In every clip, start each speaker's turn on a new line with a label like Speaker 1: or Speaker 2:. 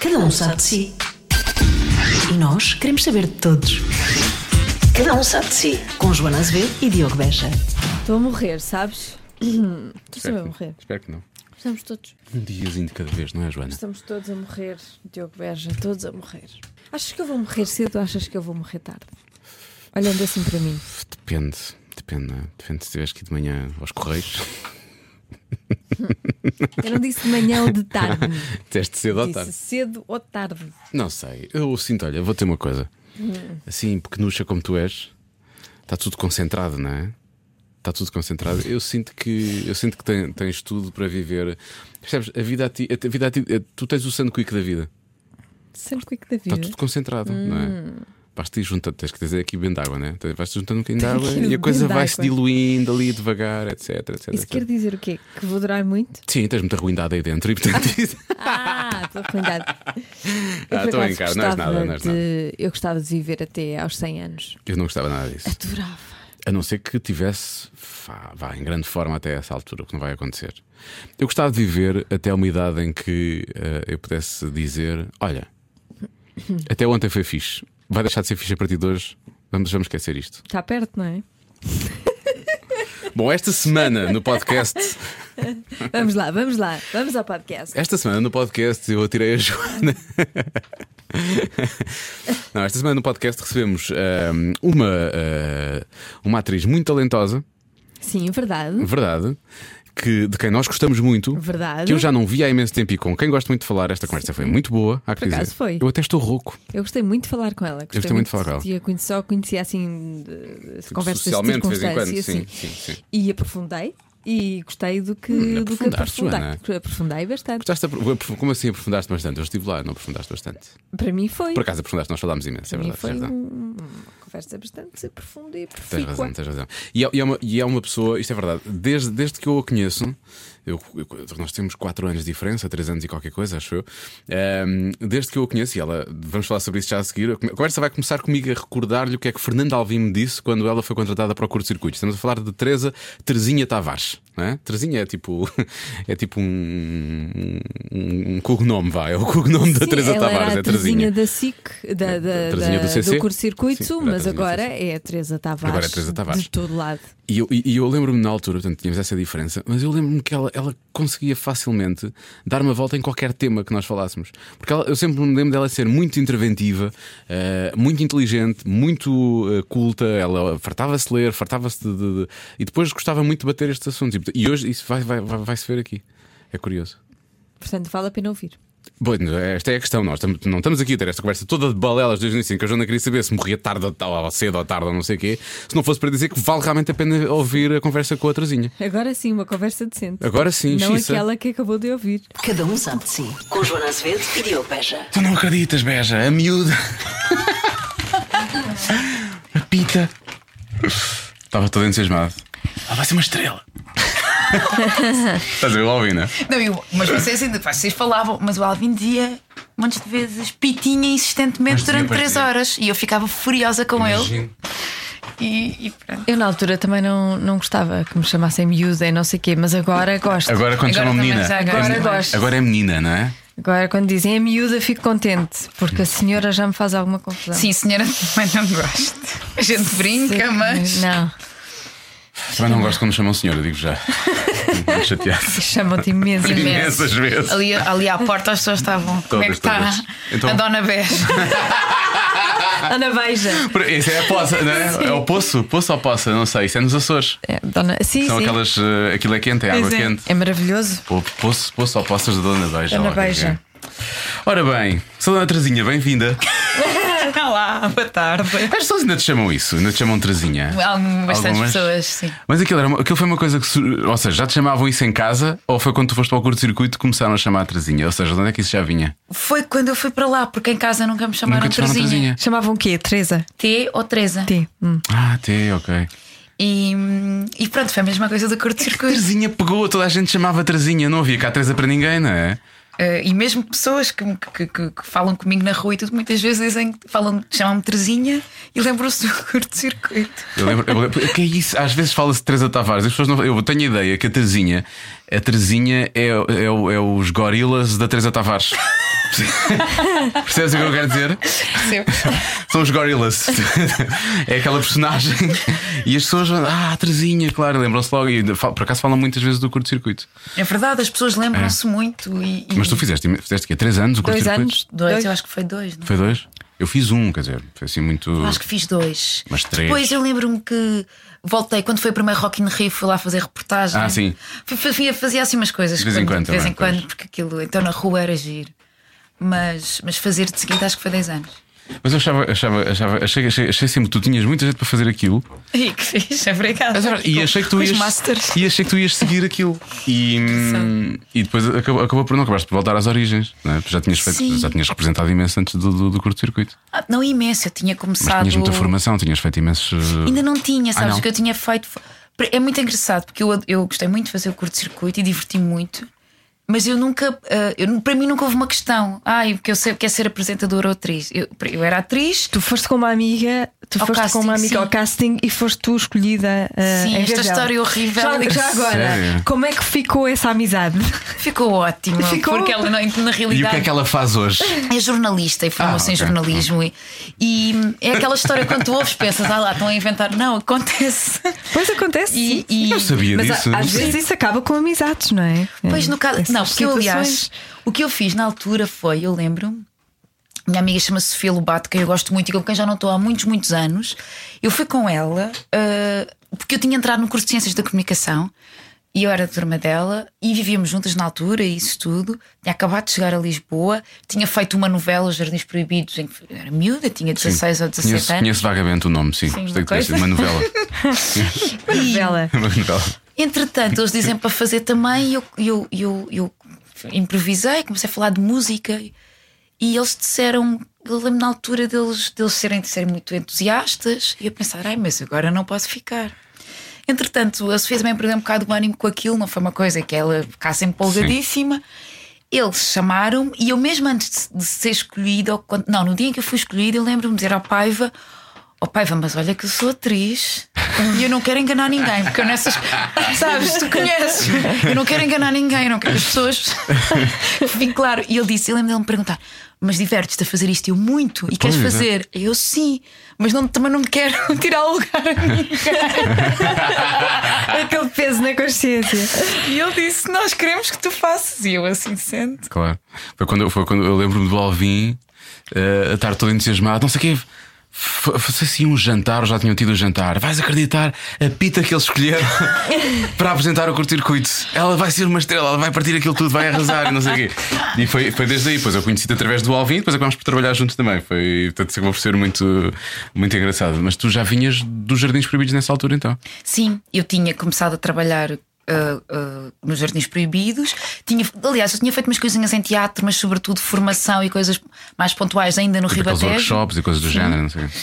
Speaker 1: Cada um sabe de si. E nós queremos saber de todos. Cada um sabe de si. Com Joana Azevedo e Diogo Beja.
Speaker 2: Estou a morrer, sabes? Estou sempre a
Speaker 3: que-
Speaker 2: morrer.
Speaker 3: espero que não.
Speaker 2: Estamos todos,
Speaker 3: Um diazinho de cada vez, não é, Joana?
Speaker 2: estamos todos a morrer, Diogo Beja, todos a morrer. Achas que eu vou morrer cedo ou achas que eu vou morrer tarde? Olhando assim para mim.
Speaker 3: Depende, depende, não é? Depende se tiveres que ir de manhã aos Correios.
Speaker 2: Eu não disse de manhã ou de tarde.
Speaker 3: Teste cedo ou
Speaker 2: disse
Speaker 3: tarde.
Speaker 2: cedo ou tarde.
Speaker 3: Não sei. Eu sinto, olha, vou ter uma coisa.
Speaker 2: Hum.
Speaker 3: Assim, pequenucha como tu és, está tudo concentrado, não é? Está tudo concentrado. Eu sinto que eu sinto que ten- tens tudo para viver. Percebes? A vida a ti, a vida a ti- tu tens o sanduíche da vida.
Speaker 2: Sempre quick da
Speaker 3: Está
Speaker 2: vida.
Speaker 3: tudo concentrado, não
Speaker 2: Hum.
Speaker 3: é? Basta ir juntando, tens que dizer aqui bem de água, né? Vais-te juntando um bocadinho de
Speaker 2: Tenho
Speaker 3: água
Speaker 2: que ir
Speaker 3: e a
Speaker 2: bem
Speaker 3: coisa
Speaker 2: de
Speaker 3: vai-se
Speaker 2: água.
Speaker 3: diluindo ali devagar, etc, etc.
Speaker 2: Isso
Speaker 3: etc.
Speaker 2: quer dizer o quê? Que vou durar muito?
Speaker 3: Sim, tens muita ruindade aí dentro e portanto. isso-
Speaker 2: Ah, pela cuidado.
Speaker 3: Ah, estou a brincar, não és nada, não és nada.
Speaker 2: de, Eu gostava de viver até aos 100 anos.
Speaker 3: Eu não gostava nada disso.
Speaker 2: Adorava.
Speaker 3: A não ser que tivesse, vá, vá, em grande forma até essa altura, o que não vai acontecer. Eu gostava de viver até uma idade em que eh, eu pudesse dizer: olha, até ontem foi fixe, vai deixar de ser fixe a partir de hoje, vamos, vamos esquecer isto.
Speaker 2: Está perto, não é?
Speaker 3: Bom, esta semana no podcast,
Speaker 2: Vamos lá, vamos lá, vamos ao podcast.
Speaker 3: esta semana no podcast eu atirei a Joana. Não, esta semana no podcast recebemos eh, uma, eh, uma atriz muito talentosa.
Speaker 2: Sim, verdade.
Speaker 3: Verdade. Que, de quem nós gostamos muito.
Speaker 2: Verdade.
Speaker 3: Que eu já não vi há imenso tempo e com quem gosto muito de falar. Esta conversa foi muito boa. Há que
Speaker 2: Por
Speaker 3: dizer.
Speaker 2: acaso foi.
Speaker 3: Eu até estou rouco.
Speaker 2: Eu gostei muito de falar com ela. Gostei,
Speaker 3: gostei muito de falar com ela.
Speaker 2: E eu conheci- só conhecia assim de- de conversas
Speaker 3: socialmente, de
Speaker 2: de
Speaker 3: vez em quando.
Speaker 2: circunstância, assim.
Speaker 3: Sim, sim, sim.
Speaker 2: E aprofundei e gostei do que,
Speaker 3: Hum,
Speaker 2: do que
Speaker 3: aprofundaste,
Speaker 2: aprofundei.
Speaker 3: Joana.
Speaker 2: Que Aprofundei bastante.
Speaker 3: Gostaste de apro- apro- Como assim aprofundaste bastante? Eu estive lá, não aprofundaste bastante.
Speaker 2: Para mim foi.
Speaker 3: Por acaso aprofundaste, nós falámos imenso,
Speaker 2: Para
Speaker 3: é
Speaker 2: mim
Speaker 3: verdade.
Speaker 2: foi
Speaker 3: tens razão.
Speaker 2: um- uma conversa bastante profunda e
Speaker 3: Tens
Speaker 2: profícua.
Speaker 3: razão, tens razão. E é, e é uma, e é uma pessoa, isto é verdade, desde, desde que eu a conheço, eu- eu- nós temos 4 anos de diferença, 3 anos e qualquer coisa, acho eu. ehm, desde que eu a conheço, e ela, vamos falar sobre isso já a seguir, a come- a conversa vai começar comigo a recordar-lhe o que é que Fernando Alvim me disse quando ela foi contratada para o curto-circuito. Estamos a falar de Teresa Terezinha Tavares. Não é? Terezinha é tipo, é tipo um, um, um cognome, vá, é o cognome da
Speaker 2: Sim,
Speaker 3: Teresa
Speaker 2: ela
Speaker 3: Tavares,
Speaker 2: era
Speaker 3: é
Speaker 2: a Teresinha
Speaker 3: Terezinha.
Speaker 2: da SIC, da, da,
Speaker 3: Teresinha
Speaker 2: da-
Speaker 3: do CC.
Speaker 2: curto-circuito,
Speaker 3: Sim, era a
Speaker 2: mas
Speaker 3: Teresinha do
Speaker 2: agora
Speaker 3: CC.
Speaker 2: é a Teresa Tavares.
Speaker 3: Agora é a Teresa Tavares.
Speaker 2: De todo lado.
Speaker 3: E eu, e- e eu lembro-me na altura, portanto, tínhamos essa diferença, mas eu lembro-me que ela, ela conseguia facilmente dar uma volta em qualquer tema que nós falássemos. Porque ela- eu sempre me lembro dela ser muito interventiva, eh, muito inteligente, muito eh, culta, ela fartava-se de ler, fartava-se de, de- de- E depois gostava muito de bater estes assuntos. E, portanto, E hoje isso vai, vai, vai, se ver aqui. É curioso.
Speaker 2: Portanto, vale a pena ouvir.
Speaker 3: Bom, esta é a questão. Nós estamos- não estamos aqui a ter esta conversa toda de balelas desde o início, em que a Joana queria saber se morria tarde ou, tal, ou cedo ou tarde ou não sei o quê, se não fosse para dizer que vale realmente a pena ouvir a conversa com a Trazinha.
Speaker 2: Agora sim, uma conversa decente.
Speaker 3: Agora sim,
Speaker 2: Não
Speaker 3: Xissa.
Speaker 2: aquela que acabou de ouvir.
Speaker 1: Cada um sabe de si. Com Joana Azevedo e Diogo Beja.
Speaker 3: Tu não acreditas, Beja, a miúda. a pita. Estava todo entusiasmado. Ah, vai ser uma estrela. Estás a ver o Alvin, não é?
Speaker 4: Não, eu, mas vocês ainda vocês falavam, mas o Alvin dizia montes de vezes pitinha insistentemente
Speaker 3: Mas dizia,
Speaker 4: durante
Speaker 3: pois
Speaker 4: três
Speaker 3: dizia.
Speaker 4: horas e eu ficava furiosa com ele. E, e pronto.
Speaker 2: Eu na altura também não, não gostava que me chamassem miúda e não sei o quê, mas agora gosto.
Speaker 3: Agora quando
Speaker 4: Agora
Speaker 3: chamam
Speaker 4: também
Speaker 3: menina.
Speaker 4: já
Speaker 2: Agora
Speaker 3: é,
Speaker 2: gosto.
Speaker 3: agora é menina, não é?
Speaker 2: Agora quando dizem é miúda fico contente, porque a senhora já me faz alguma confusão.
Speaker 4: Sim, senhora, também não gosto. A gente
Speaker 2: Sei
Speaker 4: brinca,
Speaker 2: que-
Speaker 4: mas.
Speaker 2: Não,
Speaker 3: Também não gosto quando me chamam senhora, digo já. Fico chateado.
Speaker 2: chamam-te imenso.
Speaker 4: Imenso.
Speaker 3: Imensas vezes.
Speaker 4: Ali, ali à porta as pessoas estavam. Como é que
Speaker 3: Todas,
Speaker 4: está
Speaker 3: todas. Então-
Speaker 4: a Dona Bés?
Speaker 2: Ana Beija.
Speaker 3: Isso é a poça, não é? É o poço, poço ou poça, não sei. Isso é nos Açores.
Speaker 2: É, dona... Sim,
Speaker 3: São
Speaker 2: sim.
Speaker 3: aquelas. eh, Aquilo é quente, é água
Speaker 2: Pois é.
Speaker 3: quente.
Speaker 2: É maravilhoso.
Speaker 3: Po- Poço, poço ou poças da Dona Beija.
Speaker 2: Dona
Speaker 3: lá, que é que
Speaker 2: Beija.
Speaker 3: é. Ora bem, sou Dona Trazinha, bem-vinda.
Speaker 4: Olá, boa tarde.
Speaker 3: As pessoas ainda te chamam isso, ainda te chamam Trazinha.
Speaker 4: Algum- Bastantes
Speaker 3: Algumas?
Speaker 4: pessoas, sim.
Speaker 3: Mas aquilo, era uma- aquilo foi uma coisa que. sur- Ou seja, já te chamavam isso em casa ou foi quando tu foste para o curto-circuito que começaram a chamar a Trazinha? Ou seja, de onde é que isso já vinha?
Speaker 4: Foi quando eu fui para lá, porque em casa nunca me chamaram
Speaker 3: Nunca te chamaram
Speaker 4: Terezinha.
Speaker 3: Trazinha.
Speaker 2: Chamavam o quê? Teresa?
Speaker 4: T ou Teresa.
Speaker 2: T. Hum.
Speaker 3: Ah, T, ok.
Speaker 4: E, e pronto, foi a mesma coisa do curto-circuito.
Speaker 3: Trazinha pegou, toda a gente chamava Trazinha, não havia cá Teresa para ninguém, não é?
Speaker 4: Eh, e mesmo pessoas que, que- que- que falam comigo na rua e tudo, muitas vezes dizem, falam, chamam-me Terezinha e lembram-se do curto-circuito.
Speaker 3: Eu lembro, eu lembro- que é isso? Às vezes fala-se de Teresa Tavares, as pessoas não, eu tenho a ideia que a Terezinha, a Terezinha é, é, o- é os gorilas da Teresa Tavares. Percebes o que eu quero dizer?
Speaker 4: Percebo.
Speaker 3: São os gorilas. é aquela personagem. E as pessoas vão, ah, Terezinha, claro, lembram-se logo. E fal- por acaso falam muitas vezes do curto-circuito.
Speaker 4: É verdade, as pessoas lembram-se muito. E, e-
Speaker 3: É. Mas tu fizeste, fizeste o quê? Três anos o
Speaker 2: Dois
Speaker 3: curto-circuito?
Speaker 2: anos?
Speaker 4: Dois, eu acho que foi dois, não? é?
Speaker 3: Foi dois? Eu fiz um, quer dizer, foi assim muito.
Speaker 4: Acho que fiz dois.
Speaker 3: Mas três.
Speaker 4: Depois eu lembro-me que voltei, quando foi o primeiro Rock in Rio, fui lá fazer reportagem.
Speaker 3: Ah, sim.
Speaker 4: Fui- fui- fui- fazia assim umas coisas.
Speaker 3: De vez em quando
Speaker 4: De vez
Speaker 3: também,
Speaker 4: em quando,
Speaker 3: pois.
Speaker 4: porque aquilo, então na rua era giro. Mas, mas fazer de seguida acho que foi 10 anos.
Speaker 3: Mas eu achava, achava, achava achei, achei, achei sempre que tu tinhas muita gente para fazer aquilo.
Speaker 4: E que fixe, obrigada.
Speaker 3: Mas era- E achei que tu
Speaker 4: Os
Speaker 3: ias.
Speaker 4: masters.
Speaker 3: E achei que tu ias seguir aquilo. E, hum, e depois acabou, acabou por não, acabaste por voltar às origens. Não é? Já, tinhas feito,
Speaker 4: Sim.
Speaker 3: já tinhas representado imenso antes do, do, do curto-circuito.
Speaker 4: Ah, não imenso, eu tinha
Speaker 3: Mas
Speaker 4: começado.
Speaker 3: tinhas muita formação, tinhas feito imensos. uh,
Speaker 4: Ainda não tinha, sabes?
Speaker 3: não?
Speaker 4: O que eu tinha feito. foi- É muito engraçado, porque eu, eu gostei muito de fazer o curto-circuito e diverti-me muito, mas eu nunca. ah, eu- para mim nunca houve uma questão. Ai, porque eu sei quer ser apresentadora ou atriz. Eu, eu era atriz.
Speaker 2: Tu foste com uma amiga, tu
Speaker 4: Ao
Speaker 2: foste com uma
Speaker 4: casting,
Speaker 2: amiga
Speaker 4: sim.
Speaker 2: ao casting e foste tu escolhida. eh,
Speaker 4: Sim,
Speaker 2: em
Speaker 4: esta
Speaker 2: vez dela.
Speaker 4: história horrível.
Speaker 2: Já, já agora,
Speaker 3: Sério?
Speaker 2: como é que ficou essa amizade?
Speaker 4: Ficou ótima,
Speaker 2: Ficou?
Speaker 4: porque ela, na, na
Speaker 3: E o
Speaker 4: realidade.
Speaker 3: que é que ela faz hoje?
Speaker 4: É jornalista e formou-se
Speaker 3: Ah,
Speaker 4: em
Speaker 3: ok.
Speaker 4: jornalismo e, e é aquela história quando tu ouves pensas, ah lá, estão a inventar. Não, acontece.
Speaker 2: Pois acontece.
Speaker 4: E,
Speaker 2: sim.
Speaker 4: e-
Speaker 3: Não sabia
Speaker 2: Mas a-
Speaker 3: disso.
Speaker 2: às vezes isso acaba com amizades, não é?
Speaker 4: Pois no caso.
Speaker 2: Essas
Speaker 4: Não, porque eu, aliás,
Speaker 2: situações.
Speaker 4: o que eu fiz na altura foi, eu lembro-me. Minha amiga chama-se Sofia Lobato, que eu gosto muito e com quem já não estou há muitos, muitos anos. Eu fui com ela ah, porque eu tinha entrado no curso de Ciências da Comunicação e eu era da turma dela e vivíamos juntas na altura e isso tudo. Tinha acabado de chegar a Lisboa, tinha feito uma novela, Os Jardins Proibidos, em que eu era miúda, tinha 16 ou 17
Speaker 3: Conheço,
Speaker 4: anos.
Speaker 3: conheço vagamente o nome, sim.
Speaker 4: Sim,
Speaker 3: Gostei
Speaker 4: uma
Speaker 3: de ter sido uma novela.
Speaker 2: Bela.
Speaker 3: Uma novela.
Speaker 4: Entretanto, eles dizem para fazer também, e eu, eu, eu, eu improvisei, comecei a falar de música e eles disseram. Eu lembro na altura deles, deles serem, de serem muito entusiastas e eu pensar, ai, mas agora não posso ficar. Entretanto, a Sofia também perdeu um bocado o ânimo com aquilo, não foi uma coisa que ela ficasse empolgadíssima. Eles chamaram-me e eu, mesmo antes de, de ser escolhida, ou quando- não, no dia em que eu fui escolhida, eu lembro-me de dizer ao Paiva: Ó Paiva, mas olha que eu sou atriz e eu não quero enganar ninguém, porque eu nessas. Sabes, tu conheces. Eu não quero enganar ninguém, eu não quero as pessoas. Fique claro. E ele disse: Eu lembro dele me perguntar. Mas divertes-te a fazer isto? Eu muito. E queres
Speaker 3: Pois é.
Speaker 4: fazer? Eu sim, mas não, também não me quero tirar o lugar a mim.
Speaker 2: é Aquele peso na consciência.
Speaker 4: E ele disse: Nós queremos que tu faças. E eu assim sendo.
Speaker 3: Claro. Foi quando, eu- foi quando eu lembro-me do Alvin eh, a estar todo entusiasmado, não sei o quê. F- f- Foi assim um jantar, ou já tinham tido um jantar. Vais acreditar a pita que eles escolheram para apresentar o curto-circuito. Ela vai ser uma estrela, ela vai partir aquilo tudo, vai arrasar e não sei o quê. E foi, foi desde aí. Depois eu conheci-te através do Alvin, depois acabámos por trabalhar juntos também. Foi, portanto, isso acabou por ser muito, muito engraçado. Mas tu já vinhas dos Jardins Proibidos nessa altura então?
Speaker 4: Sim, eu tinha começado a trabalhar ah, ah, nos Jardins Proibidos. Tinha, aliás, eu tinha feito umas coisinhas em teatro, mas sobretudo formação e coisas mais pontuais ainda no
Speaker 3: Aqueles
Speaker 4: Ribatejo.
Speaker 3: workshops e coisas do género, não sei o quê.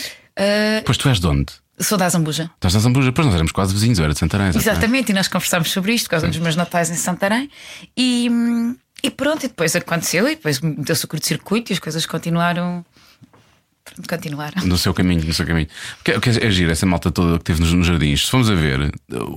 Speaker 3: Pois tu és de onde?
Speaker 4: Sou da Zambuja.
Speaker 3: Estás na Zambuja? Pois nós éramos quase vizinhos, eu era de Santarém. exatamente.
Speaker 4: Exatamente, e nós conversámos sobre isto por causa dos meus natais em Santarém. E, hum, e pronto, e depois aconteceu, e depois deu-se o curto-circuito e as coisas continuaram. Pronto, continuaram.
Speaker 3: No seu caminho, no seu caminho. Porque, porque é giro essa malta toda que teve nos, nos jardins. Se formos a ver,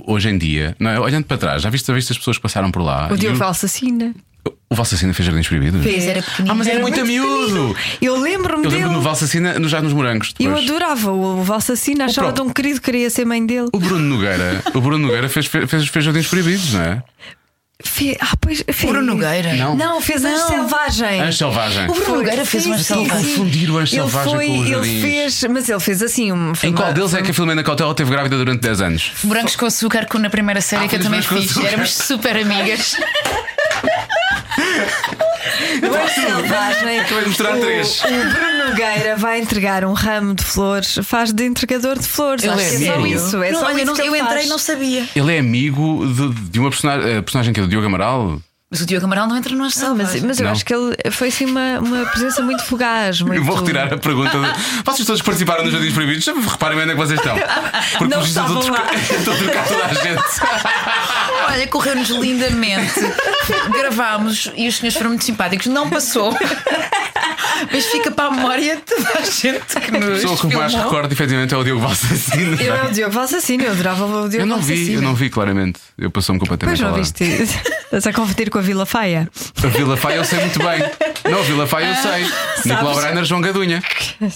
Speaker 3: hoje em dia, não é? olhando para trás, já viste, já viste as pessoas que passaram por lá?
Speaker 2: O Diogo
Speaker 3: E
Speaker 2: Valsassina.
Speaker 3: o, o Valsacina fez jardins proibidos?
Speaker 2: Fez.
Speaker 4: Mas era pequenino.
Speaker 3: Ah, mas era, muito, miúdo!
Speaker 2: Eu lembro-me
Speaker 3: Eu
Speaker 2: dele.
Speaker 3: lembro-me do Valsacina no- já nos morangos.
Speaker 2: Eu
Speaker 3: Depois.
Speaker 2: adorava o Valsassina, achava
Speaker 3: pro-
Speaker 2: tão querido, queria ser mãe dele.
Speaker 3: O Bruno Nogueira, o Bruno Nogueira fez, fez, fez, fez jardins proibidos, não é?
Speaker 2: Fe... Ah, pois. Fe...
Speaker 4: Bruno Nogueira.
Speaker 3: Não.
Speaker 2: Não, fez Anjo
Speaker 4: Não.
Speaker 2: Selvagem.
Speaker 3: Anjo É Selvagem.
Speaker 4: O Bruno
Speaker 2: Foi.
Speaker 4: Nogueira fez
Speaker 2: Sim,
Speaker 4: uma
Speaker 2: sim,
Speaker 4: selvagem.
Speaker 2: sim.
Speaker 3: Confundir o Anjo Selvagem
Speaker 2: ele foi,
Speaker 3: com os
Speaker 2: ele
Speaker 3: jardins.
Speaker 2: fez, mas ele fez assim um
Speaker 3: Em qual deles é que a Filomena Cautela teve grávida durante 10 anos?
Speaker 4: Brancos com açúcar, que na primeira série
Speaker 3: Ah,
Speaker 4: que eu
Speaker 3: fiz
Speaker 4: também
Speaker 3: brancos com
Speaker 4: fiz.
Speaker 3: açúcar.
Speaker 4: Éramos super amigas.
Speaker 2: O Anjo Selvagem.
Speaker 3: Acabei de mostrar
Speaker 2: o,
Speaker 3: três.
Speaker 2: O Bruno Nogueira vai entregar um ramo de flores, faz de entregador de flores.
Speaker 4: Ele
Speaker 2: Acho
Speaker 4: é
Speaker 2: que é só
Speaker 4: amigo.
Speaker 2: isso. É
Speaker 4: Não,
Speaker 2: só
Speaker 4: olha,
Speaker 2: isso
Speaker 4: não-
Speaker 2: que ele
Speaker 4: eu entrei
Speaker 2: faz.
Speaker 4: e não sabia.
Speaker 3: Ele é amigo de, de uma personagem, a personagem que é do Diogo Amaral?
Speaker 4: Mas o Diogo Amaral não entra no Anjo
Speaker 2: Não, mas,
Speaker 4: Selvagem.
Speaker 2: mas eu
Speaker 3: Não.
Speaker 2: acho que ele foi assim uma, uma presença muito fugaz. Muito...
Speaker 3: Eu vou retirar a pergunta. De... Vocês todos participaram dos Jardins Proibidos? Reparem bem onde é que vocês estão. Porque
Speaker 2: Não
Speaker 3: os
Speaker 2: estavam
Speaker 3: estão
Speaker 2: lá.
Speaker 3: a trocar toda a gente.
Speaker 4: Olha, correu-nos lindamente. Gravámos e os senhores foram muito simpáticos. Não passou. Mas fica para a memória de toda a gente que
Speaker 3: A
Speaker 4: nos
Speaker 3: pessoa que eu mais
Speaker 4: filmou.
Speaker 3: recordo, efetivamente, é o Diogo Valsassino.
Speaker 2: Eu é o Diogo Valsassina, eu adorava o Diogo
Speaker 3: Eu não vi,
Speaker 2: Valsassina.
Speaker 3: eu não vi claramente. Eu passou-me completamente
Speaker 2: Pois não
Speaker 3: ao lado.
Speaker 2: viste. Estás a confundir com a Vila Faia.
Speaker 3: A Vila Faia eu sei muito bem. Não, Vila Fá eu sei. Nicolau Breiner, João Gadunha.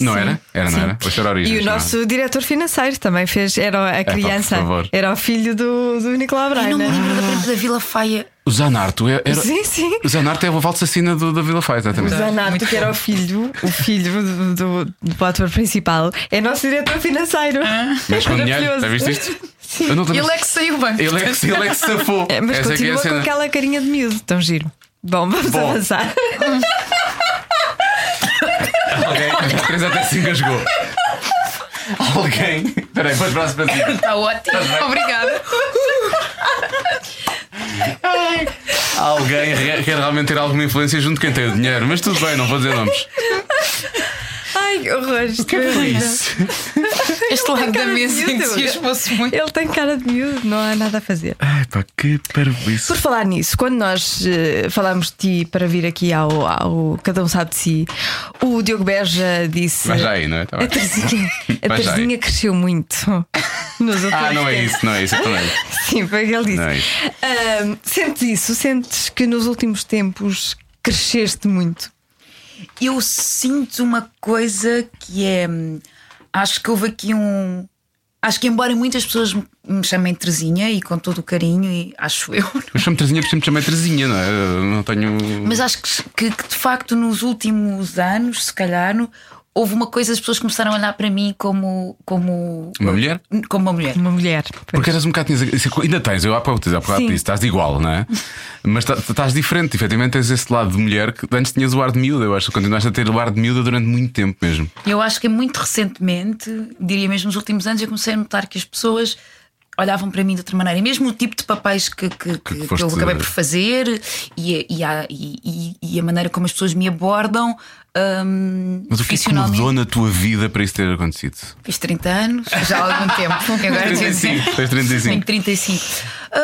Speaker 3: Não era? Era, não era? Ou era
Speaker 5: E
Speaker 3: origens,
Speaker 5: o
Speaker 3: não era?
Speaker 5: nosso diretor financeiro também fez. Era a
Speaker 3: por
Speaker 5: criança.
Speaker 3: favor.
Speaker 5: era o filho do, do Nicolau
Speaker 4: Eu não me
Speaker 5: Breiner.
Speaker 4: lembro da frente da Vila Faia.
Speaker 3: O Zanarto é- era.
Speaker 5: Sim, sim.
Speaker 3: O Zanarto é a valsacina do, da Vila Fá, exatamente.
Speaker 5: Zanato, que era o filho, o filho do, do, do ator principal, é nosso diretor financeiro.
Speaker 4: Ah.
Speaker 5: É
Speaker 2: é
Speaker 3: Mas com dinheiro,
Speaker 5: Maravilhoso.
Speaker 3: já viste isto? Eu não tô-
Speaker 4: Ele é que saiu bem.
Speaker 3: Ele é que se, ele é que se safou.
Speaker 5: É, mas
Speaker 3: Essa é que é
Speaker 5: continua
Speaker 3: a
Speaker 5: com
Speaker 3: cena.
Speaker 5: aquela carinha de miúdo, tão giro. Bom, vamos
Speaker 3: Bom.
Speaker 5: avançar.
Speaker 3: Alguém, a Teresa até se engasgou. Alguém. Espera aí, põe os braços para cima.
Speaker 4: Está ótimo. Obrigada.
Speaker 3: Alguém re- quer realmente ter alguma influência junto de quem tem o dinheiro, mas tudo bem, não vou dizer nomes.
Speaker 5: Ai, que horror. isto é horrível.
Speaker 3: isso?
Speaker 4: Este lado
Speaker 5: de
Speaker 4: da mesa
Speaker 5: miúdo.
Speaker 4: entusiasmou-se muito.
Speaker 5: Ele tem cara de miúdo, não há nada a fazer.
Speaker 3: Ai pá, que parvoíce.
Speaker 5: Por falar nisso, quando nós eh, falámos de ti para vir aqui ao, ao Cada Um Sabe de Si, o Diogo Beja disse.
Speaker 3: Mas já aí, não é? Tá
Speaker 5: A
Speaker 3: bem.
Speaker 5: Terezinha, a
Speaker 3: Vai já aí.
Speaker 5: Terezinha cresceu muito nos últimos
Speaker 3: Ah, não é
Speaker 5: tempos.
Speaker 3: isso, não é isso, eu também.
Speaker 5: Sim, foi o que ele disse.
Speaker 3: Não é isso.
Speaker 5: Ahm, sentes isso? Sentes que nos últimos tempos cresceste muito?
Speaker 4: Eu sinto uma coisa que é. hum, Acho que houve aqui um. Acho que, embora muitas pessoas me- me chamem Terezinha e com todo o carinho, e acho eu,
Speaker 3: Eu chamo Terezinha porque sempre chamei Terezinha, não é? Eu não tenho.
Speaker 4: mas acho que, que- que, de facto nos últimos anos, se calhar, no- houve uma coisa, as pessoas começaram a olhar para mim como. como
Speaker 3: Uma mulher?
Speaker 4: Como uma mulher.
Speaker 5: Uma mulher.
Speaker 3: Porque eras um bocado. tinhas- isso Ainda tens, eu há pouco há pouco
Speaker 5: Sim.
Speaker 3: disse, estás de igual, não é? Mas tá- estás diferente, efetivamente tens esse lado de mulher que antes tinhas o ar de miúda. Eu acho que continuaste a ter o ar de miúda durante muito tempo mesmo.
Speaker 4: Eu acho que é muito recentemente, diria mesmo nos últimos anos, eu comecei a notar que as pessoas olhavam para mim de outra maneira. E mesmo o tipo de papéis que, que, que- que
Speaker 3: foste-
Speaker 4: eu acabei por fazer e, a- e a, e- e- e a maneira como as pessoas me abordam. hum,
Speaker 3: Mas o que é que
Speaker 4: profissionalmente.
Speaker 3: mudou na tua vida para isso ter acontecido?
Speaker 4: Fiz 30 anos, já há algum tempo. Agora tenho
Speaker 3: 35, tens 35.
Speaker 4: Tenho 35. Hum,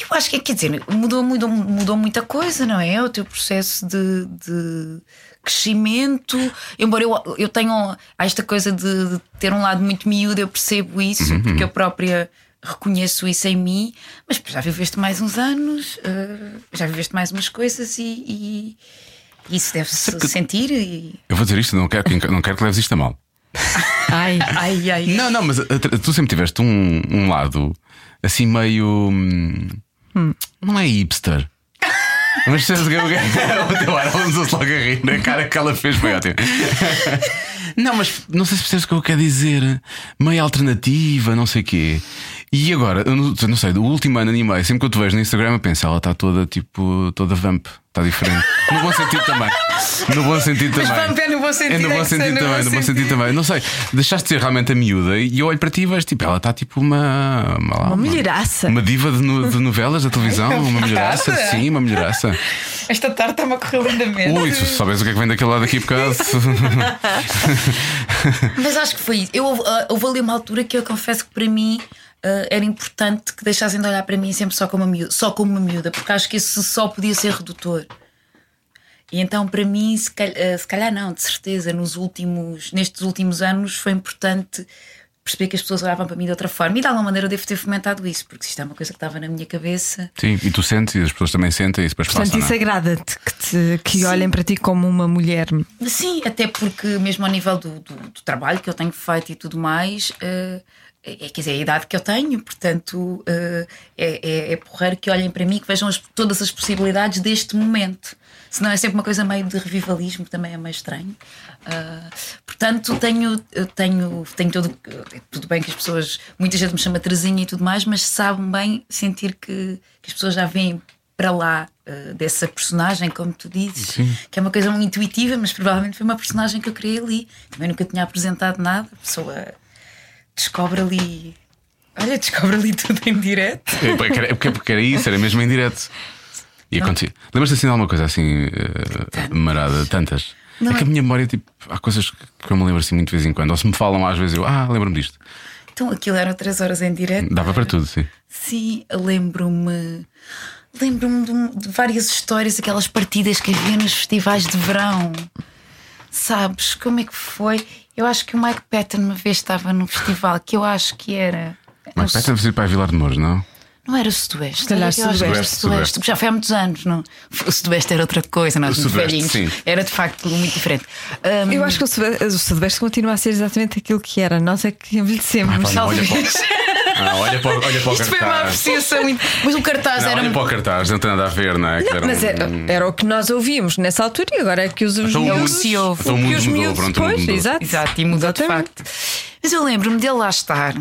Speaker 4: eu acho que, quer dizer, mudou, mudou, mudou muita coisa, não é? O teu processo de, de crescimento. Embora eu, eu tenha um, esta coisa de, de ter um lado muito miúdo, eu percebo isso,
Speaker 3: Uhum,
Speaker 4: porque eu própria reconheço isso em mim. Mas já viveste mais uns anos, hum, já viveste mais umas coisas e. e isso deve-se sentir e.
Speaker 3: Eu vou dizer isto, não quero que, não quero que leves isto a mal.
Speaker 5: Ai,
Speaker 4: Ai, ai.
Speaker 3: Não, não, mas a- a- tu sempre tiveste um, um lado assim meio. hum, Não é hipster. Mas sabes o que é o teu ar, ela usou-se logo a rir na cara que ela fez, foi ótimo. Não, mas não sei se percebes o que eu quero dizer. Meio alternativa, não sei o quê. E agora, eu não, eu não sei, do último ano animei, sempre que eu te vejo no Instagram, eu penso, ela está toda tipo, toda vamp, está diferente. No bom sentido também. No bom sentido também.
Speaker 4: vamp é no bom sentido,
Speaker 3: É no
Speaker 4: é
Speaker 3: bom
Speaker 4: que sei,
Speaker 3: sentido
Speaker 4: no
Speaker 3: também,
Speaker 4: bom
Speaker 3: no bom sentido também. Não sei, deixaste de ser realmente a miúda e eu olho para ti e vejo, tipo, ela está tipo uma. Uma, lá,
Speaker 5: uma mulheraça.
Speaker 3: uma diva de, no- de novelas da televisão, uma melhoraça, sim, uma melhoraça.
Speaker 4: Esta tarde está-me a correr lindamente.
Speaker 3: Ui, se soubesse o que é que vem daquele lado aqui por causa.
Speaker 4: Mas acho que foi isso. Eu, ah, houve ali uma altura que eu confesso que para mim ah, era importante que deixassem de olhar para mim sempre só como, uma miúda, só como uma miúda, porque acho que isso só podia ser redutor. E então, para mim, se calhar, se calhar não, de certeza, nos últimos, nestes últimos anos foi importante perceber que as pessoas olhavam para mim de outra forma. E de alguma maneira eu devo ter fomentado isso, porque isto é uma coisa que estava na minha cabeça.
Speaker 3: Sim, e tu sentes e as pessoas também sentem e depois
Speaker 5: Portanto,
Speaker 3: passam.
Speaker 5: isso
Speaker 3: não é?
Speaker 5: agrada-te que, te- que olhem para ti como uma mulher.
Speaker 4: Sim, até porque mesmo ao nível do, do- do trabalho que eu tenho feito e tudo mais, eh, é, quer dizer, é a idade que eu tenho, portanto eh, é, é, é porreiro que olhem para mim, que vejam as- todas as possibilidades deste momento. Senão é sempre uma coisa meio de revivalismo, que também é meio estranho. Ah, portanto, tenho, eu tenho, tenho todo. eh, Tudo bem que as pessoas. Muita gente me chama Terezinha e tudo mais, mas sabem bem sentir que, que as pessoas já veem para lá eh, dessa personagem, como tu dizes, que é uma coisa muito intuitiva, mas provavelmente foi uma personagem que eu criei ali. Também nunca tinha apresentado nada, a pessoa descobre ali. Olha, descobre ali tudo em direto.
Speaker 3: É, porque era- Porque, porque era isso, era mesmo em direto. E acontecia. Lembras-te assim de alguma coisa assim, eh, marada, tantas?
Speaker 4: Não
Speaker 3: é que
Speaker 4: é-
Speaker 3: a minha memória, tipo, há coisas que eu me lembro assim muito de vez em quando. Ou se me falam às vezes, eu, ah, lembro-me disto.
Speaker 4: Então aquilo eram três horas em direto.
Speaker 3: Dava para tudo, sim.
Speaker 4: Sim, lembro-me. Lembro-me de, um- de várias histórias, aquelas partidas que havia nos festivais de verão. Sabes como é que foi? Eu acho que o Mike Patton uma vez estava num festival que eu acho que era.
Speaker 3: Mas
Speaker 4: não
Speaker 3: parece que deve ser para a Vilar de Mouros, não?
Speaker 4: Não era Sudoeste.
Speaker 5: Se calhar
Speaker 4: era eu acho que era
Speaker 3: Sudoeste.
Speaker 4: Sudoeste. Já foi há muitos anos, não? O Sudoeste era outra coisa, nós
Speaker 3: O
Speaker 4: muito
Speaker 3: Sudoeste,
Speaker 4: velhinhos.
Speaker 3: sim.
Speaker 4: Era de facto muito diferente. Ahm,
Speaker 5: Eu acho que o Sudeste- o Sudeste continua a ser exatamente aquilo que era. Nós é que envelhecemos.
Speaker 3: Pá, não, Ah, olha para o-
Speaker 4: talvez.
Speaker 3: Ah, olha para, o- olha para o
Speaker 4: Isto foi uma
Speaker 3: cartaz.
Speaker 4: apreciação muito. Mas o cartaz
Speaker 3: Não,
Speaker 4: era um
Speaker 3: olha
Speaker 4: muito.
Speaker 3: para o cartaz, não tem nada a ver, não é? Aquilo
Speaker 5: Não,
Speaker 3: era
Speaker 5: mas
Speaker 3: um-
Speaker 5: era, era o que nós ouvíamos nessa altura e agora é que os
Speaker 3: Então o
Speaker 5: miúdos-
Speaker 3: mundo-
Speaker 4: se ouve.
Speaker 3: então o
Speaker 5: que
Speaker 3: mundo
Speaker 5: os
Speaker 3: mudou,
Speaker 5: miúdos
Speaker 3: pronto, o mundo
Speaker 5: depois,
Speaker 3: mudou.
Speaker 5: Exato.
Speaker 4: Exato, e mudou de
Speaker 5: Exatamente.
Speaker 4: facto. Mas eu lembro-me dele lá estar.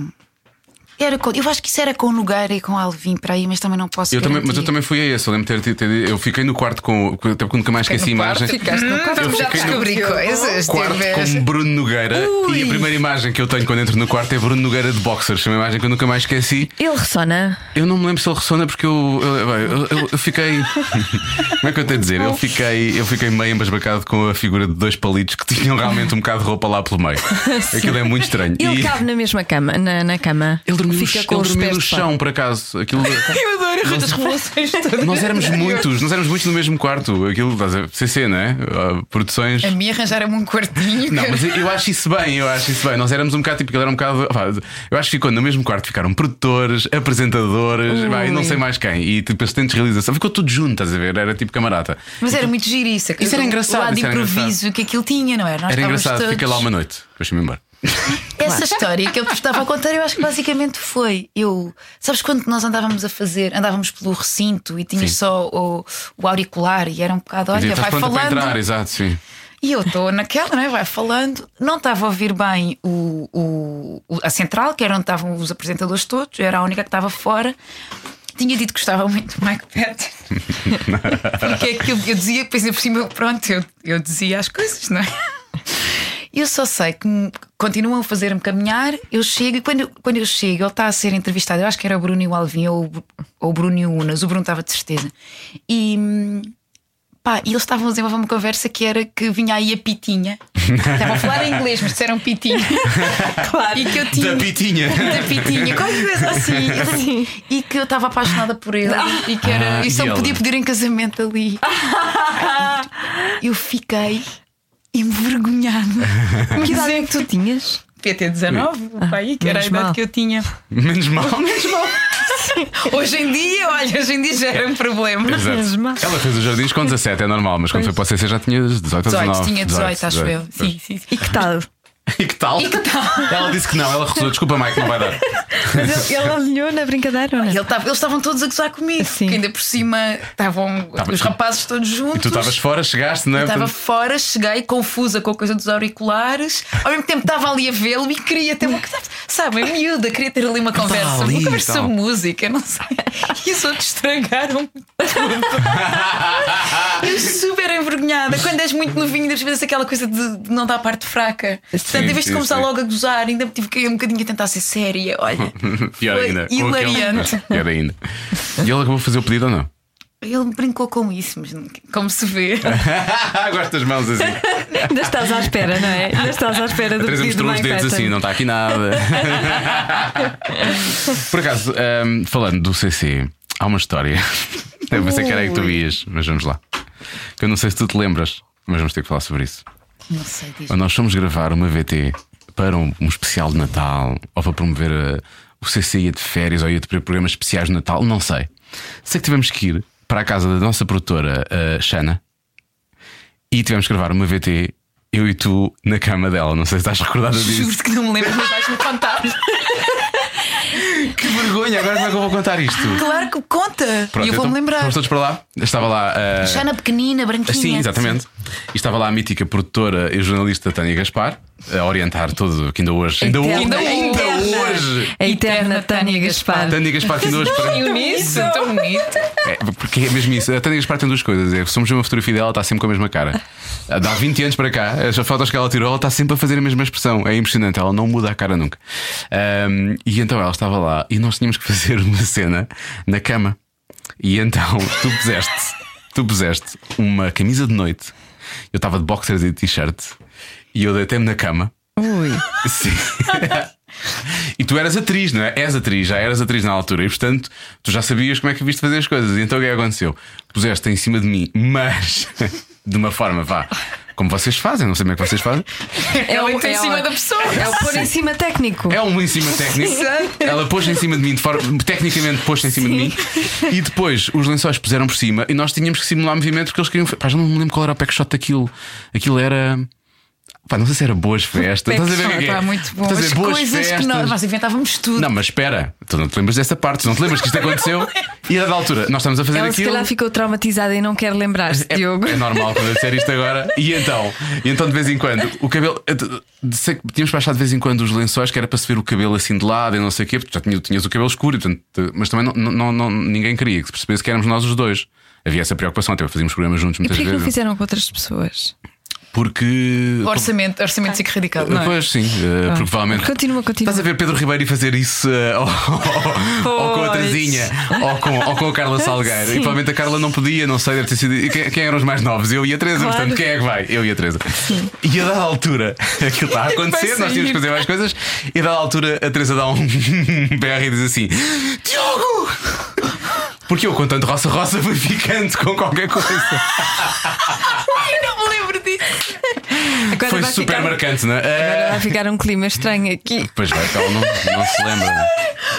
Speaker 4: Era com- eu acho que isso era com o Nogueira e com o Alvin para aí, mas também não posso
Speaker 3: Eu também, mas eu
Speaker 4: garantir.
Speaker 3: também fui a esse. Eu lembro de ter, ter, ter- Eu fiquei no quarto com. o- Até porque nunca mais esqueci a imagem.
Speaker 5: Ficaste no quarto,
Speaker 3: Eu
Speaker 5: já
Speaker 3: fiquei no-
Speaker 5: descobri coisas.
Speaker 3: Quarto com Bruno Nogueira e a primeira imagem que eu tenho quando entro no quarto é Bruno Nogueira de boxers, É uma imagem que eu nunca mais esqueci.
Speaker 5: Ele ressona.
Speaker 3: Eu não me lembro se ele ressona porque eu, eu, bem, eu- eu- eu fiquei. Como é que eu tenho a dizer? Eu fiquei, eu fiquei meio embasbacado com a figura de dois palitos que tinham realmente um bocado de roupa lá pelo meio. Aquilo é muito estranho.
Speaker 5: Ele
Speaker 3: E-
Speaker 5: cabe na mesma cama, na, na cama.
Speaker 3: ele dormiu, no
Speaker 5: Fica
Speaker 3: ch-
Speaker 5: com
Speaker 3: ele
Speaker 5: os
Speaker 3: dormiu
Speaker 5: pés
Speaker 3: no
Speaker 5: de fora.
Speaker 3: chão, por acaso. Aquilo,
Speaker 4: Eu adoro as revelações todas.
Speaker 3: nós éramos muitos, nós éramos muitos no mesmo quarto. Aquilo, estás a ver, CC, não é? Ah, Produções.
Speaker 4: A mim arranjaram-me um quartinho.
Speaker 3: Não,
Speaker 4: cara.
Speaker 3: mas eu acho isso bem, eu acho isso bem. Nós éramos um bocado tipo, ele era um bocado. pá, Eu acho que ficou no mesmo quarto, ficaram produtores, apresentadores, pá, e não sei mais quem. E tipo, assistentes de realização, ficou tudo junto, estás a ver? Era tipo camarada.
Speaker 4: Mas era muito giro isso.
Speaker 3: Isso era engraçado,
Speaker 4: O lado
Speaker 3: isso era
Speaker 4: improviso
Speaker 3: engraçado.
Speaker 4: que aquilo tinha, não era? Nós
Speaker 3: Era
Speaker 4: estávamos
Speaker 3: engraçado,
Speaker 4: todos-
Speaker 3: fica lá um uma noite, depois-me embora.
Speaker 4: Essa história que eu te estava a contar, eu acho que basicamente foi. Eu, sabes quando nós andávamos a fazer, andávamos pelo recinto e tinhas
Speaker 3: Sim.
Speaker 4: só o, o auricular e era um bocado, olha,
Speaker 3: Dizia,
Speaker 4: vai
Speaker 3: "Estás pronta para
Speaker 4: falando.
Speaker 3: entrar, exato, sim.
Speaker 4: E eu estou naquela, né? vai falando. Não estava a ouvir bem o, o- o- a central, que era onde estavam os apresentadores todos, eu era a única que estava fora. Tinha dito que gostava muito do Mike Patton. Porque é que eu, eu dizia, depois por cima, eu- pronto, eu, eu dizia as coisas, não é? Eu só sei que me- continuam a fazer-me caminhar. Eu chego e quando, quando eu chego, ele está a ser entrevistado. Eu acho que era o Bruno e o Alvin ou, o Bru- ou o Bruno e o Unas. O Bruno estava de certeza. E. hum, Pá, e eles estavam a desenvolver uma conversa que era que vinha aí a Pitinha. Estavam a falar em inglês, mas disseram Pitinha. Claro. E que eu tinha.
Speaker 3: Da Pitinha.
Speaker 4: Da Pitinha, qualquer coisa assim. E que eu estava apaixonada por ele. E que era.
Speaker 3: Ah,
Speaker 4: e só
Speaker 3: e
Speaker 4: me podia
Speaker 3: ela?
Speaker 4: pedir em casamento ali. Eu fiquei envergonhada.
Speaker 5: Que idade é que tu tinhas?
Speaker 4: PT19, pai, que era a
Speaker 5: menos
Speaker 4: idade
Speaker 5: mal.
Speaker 4: que eu tinha.
Speaker 3: Menos mal.
Speaker 4: Hoje em dia, olha, hoje em dia já era um problema.
Speaker 5: Menos mal.
Speaker 3: Ela fez os jardins com 17, é normal, mas quando foi para o CC já tinha 18 ou
Speaker 4: 18,
Speaker 3: 19.
Speaker 4: tinha 18, acho eu.
Speaker 3: 18.
Speaker 4: Sim, sim, sim.
Speaker 5: E que tal?
Speaker 3: E que tal?
Speaker 4: E que tal?
Speaker 3: Ela disse que não, ela recusou. Desculpa, Mike, não vai dar.
Speaker 5: Mas ele, ele alinhou na brincadeira ou não?
Speaker 4: Ele tava- eles estavam todos a gozar comigo,
Speaker 5: Sim.
Speaker 4: que ainda por cima estavam
Speaker 3: Tava-
Speaker 4: os rapazes todos juntos.
Speaker 3: E tu estavas fora, chegaste, não é?
Speaker 4: Eu estava
Speaker 3: Portanto,
Speaker 4: fora, cheguei confusa com a coisa dos auriculares, ao mesmo tempo estava ali a vê-lo e queria ter uma conversa. Sabe, é miúda, queria ter ali uma conversa,
Speaker 3: ali então. e
Speaker 4: uma conversa
Speaker 3: tal.
Speaker 4: sobre música, não sei. E os outros estragaram-me tudo. Eu super envergonhada. Quando és muito novinho, deves vezes aquela coisa de, de não dar parte fraca. Portanto, em vez
Speaker 3: sim,
Speaker 4: de começar
Speaker 3: sim.
Speaker 4: logo a gozar, ainda tive que ir um bocadinho a tentar ser séria. Olha,
Speaker 3: Pior
Speaker 4: Foi
Speaker 3: ainda. com aquele-
Speaker 4: hilariante.
Speaker 3: Pior ainda. E ele acabou de fazer o pedido ou não?
Speaker 4: ele brincou com isso, mas não- como se vê.
Speaker 3: É. Gosto das mãos assim.
Speaker 5: Ainda estás à espera, não é? Ainda estás à espera do
Speaker 3: A Teresa
Speaker 5: pedido do
Speaker 3: mostrou os
Speaker 5: Mike
Speaker 3: dedos
Speaker 5: Patton.
Speaker 3: assim, não está aqui nada. Por acaso, ahm, falando do CC, há uma história. Eu pensei que era aí que tu ias, mas vamos lá. Que eu não sei se tu te lembras, mas vamos ter que falar sobre isso.
Speaker 4: Não sei disso.
Speaker 3: Nós fomos gravar uma VT para um, um especial de Natal ou para promover a- o CC ia de férias ou ia de programas especiais de Natal, não sei. Sei que tivemos que ir para a casa da nossa produtora, a Xana, e tivemos que gravar uma VT, eu e tu, na cama dela. Não sei se estás recordada disso.
Speaker 4: Juro que não me lembro, mas vais-me contar.
Speaker 3: Que vergonha, agora como é que eu vou contar isto?
Speaker 4: Claro que conta.
Speaker 3: Pronto,
Speaker 4: e eu vou-me
Speaker 3: então,
Speaker 4: lembrar.
Speaker 3: Fomos todos para lá. Estava lá. a
Speaker 4: Já na pequenina, branquinha. assim.
Speaker 3: Sim, exatamente. E estava lá a mítica produtora e jornalista Tânia Gaspar a orientar todo, que ainda hoje. Ainda, hoje-
Speaker 5: Eterna,
Speaker 3: ainda
Speaker 5: eterna.
Speaker 3: hoje!
Speaker 5: A eterna Tânia Gaspar.
Speaker 3: Tânia Gaspar tem duas. para-
Speaker 4: Tão bonito, tão bonito.
Speaker 3: É, porque é mesmo isso. A Tânia Gaspar tem duas coisas. É, somos uma fotografia dela, está sempre com a mesma cara. Ah, Dá 20 anos para cá, as fotos que ela tirou, ela está sempre a fazer a mesma expressão. É impressionante, ela não muda a cara nunca. Ahm, e então ela estava lá e nós tínhamos que fazer uma cena na cama. E então tu puseste, tu puseste uma camisa de noite. Eu estava de boxers e de t-shirt e eu deitei-me na cama.
Speaker 5: Ui.
Speaker 3: Sim. e tu eras atriz, não é? És atriz, já eras atriz na altura e portanto tu já sabias como é que viste fazer as coisas. E então o que é que aconteceu? Puseste em cima de mim, mas de uma forma, vá, Como vocês fazem, não sei como é que vocês fazem.
Speaker 4: É o em cima da pessoa.
Speaker 5: É o pôr em cima técnico.
Speaker 3: É um em cima técnico. Ela pôs em cima de mim, de forma, tecnicamente pôs em cima de mim. E depois os lençóis puseram por cima e nós tínhamos que simular movimento porque eles queriam. Pá, já não me lembro qual era o pack shot daquilo. Aquilo era. Pá, não sei se era boas festas. Estás a ver o que é que é?
Speaker 4: Pá, muito bom.
Speaker 3: Estás a ver,
Speaker 4: As
Speaker 3: boas
Speaker 4: coisas que nós,
Speaker 3: festas.
Speaker 4: nós inventávamos tudo.
Speaker 3: Não, mas espera, tu não te lembras dessa parte, tu não te lembras que isto aconteceu e a da altura, nós estamos a fazer
Speaker 5: Ela se
Speaker 3: aquilo.
Speaker 5: calhar ficou traumatizada e não quer lembrar-se,
Speaker 3: É,
Speaker 5: Diogo.
Speaker 3: é normal quando eu disser isto agora. E então, e então de vez em quando, o cabelo. eu te- de- sei que Tínhamos baixado de vez em quando os lençóis, que era para se ver o cabelo assim de lado e não sei o quê, porque já tinha- tinhas o cabelo escuro, e, portanto, mas também não, não- não- ninguém queria que se percebesse que éramos nós os dois. Havia essa preocupação, até fazíamos programas juntos
Speaker 5: E
Speaker 3: muitas
Speaker 5: porquê que não
Speaker 3: vezes.
Speaker 5: fizeram com outras pessoas?
Speaker 3: Porque.
Speaker 4: Orçamento, orçamento psico radical. Não é?
Speaker 3: Pois sim, eh, porque provavelmente.
Speaker 5: Ah. Continua, continua.
Speaker 3: Estás a ver Pedro Ribeiro e fazer isso eh, ou, ou- ou com a
Speaker 5: Pois.
Speaker 3: Terezinha ou com, ou com a Carla Salgueiro. E provavelmente a Carla não podia, não sei, deve ter sido. e Quem, quem eram os mais novos? Eu e a Teresa,
Speaker 5: Claro.
Speaker 3: portanto, quem é que vai? Eu e a Teresa. E a dada altura, aquilo está a acontecer,
Speaker 5: Vai
Speaker 3: nós tínhamos
Speaker 5: sair.
Speaker 3: que fazer mais coisas, e a dada altura a Teresa dá um berro e diz assim: Diogo! Porque eu, com tanto roça-roça, fui ficando com qualquer coisa.
Speaker 4: Não me lembro disso.
Speaker 5: Agora
Speaker 3: Foi
Speaker 5: vai
Speaker 3: super
Speaker 5: ficar-
Speaker 3: marcante, não
Speaker 5: Agora vai
Speaker 3: é?
Speaker 5: ficar um clima estranho aqui.
Speaker 3: Pois vai, então não, não se lembra. não é?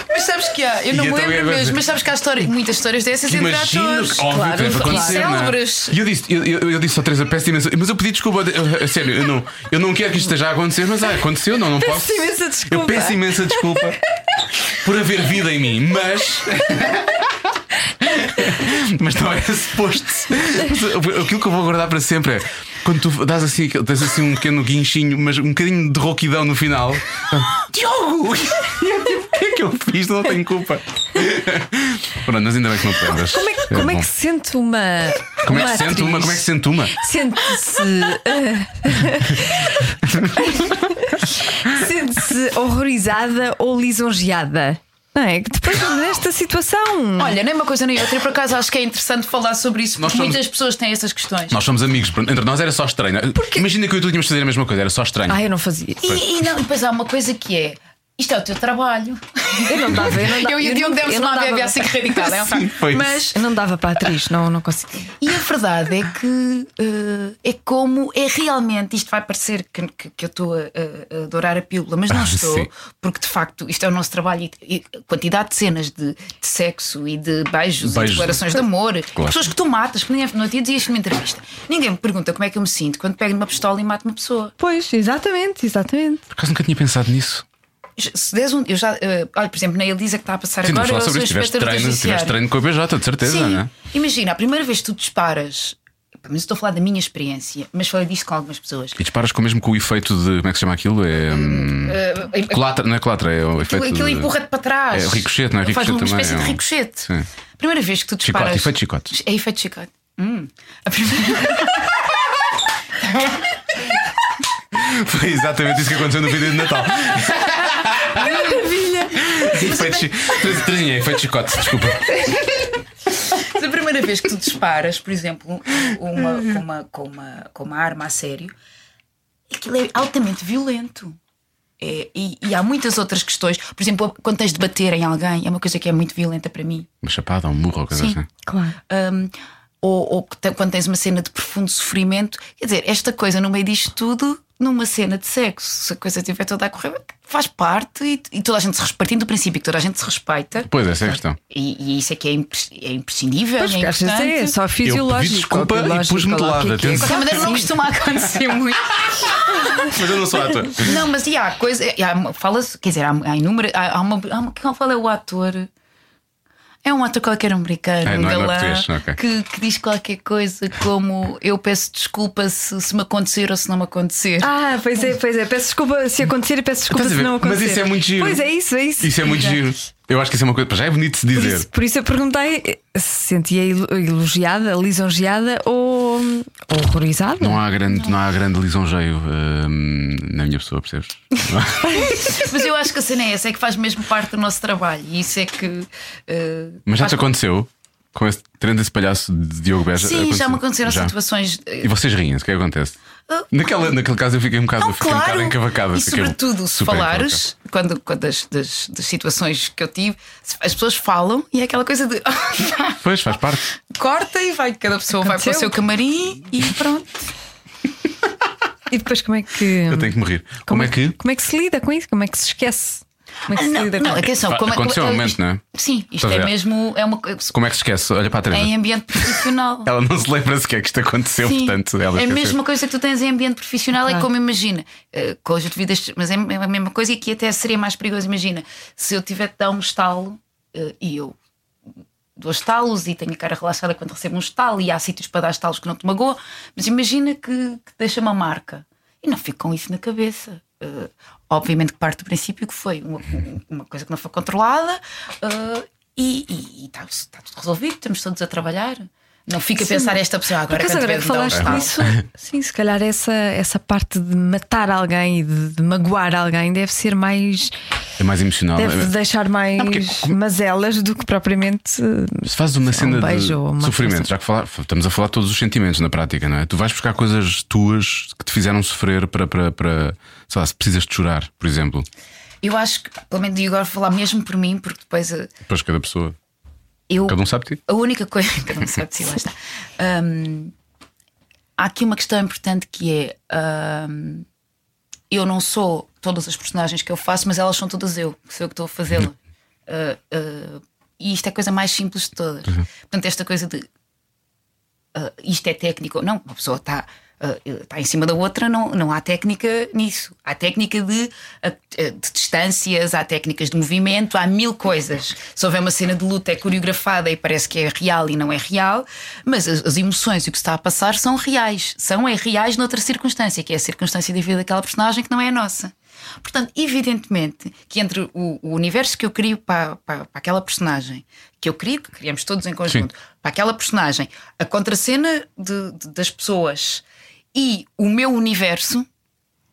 Speaker 4: Mas sabes que há, eu não
Speaker 3: E
Speaker 4: me
Speaker 3: então é-
Speaker 4: lembro mesmo, mas sabes que há história, muitas histórias dessas entre
Speaker 3: Imagino
Speaker 4: atores.
Speaker 3: que óbvio que deve acontecer. não é?
Speaker 4: Célebres.
Speaker 3: E eu disse, eu, eu, eu disse ao Teresa, peço imensa. Mas eu pedi desculpa, eu- eu- sério, eu não, eu não quero que isto esteja a acontecer, mas ah, aconteceu, não, não posso.
Speaker 5: imensa desculpa.
Speaker 3: Eu peço imensa desculpa por haver vida em mim, mas. Mas não é suposto. Aquilo que eu vou guardar para sempre é quando tu dás assim, dás assim um pequeno guinchinho, mas um bocadinho de rouquidão no final. Diogo! O que é que eu fiz? Não tenho culpa. Pronto, mas ainda bem que não te lembras.
Speaker 5: Como é, que- como é
Speaker 3: bom.
Speaker 5: que se sente uma.
Speaker 3: Como é que se sente uma? Como é que se sente uma?
Speaker 5: Sente-se. eh, ah, Sente-se horrorizada ou lisonjeada. Não é? Que Depois desta situação.
Speaker 4: Olha, nem uma coisa nem outra, e por acaso acho que é interessante falar sobre isso,
Speaker 3: Nós
Speaker 4: porque
Speaker 3: somos-
Speaker 4: muitas pessoas têm essas questões.
Speaker 3: Nós somos amigos, pronto, entre nós era só estranho. Imagina que eu e tu tínhamos de fazer a mesma coisa, era só estranho.
Speaker 5: Ah, eu não fazia.
Speaker 4: E, e não, e depois há uma coisa que é. Isto é o teu trabalho.
Speaker 5: Eu não dava. Eu, não dava,
Speaker 4: Eu e o
Speaker 5: eu
Speaker 4: Diogo
Speaker 5: não-
Speaker 4: demos
Speaker 5: eu não
Speaker 4: uma
Speaker 5: dava-
Speaker 4: bebê assim radicada, é um
Speaker 3: Sim,
Speaker 4: facto.
Speaker 3: foi isso.
Speaker 4: Mas
Speaker 5: Eu não dava para a atriz, não, não conseguia.
Speaker 4: E a verdade é que eh, é como é realmente, isto vai parecer que, que, que eu estou a, a- a adorar a pílula, mas não
Speaker 3: Ah,
Speaker 4: estou,
Speaker 3: sim.
Speaker 4: porque de facto isto é o nosso trabalho e, e quantidade de cenas de, de sexo e de beijos, e
Speaker 3: Beijos.
Speaker 4: declarações de amor, pessoas que tu matas, que ninguém no outro dia dizias numa entrevista. Ninguém me pergunta como é que eu me sinto quando pego uma pistola e mato uma pessoa.
Speaker 5: Pois, exatamente, exatamente.
Speaker 3: Por acaso nunca tinha pensado nisso.
Speaker 4: Se des um. Eu já, eh, olha, por exemplo, na Elisa que está a passar
Speaker 3: Sim,
Speaker 4: agora,
Speaker 3: vamos falar
Speaker 4: eu sou
Speaker 3: sobre isso. Tiveste
Speaker 4: inspetora do
Speaker 3: treino, tiveste
Speaker 4: judiciário.
Speaker 3: treino com a PJ, de certeza,
Speaker 4: Sim.
Speaker 3: não é?
Speaker 4: Imagina, a primeira vez que tu disparas, pelo menos estou a falar da minha experiência, mas falei disto com algumas pessoas.
Speaker 3: E disparas com mesmo com o efeito de. Como é que se chama aquilo? É. hum, Colatra, não é colatra, é o efeito.
Speaker 4: Aquilo, aquilo
Speaker 3: de-
Speaker 4: Eh, empurra-te para trás.
Speaker 3: É ricochete, não é?
Speaker 4: Faz
Speaker 3: Ricochete
Speaker 4: uma
Speaker 3: também,
Speaker 4: espécie
Speaker 3: é um-
Speaker 4: de ricochete.
Speaker 3: Sim.
Speaker 4: Primeira vez que tu disparas.
Speaker 3: efeito chicote.
Speaker 4: É efeito chicote. Hum. A primeira...
Speaker 3: Foi exatamente isso que aconteceu no vídeo de Natal. Efeito chi- Teresa- Teresinha, é efeito chicote, desculpa.
Speaker 4: a primeira vez que tu disparas, por exemplo, uma, com, uma, com, uma, com uma arma a sério, aquilo é altamente violento. É, e, e há muitas outras questões. Por exemplo, quando tens de bater em alguém, é uma coisa que é muito violenta para mim.
Speaker 3: Uma chapada, um murro ou coisa
Speaker 4: Sim.
Speaker 3: assim.
Speaker 5: Claro.
Speaker 4: Hum, ou, ou que te- quando tens uma cena de profundo sofrimento. Quer dizer, esta coisa no meio disto tudo, numa cena de sexo, se a coisa estiver toda a correr, bem, faz parte e, e toda a gente se respeita. Partindo do princípio que toda a gente se respeita,
Speaker 3: Pois, essa é a questão.
Speaker 4: e, e isso é que é, impres- é imprescindível.
Speaker 5: Pois,
Speaker 4: é
Speaker 5: porque às vezes
Speaker 4: importante.
Speaker 5: é só fisiológico.
Speaker 3: desculpa
Speaker 5: ou
Speaker 3: e
Speaker 5: biológico,
Speaker 3: pus-me de
Speaker 5: ou lá o
Speaker 3: lado,
Speaker 5: que é que é.
Speaker 4: De qualquer maneira, não costuma acontecer muito.
Speaker 3: Mas eu não sou ator.
Speaker 4: Não, mas e há coisa. e há uma- Fala-se, quer dizer, há, há inúmeras. Há, há uma, há uma- quem fala é o ator. É um ator qualquer americano,
Speaker 3: É,
Speaker 4: um
Speaker 3: não é- não é
Speaker 4: galã,
Speaker 3: português, ok.
Speaker 4: que, que diz qualquer coisa como eu peço desculpa se, se me acontecer ou se não me acontecer.
Speaker 5: Ah, pois é, pois é. Peço desculpa se acontecer e peço desculpa
Speaker 3: Estás a
Speaker 5: se
Speaker 3: ver?
Speaker 5: não
Speaker 3: Mas
Speaker 5: acontecer.
Speaker 3: isso é muito giro.
Speaker 5: Pois é, isso, é isso.
Speaker 3: Isso é muito giro. Eu acho que isso é uma coisa. Já é bonito de se
Speaker 5: por,
Speaker 3: dizer.
Speaker 5: isso, por isso eu perguntei eh, se sentia elo- elogiada, lisonjeada ou ou horrorizada.
Speaker 3: Não há grande, não. há grande lisonjeio hum, na minha pessoa, percebes?
Speaker 4: Mas eu acho que a cena é essa, é que faz mesmo parte do nosso trabalho e isso é que. eh,
Speaker 3: Mas já
Speaker 4: faz-
Speaker 3: te aconteceu com esse trem desse palhaço de Diogo Beja?
Speaker 4: Sim, já me aconteceram
Speaker 3: Já.
Speaker 4: situações. eh,
Speaker 3: E vocês riem-se, o que é que acontece?
Speaker 4: Ah,
Speaker 3: Naquela, naquele caso eu fiquei um bocado,
Speaker 4: Não,
Speaker 3: eu fiquei um bocado
Speaker 4: claro.
Speaker 3: encavacada.
Speaker 4: E
Speaker 3: fiquei
Speaker 4: sobretudo, se
Speaker 3: super
Speaker 4: falares, quando, quando das, das, das situações que eu tive, se- as pessoas falam e é aquela coisa de "Ah,
Speaker 3: encavacado. Pois, faz parte.
Speaker 4: corta e vai, cada pessoa vai para o
Speaker 5: Aconteceu.
Speaker 4: seu camarim e pronto.
Speaker 5: E depois como é que.
Speaker 3: Eu tenho que me rir. Como, é que.
Speaker 5: Como é que se lida com isso? Como é que se esquece? Como é que se
Speaker 4: Ah, Não,
Speaker 5: lida
Speaker 4: não,
Speaker 5: com
Speaker 4: atenção, como é
Speaker 3: Aconteceu um momento, não é?
Speaker 4: Sim, isto
Speaker 3: Estás a
Speaker 4: é
Speaker 3: ver?
Speaker 4: mesmo. É uma, co-
Speaker 3: Como é que se esquece? Olha para a Teresa.
Speaker 4: é em ambiente profissional.
Speaker 3: Ela não se lembra sequer que isto aconteceu,
Speaker 4: Sim.
Speaker 3: É portanto, ela
Speaker 4: é a
Speaker 3: esqueceu.
Speaker 4: mesma coisa que tu tens em ambiente profissional, é
Speaker 5: Claro.
Speaker 4: como imagina, eh, com as devidas, mas é é a mesma coisa e que até seria mais perigoso. Imagina, se eu tiver de dar um estalo eh, e eu dou estalos e tenho a cara relaxada quando recebo um estalo e há sítios para dar estalos que não te magoa, mas imagina que, que deixa uma marca e não fico com isso na cabeça. Eh, obviamente que parte do princípio que foi uma, uma coisa que não foi controlada eh, e está tudo resolvido, estamos todos a trabalhar. Não fica a pensar esta pessoa
Speaker 5: Por
Speaker 4: agora.
Speaker 5: acaso,
Speaker 4: quando
Speaker 5: agora
Speaker 4: tiver
Speaker 5: que
Speaker 4: de dar um
Speaker 5: falaste
Speaker 4: estalo."
Speaker 5: nisso, sim, se calhar essa, essa parte de matar alguém e de, de magoar alguém deve ser mais.
Speaker 3: É mais emocional.
Speaker 5: deve
Speaker 3: É-
Speaker 5: deixar mais
Speaker 3: porque-
Speaker 5: mazelas do que propriamente. eh,
Speaker 3: Se fazes uma
Speaker 4: um
Speaker 3: cena
Speaker 5: beijo ou
Speaker 3: de
Speaker 5: uma
Speaker 3: sofrimento,
Speaker 5: coisa.
Speaker 3: já que falar, estamos a falar de todos os sentimentos na prática, não é? Tu vais buscar coisas tuas que te fizeram sofrer para, para, para sei lá, se precisas de chorar, por exemplo,
Speaker 4: Eu acho que, pelo menos, e agora vou falar mesmo por mim, porque depois eh,
Speaker 3: depois cada pessoa.
Speaker 4: eu.
Speaker 3: Cada um sabe de ti.
Speaker 4: A única coisa. Cada um sabe de si, lá está. Hum, há aqui uma questão importante que é. hum, eu não sou todas as personagens que eu faço, mas elas são todas eu, que sou eu que estou a fazê-las. Ah, ah, e isto é a coisa mais simples de todas. Portanto, esta coisa de ah, isto é técnico ou não, uma pessoa está. ah, está em cima da outra, não, não há técnica nisso. Há técnica de, ah, de distâncias, há técnicas de movimento, há mil coisas. Se houver uma cena de luta, é coreografada e parece que é real e não é real, mas as, as emoções e o que se está a passar são reais. São é reais noutra circunstância, que é a circunstância da vida daquela personagem que não é a nossa. Portanto, evidentemente que entre o, o universo que eu crio para, para, para aquela personagem, que eu crio, que criamos todos em conjunto, para aquela personagem, a contracena de, de- das pessoas e o meu universo,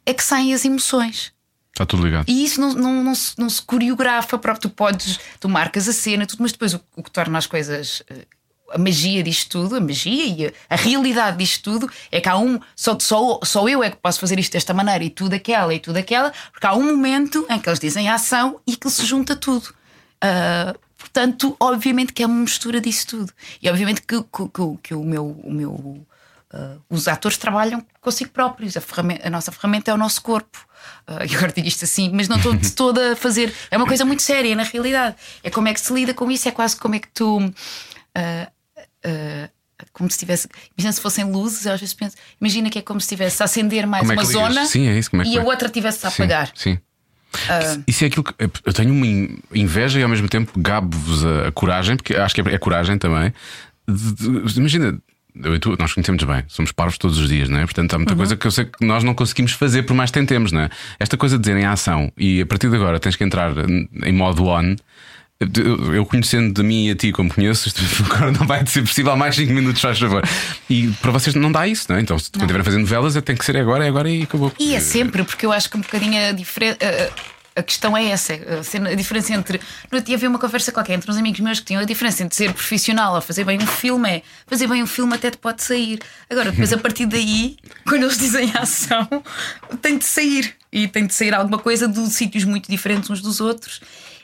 Speaker 4: é que saem as emoções.
Speaker 3: Está Tá tudo ligado.
Speaker 4: E isso não, não, não, se, não se coreografa próprio. Tu podes, tu marcas a cena, tudo, mas depois o, o que torna as coisas. eh, A magia disto tudo, a magia e a, a realidade disto tudo é que há um. Só, só, só eu é que posso fazer isto desta maneira e tudo aquela e tudo aquela, porque há um momento em que eles dizem a ação e que se junta tudo. Ah, portanto, obviamente que é uma mistura disso tudo. E obviamente que, que, que- que o meu. O meu ah, os atores trabalham consigo próprios, a, ferramen- a nossa ferramenta é o nosso corpo. Ah, e agora digo isto assim, mas não estou de todo a fazer. É uma coisa muito séria, na realidade. É como é que se lida com isso, é quase como é que tu. ah, ah, como se tivesse. Imagina se fossem luzes, eu às vezes penso. Imagina que é como se estivesse a acender mais
Speaker 3: Como é
Speaker 4: uma
Speaker 3: que ligas?
Speaker 4: zona
Speaker 3: Sim, é isso, como é que
Speaker 4: e a
Speaker 3: é?
Speaker 4: outra estivesse tá a Ah.
Speaker 3: Sim,
Speaker 4: apagar.
Speaker 3: Sim. Isso- Isso é aquilo que eu tenho uma in- inveja e ao mesmo tempo gabo-vos a, a coragem, porque acho que é, é coragem também. de- de- imagina, eu e tu, nós conhecemos bem, somos parvos todos os dias, não é? Portanto, há
Speaker 4: Uhum.
Speaker 3: muita coisa que eu sei que nós não conseguimos fazer por mais que tentemos, não é? Esta coisa de dizerem ação e a partir de agora tens que entrar n- em modo on. Eu eu conhecendo de mim e a ti como conheço, isto agora não vai ser possível há mais 5 minutos, faz favor. E para vocês não dá isso, não é? Então, se quando estiver a fazer novelas, tem que ser agora, é agora e acabou.
Speaker 4: E é sempre, porque eu acho que um bocadinho a diferença. A questão é essa, a cena- a diferença entre. No outro dia havia uma conversa qualquer entre uns amigos meus que tinham a diferença entre ser profissional ou fazer bem um filme é fazer bem um filme até te pode sair. Agora, depois a partir daí, quando eles dizem ação, tem de sair. E tem de sair alguma coisa de sítios muito diferentes uns dos outros.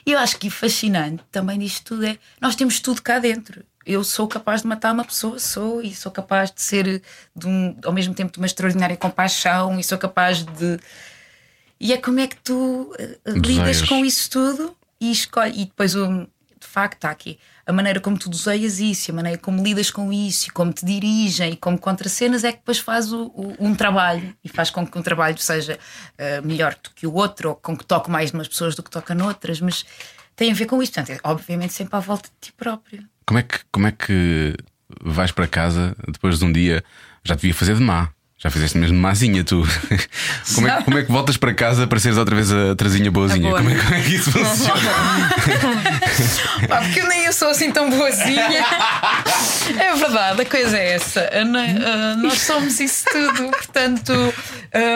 Speaker 4: E eu acho que é fascinante também disto tudo é. Nós temos tudo cá dentro. Eu sou capaz de matar uma pessoa, sou, e sou capaz de ser, de um- ao mesmo tempo, de uma extraordinária compaixão, e sou capaz de. E é como é que tu eh, eh, lidas
Speaker 3: Desejos.
Speaker 4: com isso tudo e escolhe. E depois, o- de facto, está aqui a maneira como tu deseias isso, e a maneira como lidas com isso, e como te dirigem, e como contracenas, é que depois faz o- o- um trabalho e faz com que um trabalho seja eh, melhor do que o outro, ou com que toque mais numas pessoas do que toca noutras, mas tem a ver com isso. Portanto, é, obviamente, sempre à volta de ti próprio.
Speaker 3: Como é que, como é que vais para casa depois de um dia já devia fazer de má? Já fizeste mesmo mazinha tu. Como é, que- como é que voltas para casa para seres outra vez a trazinha boazinha?
Speaker 5: boa.
Speaker 3: Como, é, como é que isso funciona?
Speaker 4: Pá, porque nem eu sou assim tão boazinha. É verdade, a coisa é essa. Ah, não- ah, Nós somos isso tudo, portanto.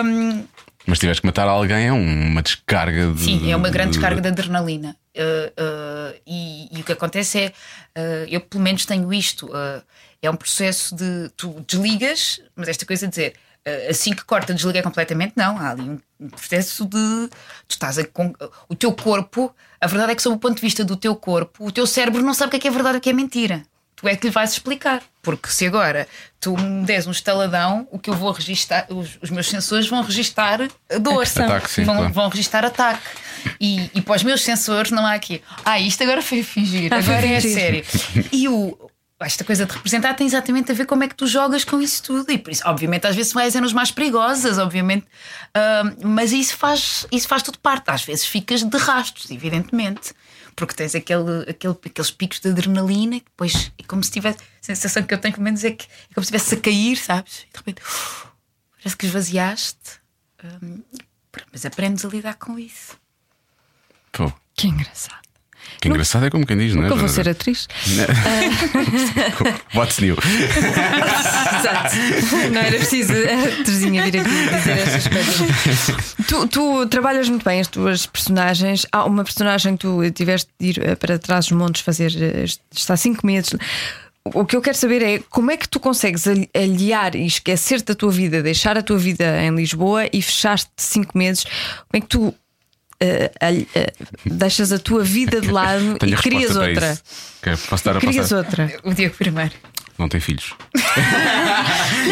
Speaker 4: hum,
Speaker 3: Mas tiveste que matar alguém, é uma descarga de.
Speaker 4: Sim, é uma grande
Speaker 3: de-
Speaker 4: descarga de adrenalina. Uh, uh, e, e o que acontece é, uh, eu pelo menos tenho isto, uh, é um processo de tu desligas, mas esta coisa de dizer uh, assim que corta, desliguei completamente, não, há ali um, um processo de tu estás a, con- eh, o teu corpo, a verdade é que sob o ponto de vista do teu corpo, o teu cérebro não sabe o que é, que é verdade e o que é mentira. Tu tu é que lhe vais explicar. Porque se agora tu me des um estaladão, o que eu vou registar, os, os meus sensores vão registar a dor,
Speaker 3: Ataque, sim,
Speaker 4: vão,
Speaker 3: claro.
Speaker 4: vão registar ataque. E, e para os meus sensores não há aqui. Ah, isto agora foi fingir,
Speaker 2: foi
Speaker 4: agora é
Speaker 2: fingir."
Speaker 4: sério. E o. Esta coisa de representar tem exatamente a ver como é que tu jogas com isso tudo. E por isso, obviamente, às vezes vais em nos mais perigosas, obviamente. Ahm, mas isso faz, isso faz tudo parte. Às vezes ficas de rastos, evidentemente. Porque tens aquele, aquele, aqueles picos de adrenalina que depois é como se tivesse. A sensação que eu tenho, pelo menos, é que é como se estivesse a cair, sabes? E de repente, uf, parece que esvaziaste. Ahm, mas aprendes a lidar com isso.
Speaker 3: Pô,
Speaker 5: Que engraçado.
Speaker 3: que engraçado é como quem diz, não é?
Speaker 5: Nunca vou ser
Speaker 3: Joana?
Speaker 5: atriz.
Speaker 3: What's new?
Speaker 5: Exato. Não era preciso a Terezinha vir aqui dizer estas coisas. Tu, tu trabalhas muito bem as tuas personagens. Há uma personagem que tu tiveste de ir eh, para trás dos montes fazer. eh, Está há cinco meses. O que eu quero saber é como é que tu consegues al- aliar e esquecer da tua vida, deixar a tua vida em Lisboa e fechaste cinco meses. Como é que tu eh, al- eh, deixas a tua vida de lado
Speaker 3: Tenho
Speaker 5: e
Speaker 3: a resposta
Speaker 5: crias
Speaker 3: para
Speaker 5: outra?
Speaker 3: isso. Quer- Posso dar a
Speaker 5: Crias
Speaker 3: passar?
Speaker 5: outra.
Speaker 4: O Diego primeiro.
Speaker 3: Não tem filhos.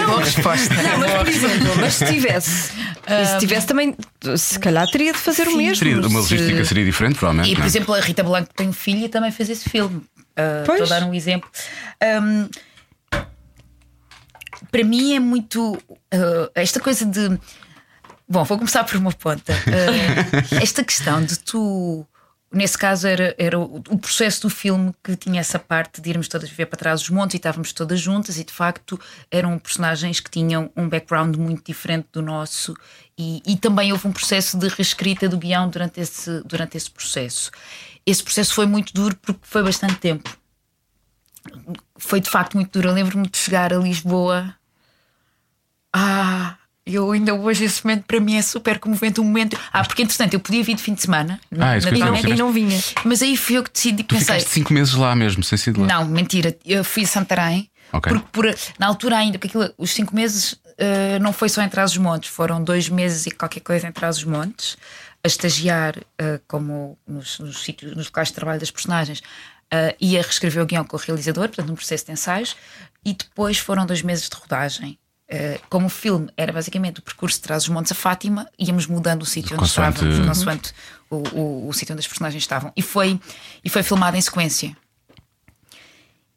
Speaker 4: Boa resposta.
Speaker 5: Não, mas por exemplo, mas se tivesse, e se tivesse também, se calhar teria de fazer o mesmo.
Speaker 3: Seria- uma
Speaker 5: se-
Speaker 3: logística seria diferente, provavelmente.
Speaker 4: eh, E, por
Speaker 3: não é?
Speaker 4: exemplo, a Rita Blanco tem um filho e também fez esse filme. Ah,
Speaker 5: Pois.
Speaker 4: Estou a dar um exemplo. Ahm, para mim é muito. ah, esta coisa de. Bom, vou começar por uma ponta. Ah, esta questão de tu. Nesse caso era, era o o processo do filme que tinha essa parte de irmos todas viver para trás dos montes e estávamos todas juntas e de facto eram personagens que tinham um background muito diferente do nosso e, e também houve um processo de reescrita do guião durante esse, durante esse processo. Esse processo foi muito duro porque foi bastante tempo foi de facto muito duro. Eu lembro-me de chegar a Lisboa. Ah, eu ainda hoje esse momento para mim é super comovente. Um momento. Ah, porque entretanto eu podia vir de fim de semana
Speaker 3: Ah, isso que eu
Speaker 5: E
Speaker 3: ia
Speaker 5: não,
Speaker 3: Não,
Speaker 5: e não vinha.
Speaker 4: mas aí fui eu que decidi,
Speaker 3: Tu
Speaker 4: pensei.
Speaker 3: ficaste 5 meses lá mesmo, sem ser de lá.
Speaker 4: Não, mentira, eu fui a Santarém.
Speaker 3: Ok.
Speaker 4: Porque por- na altura ainda, porque aquilo, os cinco meses eh, não foi só em Trás os Montes, foram dois meses e qualquer coisa em Trás os Montes, a estagiar eh, como nos, nos, sítios, nos locais de trabalho das personagens eh, e a reescrever o guião com o realizador, portanto, um processo de ensaios, e depois foram dois meses de rodagem. Eh, como o filme era basicamente o percurso de Trás os Montes a Fátima, íamos mudando o sítio onde
Speaker 3: Consoante-
Speaker 4: estávamos, consoante o, o, o sítio onde as personagens estavam. E foi, e foi filmado em sequência.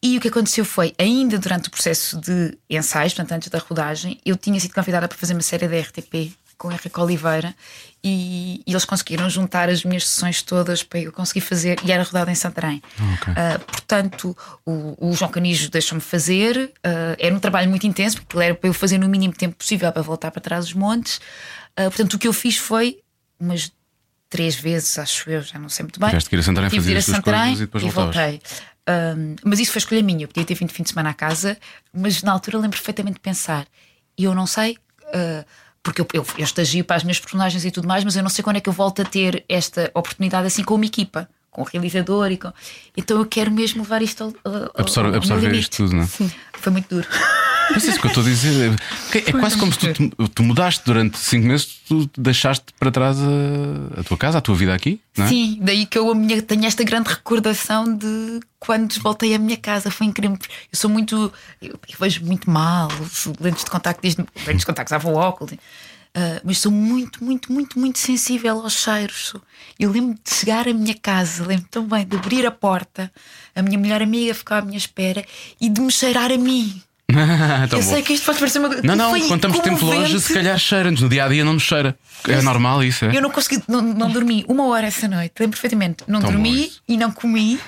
Speaker 4: E o que aconteceu foi, ainda durante o processo de ensaios, portanto, antes da rodagem, eu tinha sido convidada para fazer uma série da RTP com o Henrique Oliveira e, e eles conseguiram juntar as minhas sessões todas para eu conseguir fazer e era rodada em Santarém. Ah, portanto, o, o João Canijo deixou-me fazer, ah, era um trabalho muito intenso, porque era para eu fazer no mínimo tempo possível para voltar para trás dos montes. Ah, portanto, o que eu fiz foi umas três vezes, acho eu, já não sei muito bem.
Speaker 3: Tiveste que ir a Santarém
Speaker 4: Tive de ir
Speaker 3: fazer
Speaker 4: a
Speaker 3: as tuas
Speaker 4: Santarém
Speaker 3: coisas e depois voltavas.
Speaker 4: voltei. Ahm, mas isso foi escolha minha. Eu podia ter vindo fim de semana à casa, mas na altura lembro perfeitamente de pensar. E eu não sei, ah, porque eu, eu, eu estagio para as minhas personagens e tudo mais, mas eu não sei quando é que eu volto a ter esta oportunidade assim com uma equipa, com o realizador e com. Então eu quero mesmo levar isto ao. ao- ao- ao
Speaker 3: Absorver,
Speaker 4: meu
Speaker 3: absorver
Speaker 4: limite.
Speaker 3: isto tudo, não é?
Speaker 4: Foi muito duro.
Speaker 3: Mas é isso que eu estou a dizer. É, é quase como se tu, te- tu mudaste durante 5 meses, tu deixaste para trás a, a tua casa, a tua vida aqui, não é?
Speaker 4: Sim, daí que eu a minha, tenho esta grande recordação de quando voltei à minha casa. Foi incrível. Eu sou muito. Eu, eu vejo muito mal, os lentes de contacto, diz lentes de contacto, usava o óculos. ah, mas sou muito, muito, muito, muito sensível aos cheiros. sou. Eu lembro de chegar à minha casa, lembro tão bem de abrir a porta, a minha melhor amiga ficou à minha espera e de me cheirar a mim.
Speaker 3: Ah, Tão
Speaker 4: eu
Speaker 3: bom.
Speaker 4: sei que isto pode parecer uma coisa.
Speaker 3: Não, não,
Speaker 4: foi
Speaker 3: contamos tempo longe,
Speaker 4: comovente.
Speaker 3: se calhar cheira-nos. No dia a dia não nos cheira. É normal isso, é?
Speaker 4: Eu não consegui, não, não dormi uma hora essa noite, lembro perfeitamente. Não
Speaker 3: Tão bom
Speaker 4: dormi
Speaker 3: isso.
Speaker 4: e não comi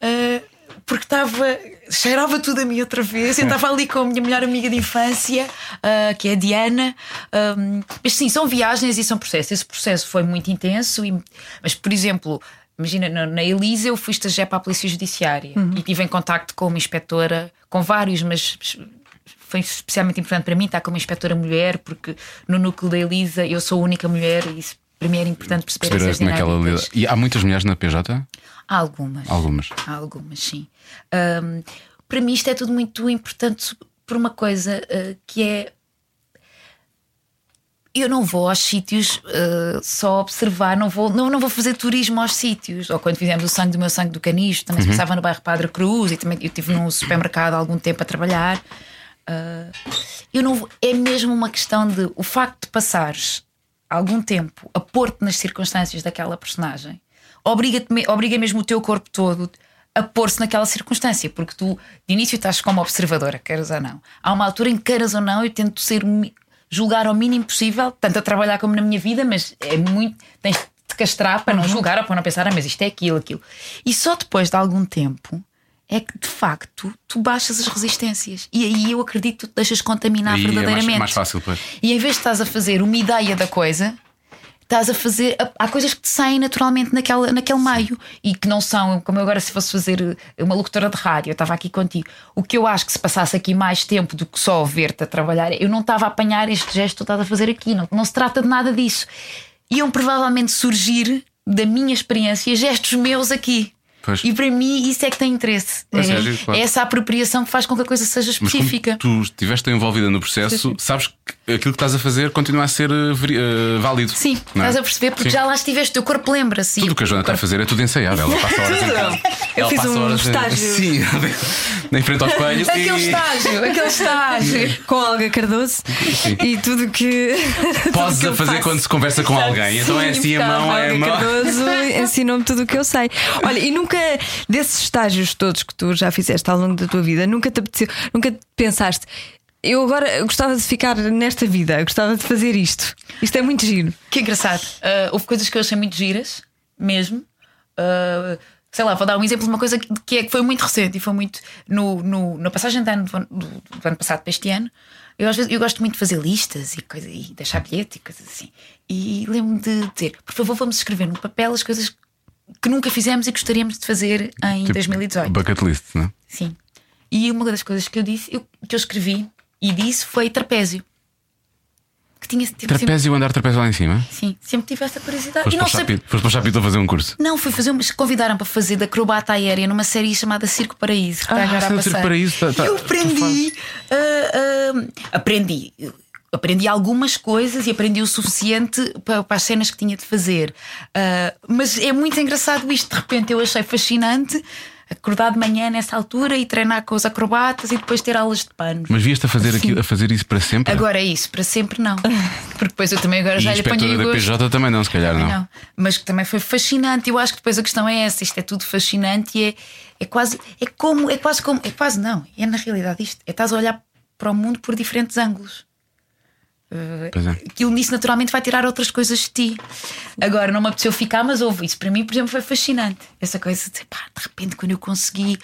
Speaker 4: ah, porque estava. cheirava tudo a mim outra vez. Eu estava ali com a minha melhor amiga de infância, ah, que é a Diana. Ahm, mas sim, são viagens e são processos. Esse processo foi muito intenso, e- mas por exemplo. Imagina, na, na Elisa eu fui estagiar para a Polícia Judiciária e tive em contacto com uma inspetora, com vários, mas foi especialmente importante para mim estar com uma inspetora mulher, porque no núcleo da Elisa eu sou a única mulher e isso para mim era importante perceber,
Speaker 3: Perceber
Speaker 4: essas
Speaker 3: como é que ela lida.
Speaker 4: dinâmicas.
Speaker 3: E há muitas mulheres na PJ?
Speaker 4: Há algumas.
Speaker 3: Algumas.
Speaker 4: Há algumas, sim. Ahm, para mim isto é tudo muito importante por uma coisa ah, que é eu não vou aos sítios eh, só observar, não vou, não, não vou fazer turismo aos sítios. Ou quando fizemos o sangue do meu sangue do canijo, também se passava no bairro Padre Cruz e também eu estive num supermercado há algum tempo a trabalhar. Ah, eu não vou- é mesmo uma questão de o facto de passares algum tempo a pôr-te nas circunstâncias daquela personagem obriga, obriga mesmo o teu corpo todo a pôr-se naquela circunstância, porque tu de início estás como observadora, queres ou não. Há uma altura em que queiras ou não, eu tento ser o mi- julgar ao mínimo possível, tanto a trabalhar como na minha vida, mas é muito. tens de te castrar para não julgar ou para não pensar, ah, mas isto é aquilo, aquilo. E só depois de algum tempo é que de facto tu baixas as resistências. E aí eu acredito que tu te deixas contaminar
Speaker 3: Aí é mais-
Speaker 4: verdadeiramente.
Speaker 3: mais fácil, pois.
Speaker 4: E em vez de estás a fazer uma ideia da coisa, estás a fazer. Há coisas que te saem naturalmente naquela, naquele meio e que não são, como eu agora se fosse fazer eh, uma locutora de rádio, eu estava aqui contigo. O que eu acho que se passasse aqui mais tempo do que só ver-te a trabalhar, eu não estava a apanhar este gesto que tu estás a fazer aqui. Não, não se trata de nada disso. Iam provavelmente surgir da minha experiência gestos meus aqui.
Speaker 3: Pois.
Speaker 4: E para mim isso é que tem interesse.
Speaker 3: Pois é, giro, claro.
Speaker 4: é essa apropriação que faz com que a coisa seja
Speaker 3: Mas como
Speaker 4: específica.
Speaker 3: tu estiveste tão envolvida no processo, sabes que aquilo que estás a fazer continua a ser eh, veri- eh, válido.
Speaker 4: Sim,
Speaker 3: não é?
Speaker 4: estás a perceber, porque
Speaker 3: Sim.
Speaker 4: já lá estiveste, o teu corpo lembra-se.
Speaker 3: Tudo o que a Joana está a fazer é tudo ensaiado. Ela passa horas em casa.
Speaker 2: Eu
Speaker 3: Ela
Speaker 2: fiz
Speaker 3: passa
Speaker 2: um
Speaker 3: horas em-
Speaker 2: estágio.
Speaker 3: Sim, em frente ao espelho.
Speaker 2: Aquele
Speaker 3: e-
Speaker 2: estágio, aquele estágio com a Olga Cardoso e tudo que. tudo
Speaker 3: Podes
Speaker 2: que
Speaker 3: a
Speaker 2: eu
Speaker 3: fazer
Speaker 2: faço.
Speaker 3: quando se conversa com alguém. Então é
Speaker 2: Sim,
Speaker 3: assim a
Speaker 2: impecável.
Speaker 3: mão, é a
Speaker 2: Olga
Speaker 3: mão.
Speaker 2: Cardoso ensinou-me tudo o que eu sei. Olha, e nunca, desses estágios todos que tu já fizeste ao longo da tua vida, nunca te apeteceu, nunca pensaste, eu agora gostava de ficar nesta vida, eu gostava de fazer isto. Isto é muito giro.
Speaker 4: Que engraçado. Ah, houve coisas que eu achei muito giras, mesmo. Ah, sei lá, vou dar um exemplo de uma coisa que, que é, que foi muito recente e foi muito. No, no- na passagem de ano, do, ano- do- do ano passado para este ano, eu, às vezes, eu gosto muito de fazer listas e, coisa, e deixar bilhete e coisas assim. E lembro-me de dizer, por favor, vamos escrever no papel as coisas que nunca fizemos e gostaríamos de fazer em
Speaker 3: Tipo,
Speaker 4: 2018.
Speaker 3: Bucket list, não é?
Speaker 4: Sim. E uma das coisas que eu disse, eu- que eu escrevi e disse foi trapézio. Que tinha tive sempre,
Speaker 3: Trapézio, andar trapézio lá em cima.
Speaker 4: sim, sempre tive essa curiosidade.
Speaker 3: Foste para,
Speaker 4: e não
Speaker 3: o
Speaker 4: sei.
Speaker 3: Chapito- foste para o Chapito a fazer um curso.
Speaker 4: Não, fui fazer, mas convidaram para fazer da acrobata aérea numa série chamada Circo Paraíso. Que está
Speaker 3: Ah,
Speaker 4: agora
Speaker 3: essa
Speaker 4: a
Speaker 3: do
Speaker 4: passar.
Speaker 3: Circo Paraíso tá, está- está-
Speaker 4: eu aprendi. ah, ah, aprendi. Aprendi algumas coisas e aprendi o suficiente para, para as cenas que tinha de fazer. Ah, mas é muito engraçado isto. De repente eu achei fascinante acordar de manhã nessa altura e treinar com os acrobatas e depois ter aulas de panos.
Speaker 3: Mas vieste a fazer, aquilo, a fazer isso para sempre?
Speaker 4: Agora é isso, para sempre não. Porque depois eu também agora
Speaker 3: e
Speaker 4: já
Speaker 3: a
Speaker 4: lhe ponho
Speaker 3: inspectora
Speaker 4: o
Speaker 3: da
Speaker 4: gosto.
Speaker 3: PJ também não, se calhar não.
Speaker 4: Não, mas que também foi fascinante. Eu acho que depois a questão é essa, isto é tudo fascinante e é, é quase, é como, é quase como, é quase não, é na realidade isto, é estás a olhar para o mundo por diferentes ângulos.
Speaker 3: Pois é.
Speaker 4: Aquilo nisso naturalmente vai tirar outras coisas de ti. Agora não me apeteceu ficar, mas houve isso. Para mim, por exemplo, foi fascinante. Essa coisa de pá, de repente quando eu consegui,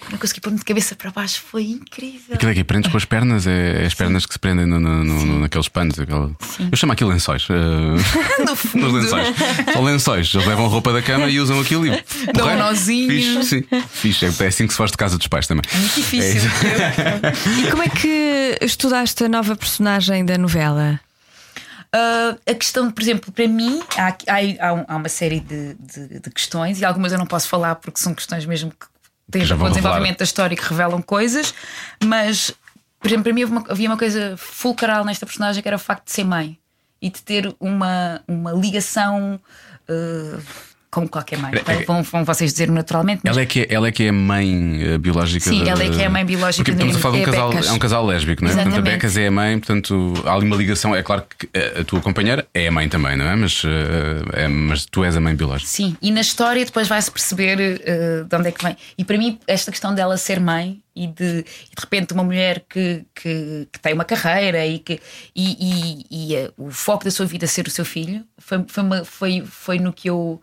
Speaker 4: quando eu consegui pôr-me de cabeça para baixo, foi incrível.
Speaker 3: Aquilo é que aprendes com as pernas, é, é as pernas que se prendem no, no- no- no- naqueles panos. Aquela... Eu chamo aquilo lençóis. eh,
Speaker 4: No fundo.
Speaker 3: Nos lençóis. São lençóis. Eles levam roupa da cama e usam aquilo e.
Speaker 4: Dão um
Speaker 3: Porreiro.
Speaker 4: nozinho. É
Speaker 3: Fixe, sim. Fixe. É- É assim que se faz de casa dos pais também.
Speaker 4: Muito difícil.
Speaker 3: é isso.
Speaker 2: E como é que estudaste a nova personagem da novela?
Speaker 4: Ah, a questão, por exemplo, para mim, há, aqui- há- há um- há uma série de, de- de questões e algumas eu não posso falar porque são questões mesmo que têm a
Speaker 3: Já
Speaker 4: ver com
Speaker 3: vão
Speaker 4: o
Speaker 3: revelar.
Speaker 4: desenvolvimento da história e que revelam coisas, mas, por exemplo, para mim houve uma- havia uma coisa fulcral nesta personagem que era o facto de ser mãe e de ter uma, uma ligação. ah, como qualquer mãe, vão, vão vocês dizer naturalmente,
Speaker 3: É
Speaker 4: mas
Speaker 3: Ela é, que é, ela é que é a mãe eh, biológica
Speaker 4: Sim,
Speaker 3: da-
Speaker 4: ela é que é a mãe biológica
Speaker 3: Porque
Speaker 4: da-
Speaker 3: estamos a falar de um
Speaker 4: é a
Speaker 3: casal,
Speaker 4: Becas.
Speaker 3: é um casal lésbico, não é? Portanto, a
Speaker 4: Exatamente.
Speaker 3: Becas é a mãe, portanto, há ali uma ligação. É claro que eh, a tua companheira é a mãe também, não é? Mas, eh, é- mas tu és a mãe biológica.
Speaker 4: Sim, e na história depois vai-se perceber eh, de onde é que vem. E para mim, esta questão dela ser mãe e de, e de repente uma mulher que, que, que tem uma carreira e que e, e- e, eh, o foco da sua vida ser o seu filho foi, foi, uma- foi, foi no que eu.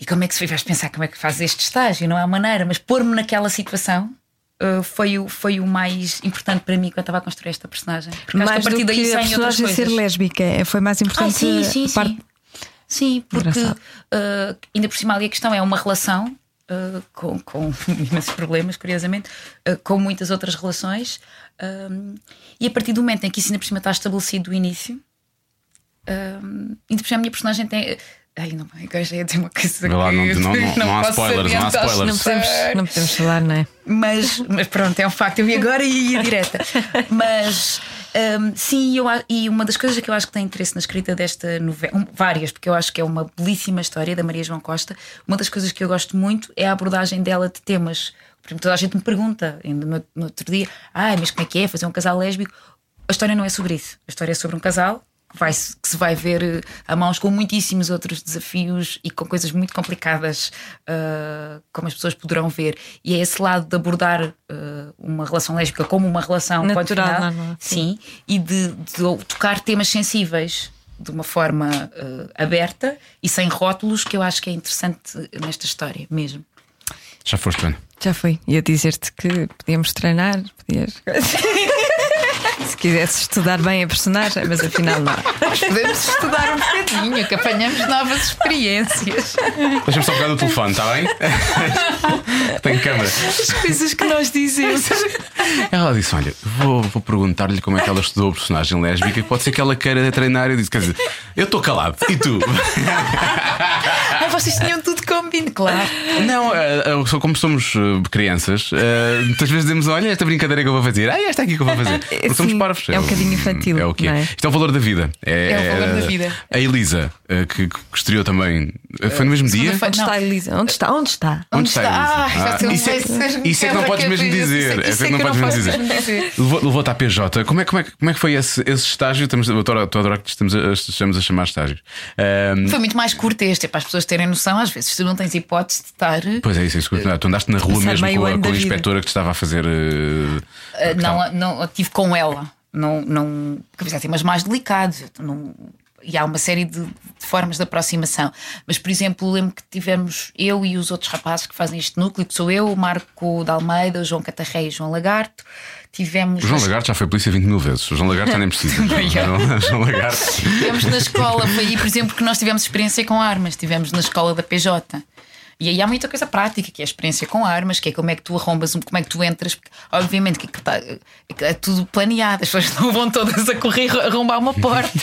Speaker 4: E como é que se vais pensar como é que fazes este estágio? Não há maneira, mas pôr-me naquela situação. eh, foi, o, foi o mais importante para mim quando estava a construir esta personagem. Porque acho que a
Speaker 2: mais
Speaker 4: partir
Speaker 2: do
Speaker 4: daí
Speaker 2: que a
Speaker 4: saem outras
Speaker 2: personagem
Speaker 4: coisas.
Speaker 2: ser lésbica, é- foi mais importante.
Speaker 4: Ah, sim, sim,
Speaker 2: a parte-
Speaker 4: sim. Sim, porque
Speaker 2: Engraçado.
Speaker 4: ah, ainda por cima ali a questão é uma relação ah, com, com imensos problemas, curiosamente, ah, com muitas outras relações. ahm, e a partir do momento em que isso ainda por cima está estabelecido do início, ahm, ainda por cima a minha personagem tem. ah, Ai, não, agora já ia dizer uma coisa.
Speaker 3: Vê lá,
Speaker 4: que
Speaker 3: não- não- não- não há
Speaker 4: posso
Speaker 3: spoilers, não há
Speaker 4: adiantar.
Speaker 2: Não
Speaker 3: spoilers.
Speaker 2: podemos, não podemos falar, não é?
Speaker 4: Mas, mas pronto, é um facto. Eu vi agora e ia direta. Mas Um, sim, eu, e uma das coisas que eu acho que tem interesse na escrita desta novela, um, várias, porque eu acho que é uma belíssima história da Maria João Costa, uma das coisas que eu gosto muito é a abordagem dela de temas. Por exemplo, toda a gente me pergunta, ainda no, no outro dia, ah, mas como é que é fazer um casal lésbico? A história não é sobre isso. A história é sobre um casal que, vai, que se vai ver eh, a mãos com muitíssimos outros desafios e com coisas muito complicadas, uh, como as pessoas poderão ver. E é esse lado de abordar uh, uma relação lésbica como uma relação
Speaker 2: natural,
Speaker 4: final, não, não. sim, e de, de, tocar temas sensíveis de uma forma uh, aberta e sem rótulos, que eu acho que é interessante nesta história mesmo.
Speaker 3: Já foste, Ana?
Speaker 2: Já fui. Ia dizer-te que podíamos treinar, podias. se quisesse estudar bem a personagem, mas afinal não.
Speaker 4: Nós podemos estudar um bocadinho, que apanhamos novas experiências.
Speaker 3: Deixa-me só pegar o telefone, está bem? Tem câmara.
Speaker 2: As coisas que nós dizemos.
Speaker 3: Ela disse: Olha, vou, vou perguntar-lhe como é que ela estudou a personagem lésbica, pode ser que ela queira treinar. Eu disse: Quer dizer, eu estou calado, e tu?
Speaker 4: Ah, vocês tinham tudo combinado, claro.
Speaker 3: Não, eh, como somos crianças, eh, muitas vezes dizemos: Olha, esta brincadeira que eu vou fazer, ah, esta aqui que eu vou fazer. Porque somos parvos.
Speaker 2: É um bocadinho infantil.
Speaker 3: É o que é.
Speaker 2: não é?
Speaker 3: Isto é o valor da vida. É,
Speaker 4: É o valor da vida.
Speaker 3: A Elisa, eh, que, que estreou também. eh, Foi no mesmo dia?
Speaker 4: segunda-feira.
Speaker 2: Onde está a Elisa? Onde está? Onde está?
Speaker 3: Onde está a Elisa?
Speaker 4: Ah,
Speaker 3: Ah,
Speaker 4: isso é,
Speaker 3: isso é- isso é que não podes mesmo dizer.
Speaker 4: Isso
Speaker 3: É que não podes mesmo dizer.
Speaker 4: dizer.
Speaker 3: Levou- Levou-te à PJ. Como é, como é, como é que foi esse, esse estágio? Estamos, eu adoro, estou a adorar que estamos a, estamos a chamar estágios. Ahm,
Speaker 4: Foi muito mais curto este, é para as pessoas terem noção. Às vezes tu não tens hipótese de estar. eh,
Speaker 3: pois é, isso, é isso. Tu andaste na rua
Speaker 2: Passar
Speaker 3: mesmo
Speaker 2: meio
Speaker 3: com a,
Speaker 2: ano
Speaker 3: com a
Speaker 2: da vida.
Speaker 3: inspectora que te estava a fazer. eh,
Speaker 4: eh,
Speaker 3: que estava-
Speaker 4: não, não eu tive com ela. Não, não, quer dizer, há temas assim, mais delicados. eu não- e há uma série de, de formas de aproximação. Mas, por exemplo, lembro que tivemos eu e os outros rapazes que fazem este núcleo, que sou eu, o Marco de Almeida, o João Catarrei e o João Lagarto. Tivemos.
Speaker 3: O João
Speaker 4: nas-
Speaker 3: Lagarto já foi polícia 20 mil vezes. O João Lagarto já nem precisa. João, João Lagarto.
Speaker 4: Tivemos na escola, foi aí, por exemplo, que nós tivemos experiência com armas, tivemos na escola da PJ. E aí há muita coisa prática, que é a experiência com armas, que é como é que tu arrombas, um- como é que tu entras, porque obviamente que aquilo tá- que é tudo planeado, as pessoas não vão todas a correr arrombar uma porta.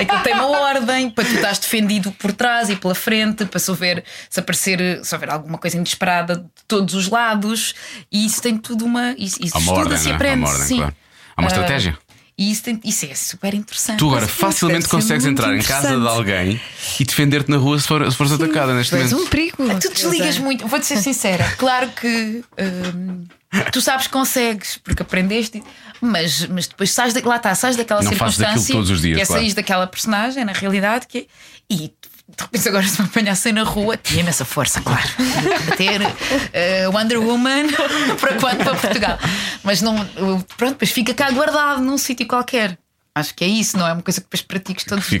Speaker 4: Aquilo tem uma ordem para tu estás defendido por trás e pela frente, para se houver, se aparecer, se houver alguma coisa inesperada de todos os lados, e isso tem tudo uma. Isso, isso
Speaker 3: Há uma
Speaker 4: estuda,
Speaker 3: ordem,
Speaker 4: se
Speaker 3: não é? Há
Speaker 4: aprende,
Speaker 3: uma ordem,
Speaker 4: sim.
Speaker 3: claro. Há uma
Speaker 4: Ah,
Speaker 3: estratégia.
Speaker 4: E isso, tem- isso é super interessante.
Speaker 3: Tu agora
Speaker 4: Isso é
Speaker 3: facilmente
Speaker 4: muito
Speaker 3: consegues entrar em casa de
Speaker 2: interessante.
Speaker 3: alguém e defender-te na rua se, for- se fores atacada neste
Speaker 2: Tu és
Speaker 3: momento.
Speaker 2: um perigo.
Speaker 4: Tu desligas muito, vou-te ser sincera. Claro que hum, tu sabes que consegues, porque aprendeste, mas, mas depois sais, da, lá está, sais daquela
Speaker 3: Não fazes
Speaker 4: circunstância.
Speaker 3: daquilo todos os dias,
Speaker 4: que é
Speaker 3: claro.
Speaker 4: sair daquela personagem, na realidade, que é- e de repente agora se me apanhassem na rua, tinha imensa força, claro. Bater eh, Wonder Woman para quando para Portugal. Mas não, pronto, depois fica cá guardado num sítio qualquer. Acho que é isso, não é uma coisa que depois pratiques todos os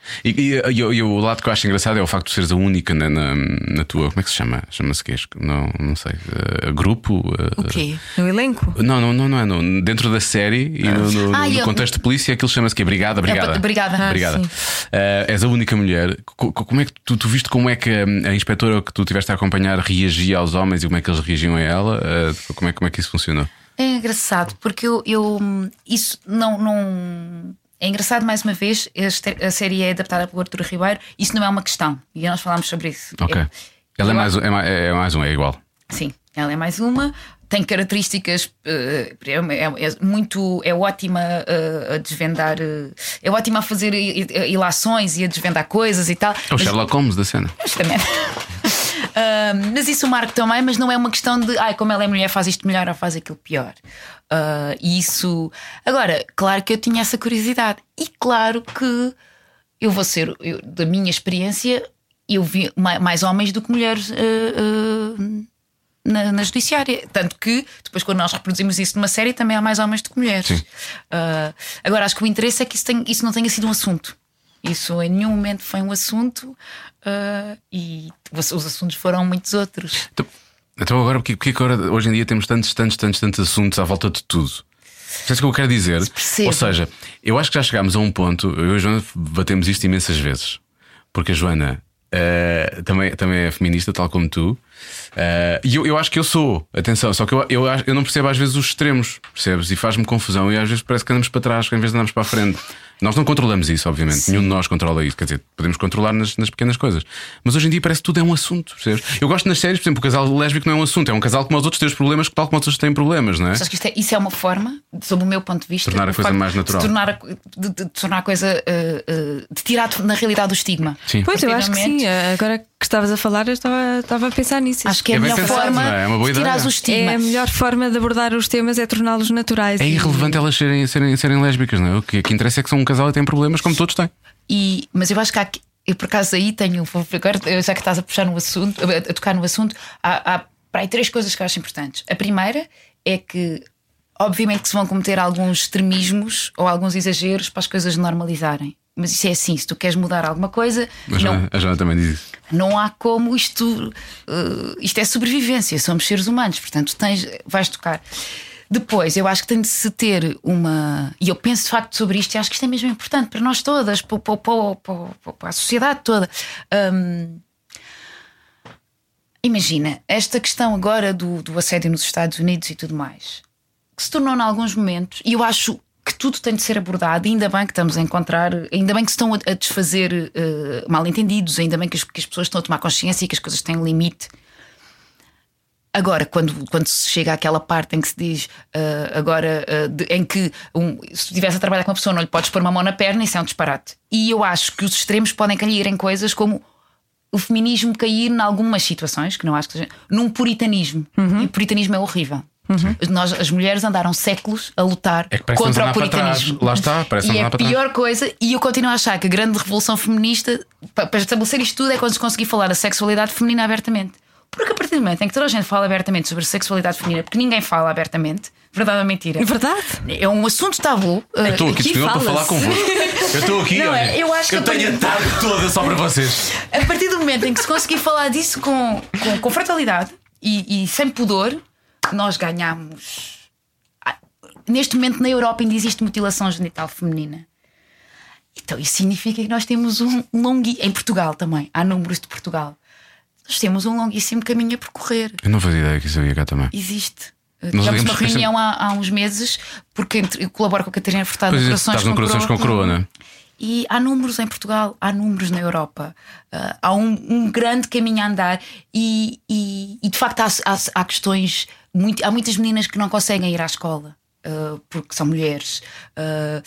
Speaker 3: Fiques. E, e, e o- e o lado que eu acho engraçado é o facto de seres a única na, na, na tua. Como é que se chama? Chama-se quê? Não, não sei. Eh, grupo? eh,
Speaker 4: O quê?
Speaker 2: No elenco.
Speaker 3: Não, não, não, não é. não. Dentro da série e no, no-
Speaker 4: Ah,
Speaker 3: no
Speaker 4: eu-
Speaker 3: contexto de polícia, aquilo chama-se que Brigada, Brigada.
Speaker 4: É, brigada. Ah,
Speaker 3: Brigada.
Speaker 2: sim.
Speaker 3: Eh, és a única mulher. Co- co- Como é que tu, tu viste como é que a, a inspetora que tu tiveste a acompanhar reagia aos homens e como é que eles reagiam a ela? Eh, como, é, como é que isso funcionou?
Speaker 4: É engraçado, porque eu, eu isso não, não. É engraçado mais uma vez, este- a série é adaptada pelo Arturo Ribeiro, isso não é uma questão. E nós falámos sobre isso.
Speaker 3: Ok.
Speaker 4: É-
Speaker 3: Ela é
Speaker 4: eu-
Speaker 3: mais, é, mais, é mais um, é igual.
Speaker 4: Sim, ela é mais uma. Tem características, eh, é, é- é muito. É ótima eh, a desvendar. eh, É ótima a fazer eh, eh, ilações e a desvendar coisas e tal.
Speaker 3: É o
Speaker 4: mas-
Speaker 3: Sherlock Holmes da cena.
Speaker 4: Justamente. Ahm, mas isso o Marco também, mas não é uma questão de ai, como ela é mulher, faz isto melhor ou faz aquilo pior. Ah, E isso. Agora, claro que eu tinha essa curiosidade, e claro que eu vou ser, eu- da minha experiência, eu vi ma- mais homens do que mulheres ah, ah, na, na judiciária. Tanto que depois, quando nós reproduzimos isso numa série, também há mais homens do que mulheres. Ah, agora, acho que o interesse é que isso, tenha- isso não tenha sido um assunto. Isso em nenhum momento foi um assunto ah, e os os assuntos foram muitos outros.
Speaker 3: Então, então agora, porque, porque agora, hoje em dia temos tantos, tantos, tantos, tantos assuntos à volta de tudo? Sabes o que eu quero dizer?
Speaker 4: Percebo.
Speaker 3: Ou seja, eu acho que já chegámos a um ponto, eu e a Joana batemos isto imensas vezes, porque a Joana eh, também, também é feminista, tal como tu. Eh, E eu, eu acho que eu sou, atenção, só que eu, eu, acho- eu não percebo às vezes os extremos, percebes? E faz-me confusão e às vezes parece que andamos para trás, que em vez de andarmos para a frente. Nós não controlamos isso, obviamente. Nenhum de nós controla isso. Quer dizer, podemos controlar nas, nas pequenas coisas. Mas hoje em dia parece que tudo é um assunto, percebes? Eu gosto nas séries, por exemplo, o casal lésbico não é um assunto. É um casal como os outros tem os problemas, tal como os outros têm problemas, não é?
Speaker 4: Acho que isto é- isso é uma forma, sob o meu ponto de vista,
Speaker 3: Tornar a
Speaker 4: uma
Speaker 3: coisa
Speaker 4: forma
Speaker 3: mais natural.
Speaker 4: De tornar a, co- de, de- de tornar a coisa. eh, eh, de tirar, na realidade, o estigma.
Speaker 3: Sim.
Speaker 2: Pois eu acho que
Speaker 4: Efetivamente.
Speaker 2: sim. Agora que estavas a falar, eu estava, estava a pensar nisso.
Speaker 4: Acho que é,
Speaker 3: É
Speaker 4: a
Speaker 3: bem
Speaker 4: melhor
Speaker 3: pensado,
Speaker 4: forma
Speaker 3: não é? É uma boa
Speaker 4: de tirar
Speaker 3: ideia.
Speaker 4: o
Speaker 2: É
Speaker 4: estigma.
Speaker 2: a melhor forma de abordar os temas é torná-los naturais.
Speaker 3: É
Speaker 2: e-
Speaker 3: irrelevante elas serem, serem, serem lésbicas, não é? O que, o que interessa é que são um casal e têm problemas, como todos têm.
Speaker 4: E- mas eu acho que há, aqui- eu por acaso aí tenho, vou- agora eh, já que estás a puxar no assunto, a, a tocar no assunto, há, há para aí três coisas que eu acho importantes. A primeira é que, obviamente, que se vão cometer alguns extremismos ou alguns exageros para as coisas normalizarem. Mas isso é assim, se tu queres mudar alguma coisa,
Speaker 3: A
Speaker 4: não,
Speaker 3: Joana, a Joana também diz isso.
Speaker 4: não há como isto. eh, isto é sobrevivência, somos seres humanos, portanto tens, vais tocar. Depois, eu acho que tem de se ter uma. E eu penso de facto sobre isto, e acho que isto é mesmo importante para nós todas, para, para- para- para- para a sociedade toda. Hum, imagina, esta questão agora do, do assédio nos Estados Unidos e tudo mais, que se tornou em alguns momentos, e eu acho que tudo tem de ser abordado, ainda bem que estamos a encontrar, ainda bem que se estão a, a desfazer eh, mal-entendidos, ainda bem que as, que as pessoas estão a tomar consciência e que as coisas têm um limite. Agora, quando, quando se chega àquela parte em que se diz ah, agora ah, de- em que um, se tu estivesse a trabalhar com uma pessoa não lhe podes pôr uma mão na perna, isso é um disparate. E eu acho que os extremos podem cair em coisas como o feminismo cair em algumas situações, que não acho que seja, num puritanismo.
Speaker 3: Uhum.
Speaker 4: E o puritanismo é horrível. Nós, as mulheres andaram séculos a lutar
Speaker 3: É que parece que estamos a
Speaker 4: contra
Speaker 3: andar para
Speaker 4: o
Speaker 3: trás.
Speaker 4: puritanismo.
Speaker 3: Lá está, parece que estamos a
Speaker 4: e é
Speaker 3: andar
Speaker 4: a
Speaker 3: para trás.
Speaker 4: pior coisa, e eu continuo a achar que a grande revolução feminista pa- para estabelecer isto tudo é quando se conseguir falar a sexualidade feminina abertamente. Porque a partir do momento em que toda a gente fala abertamente sobre sexualidade feminina, porque ninguém fala abertamente, verdade ou mentira?
Speaker 2: Verdade?
Speaker 4: É um assunto tabu. eh,
Speaker 3: Eu estou aqui
Speaker 2: aqui
Speaker 3: É disponível para
Speaker 2: fala-se.
Speaker 3: falar convosco. Eu estou aqui.
Speaker 4: Não, é,
Speaker 3: olha,
Speaker 4: eu acho que eu
Speaker 3: tenho
Speaker 4: tenho-
Speaker 3: a tarde toda só para vocês.
Speaker 4: A partir do momento em que se conseguir falar disso com, com, com frontalidade e, e sem pudor, nós ganhamos. Ah, Neste momento, na Europa ainda existe mutilação genital feminina. Então, isso significa que nós temos um longuíssimo. Em Portugal também, há números de Portugal. Nós temos um longuíssimo caminho a percorrer
Speaker 3: Eu não fazia ideia que isso havia cá também.
Speaker 4: existe. Eh,
Speaker 3: Nós
Speaker 4: Tivemos
Speaker 3: ligamos
Speaker 4: uma
Speaker 3: para sempre-
Speaker 4: reunião há, há uns meses, porque entre- eu colaboro com a Catarina Furtado
Speaker 3: Pois
Speaker 4: no
Speaker 3: é,
Speaker 4: Corações
Speaker 3: estás no Corações com Coroa, não é?
Speaker 4: E há números em Portugal, há números na Europa, ah, há um, um grande caminho a andar e, e- e, de facto há, há- há questões, muito- há muitas meninas que não conseguem ir à escola. ah, porque são mulheres, Ah,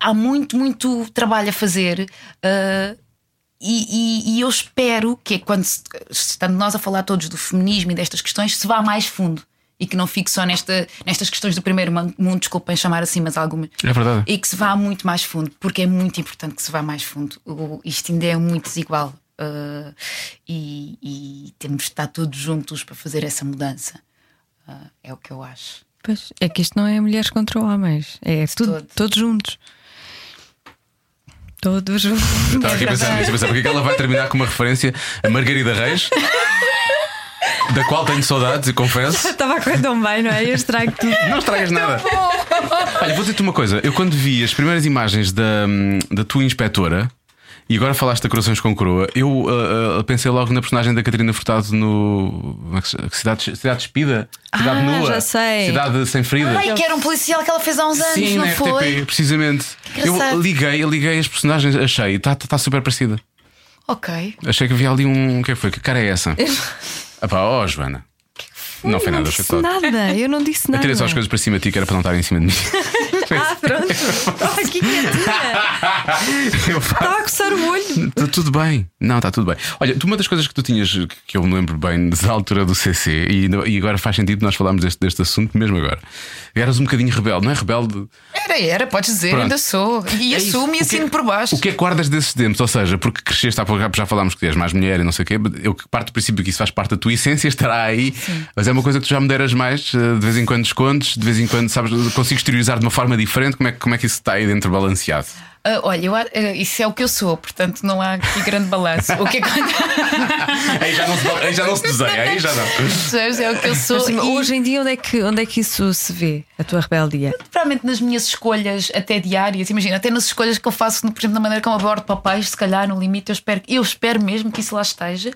Speaker 4: há, há muito, muito trabalho a fazer, ah, e, e- e eu espero que quando se- estando nós a falar todos do feminismo e destas questões, se vá mais fundo e que não fique só nesta, nestas questões do primeiro man- mundo, desculpem chamar assim, mas algumas.
Speaker 3: É verdade.
Speaker 4: E que se vá muito mais fundo, porque é muito importante que se vá mais fundo. O, isto ainda é muito desigual ah, e, e temos de estar todos juntos para fazer essa mudança. Ah, é o que eu acho.
Speaker 2: Pois, é que isto não é mulheres contra homens. É tudo,
Speaker 4: todo.
Speaker 2: todos juntos. Todos juntos.
Speaker 3: Eu estava aqui a pensar nisso, a pensar porque é que ela vai terminar com uma referência a Margarida Reis, da qual tenho saudades e confesso.
Speaker 2: Estava a correr tão bem, não é? Eu estrago tudo.
Speaker 3: Não estragas nada. Olha, vou dizer-te uma coisa. Eu quando vi as primeiras imagens da, hum, da tua inspetora. E agora falaste de Corações com Coroa. Eu ah, ah, pensei logo na personagem da Catarina Furtado no. como é que se- Cidade, cidade Despida? Cidade
Speaker 2: Ah,
Speaker 3: Nua?
Speaker 2: já sei.
Speaker 3: Cidade Sem Feridas?
Speaker 4: Ai, que era um policial que ela fez há uns anos,
Speaker 3: É. Sim, né, tipo,
Speaker 4: não
Speaker 3: na
Speaker 4: foi?
Speaker 3: RTP, precisamente.
Speaker 4: engraçado.
Speaker 3: Eu liguei, eu liguei as personagens, achei, está tá, tá super parecida.
Speaker 4: Ok.
Speaker 3: Achei que havia ali um. O que é que foi? Que cara é essa? ah pá, ó Joana. não foi
Speaker 2: não
Speaker 3: nada,
Speaker 2: disse
Speaker 3: foi só.
Speaker 2: nada, eu não disse nada.
Speaker 3: Atirei só as coisas para cima de ti, que era para não estar em cima de mim.
Speaker 2: Ah, pronto. Estava aqui quietinha.
Speaker 3: Eu faço-
Speaker 2: Estava a coçar o olho.
Speaker 3: Está tudo bem. Não, está tudo bem. Olha, tu- uma das coisas que tu tinhas, que eu me lembro bem, da altura do CC, e, ainda- e agora faz sentido nós falarmos deste, deste assunto mesmo agora. Eras um bocadinho rebelde, não é rebelde?
Speaker 4: Era, era, podes dizer,
Speaker 3: Pronto.
Speaker 4: ainda sou. E
Speaker 3: É isso.
Speaker 4: assumo
Speaker 3: O
Speaker 4: e
Speaker 3: que-
Speaker 4: assino por baixo.
Speaker 3: O que é que guardas desses tempos? Ou seja, porque cresceste há pouco já falámos que és mais mulher e não sei o quê, eu que parto do princípio que isso faz parte da tua essência, estará aí, mas é uma coisa que tu já moderas mais, eh, de vez em quando descontes, de vez em quando sabes, consigo exteriorizar de uma forma diferente, como é, que- como é que isso está aí dentro balanceado?
Speaker 4: Ah, olha, eu, ah, isso é o que eu sou, portanto não há aqui grande balanço. O que acontece
Speaker 3: Aí já não se, aí já não se desenha, aí já não.
Speaker 4: é o que eu sou.
Speaker 2: Mas, sim,
Speaker 4: e-
Speaker 2: Então, Hoje em dia, onde é, que, onde é que isso se vê? A tua rebeldia?
Speaker 4: Provavelmente nas minhas escolhas, até diárias, imagina, até nas escolhas que eu faço, por exemplo, na maneira como abordo papéis, se calhar no limite, eu espero, eu espero mesmo que isso lá esteja.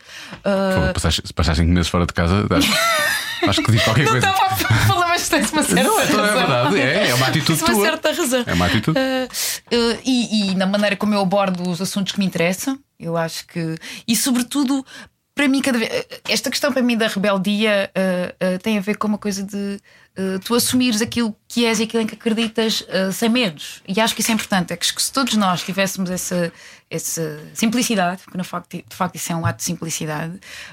Speaker 4: Ah,
Speaker 3: Pô, passaste- Se passaste 5 meses fora de casa, acho, acho que diz qualquer
Speaker 4: não
Speaker 3: coisa.
Speaker 4: estava a falar, mas tens uma certa
Speaker 3: Não, é, então é
Speaker 4: razão.
Speaker 3: verdade, é, é uma atitude
Speaker 4: Tens uma
Speaker 3: tua.
Speaker 4: certa razão.
Speaker 3: É uma atitude.
Speaker 4: Ah, ah, e, e na maneira como eu abordo os assuntos que me interessam, eu acho que. E sobretudo, para mim, cada vez. Esta questão para mim da rebeldia ah, ah, tem a ver com uma coisa de ah, tu assumires aquilo que és e aquilo em que acreditas ah, sem medos. E acho que isso é importante. É que se todos nós tivéssemos essa, essa simplicidade, porque no facto, de facto isso é um ato de simplicidade,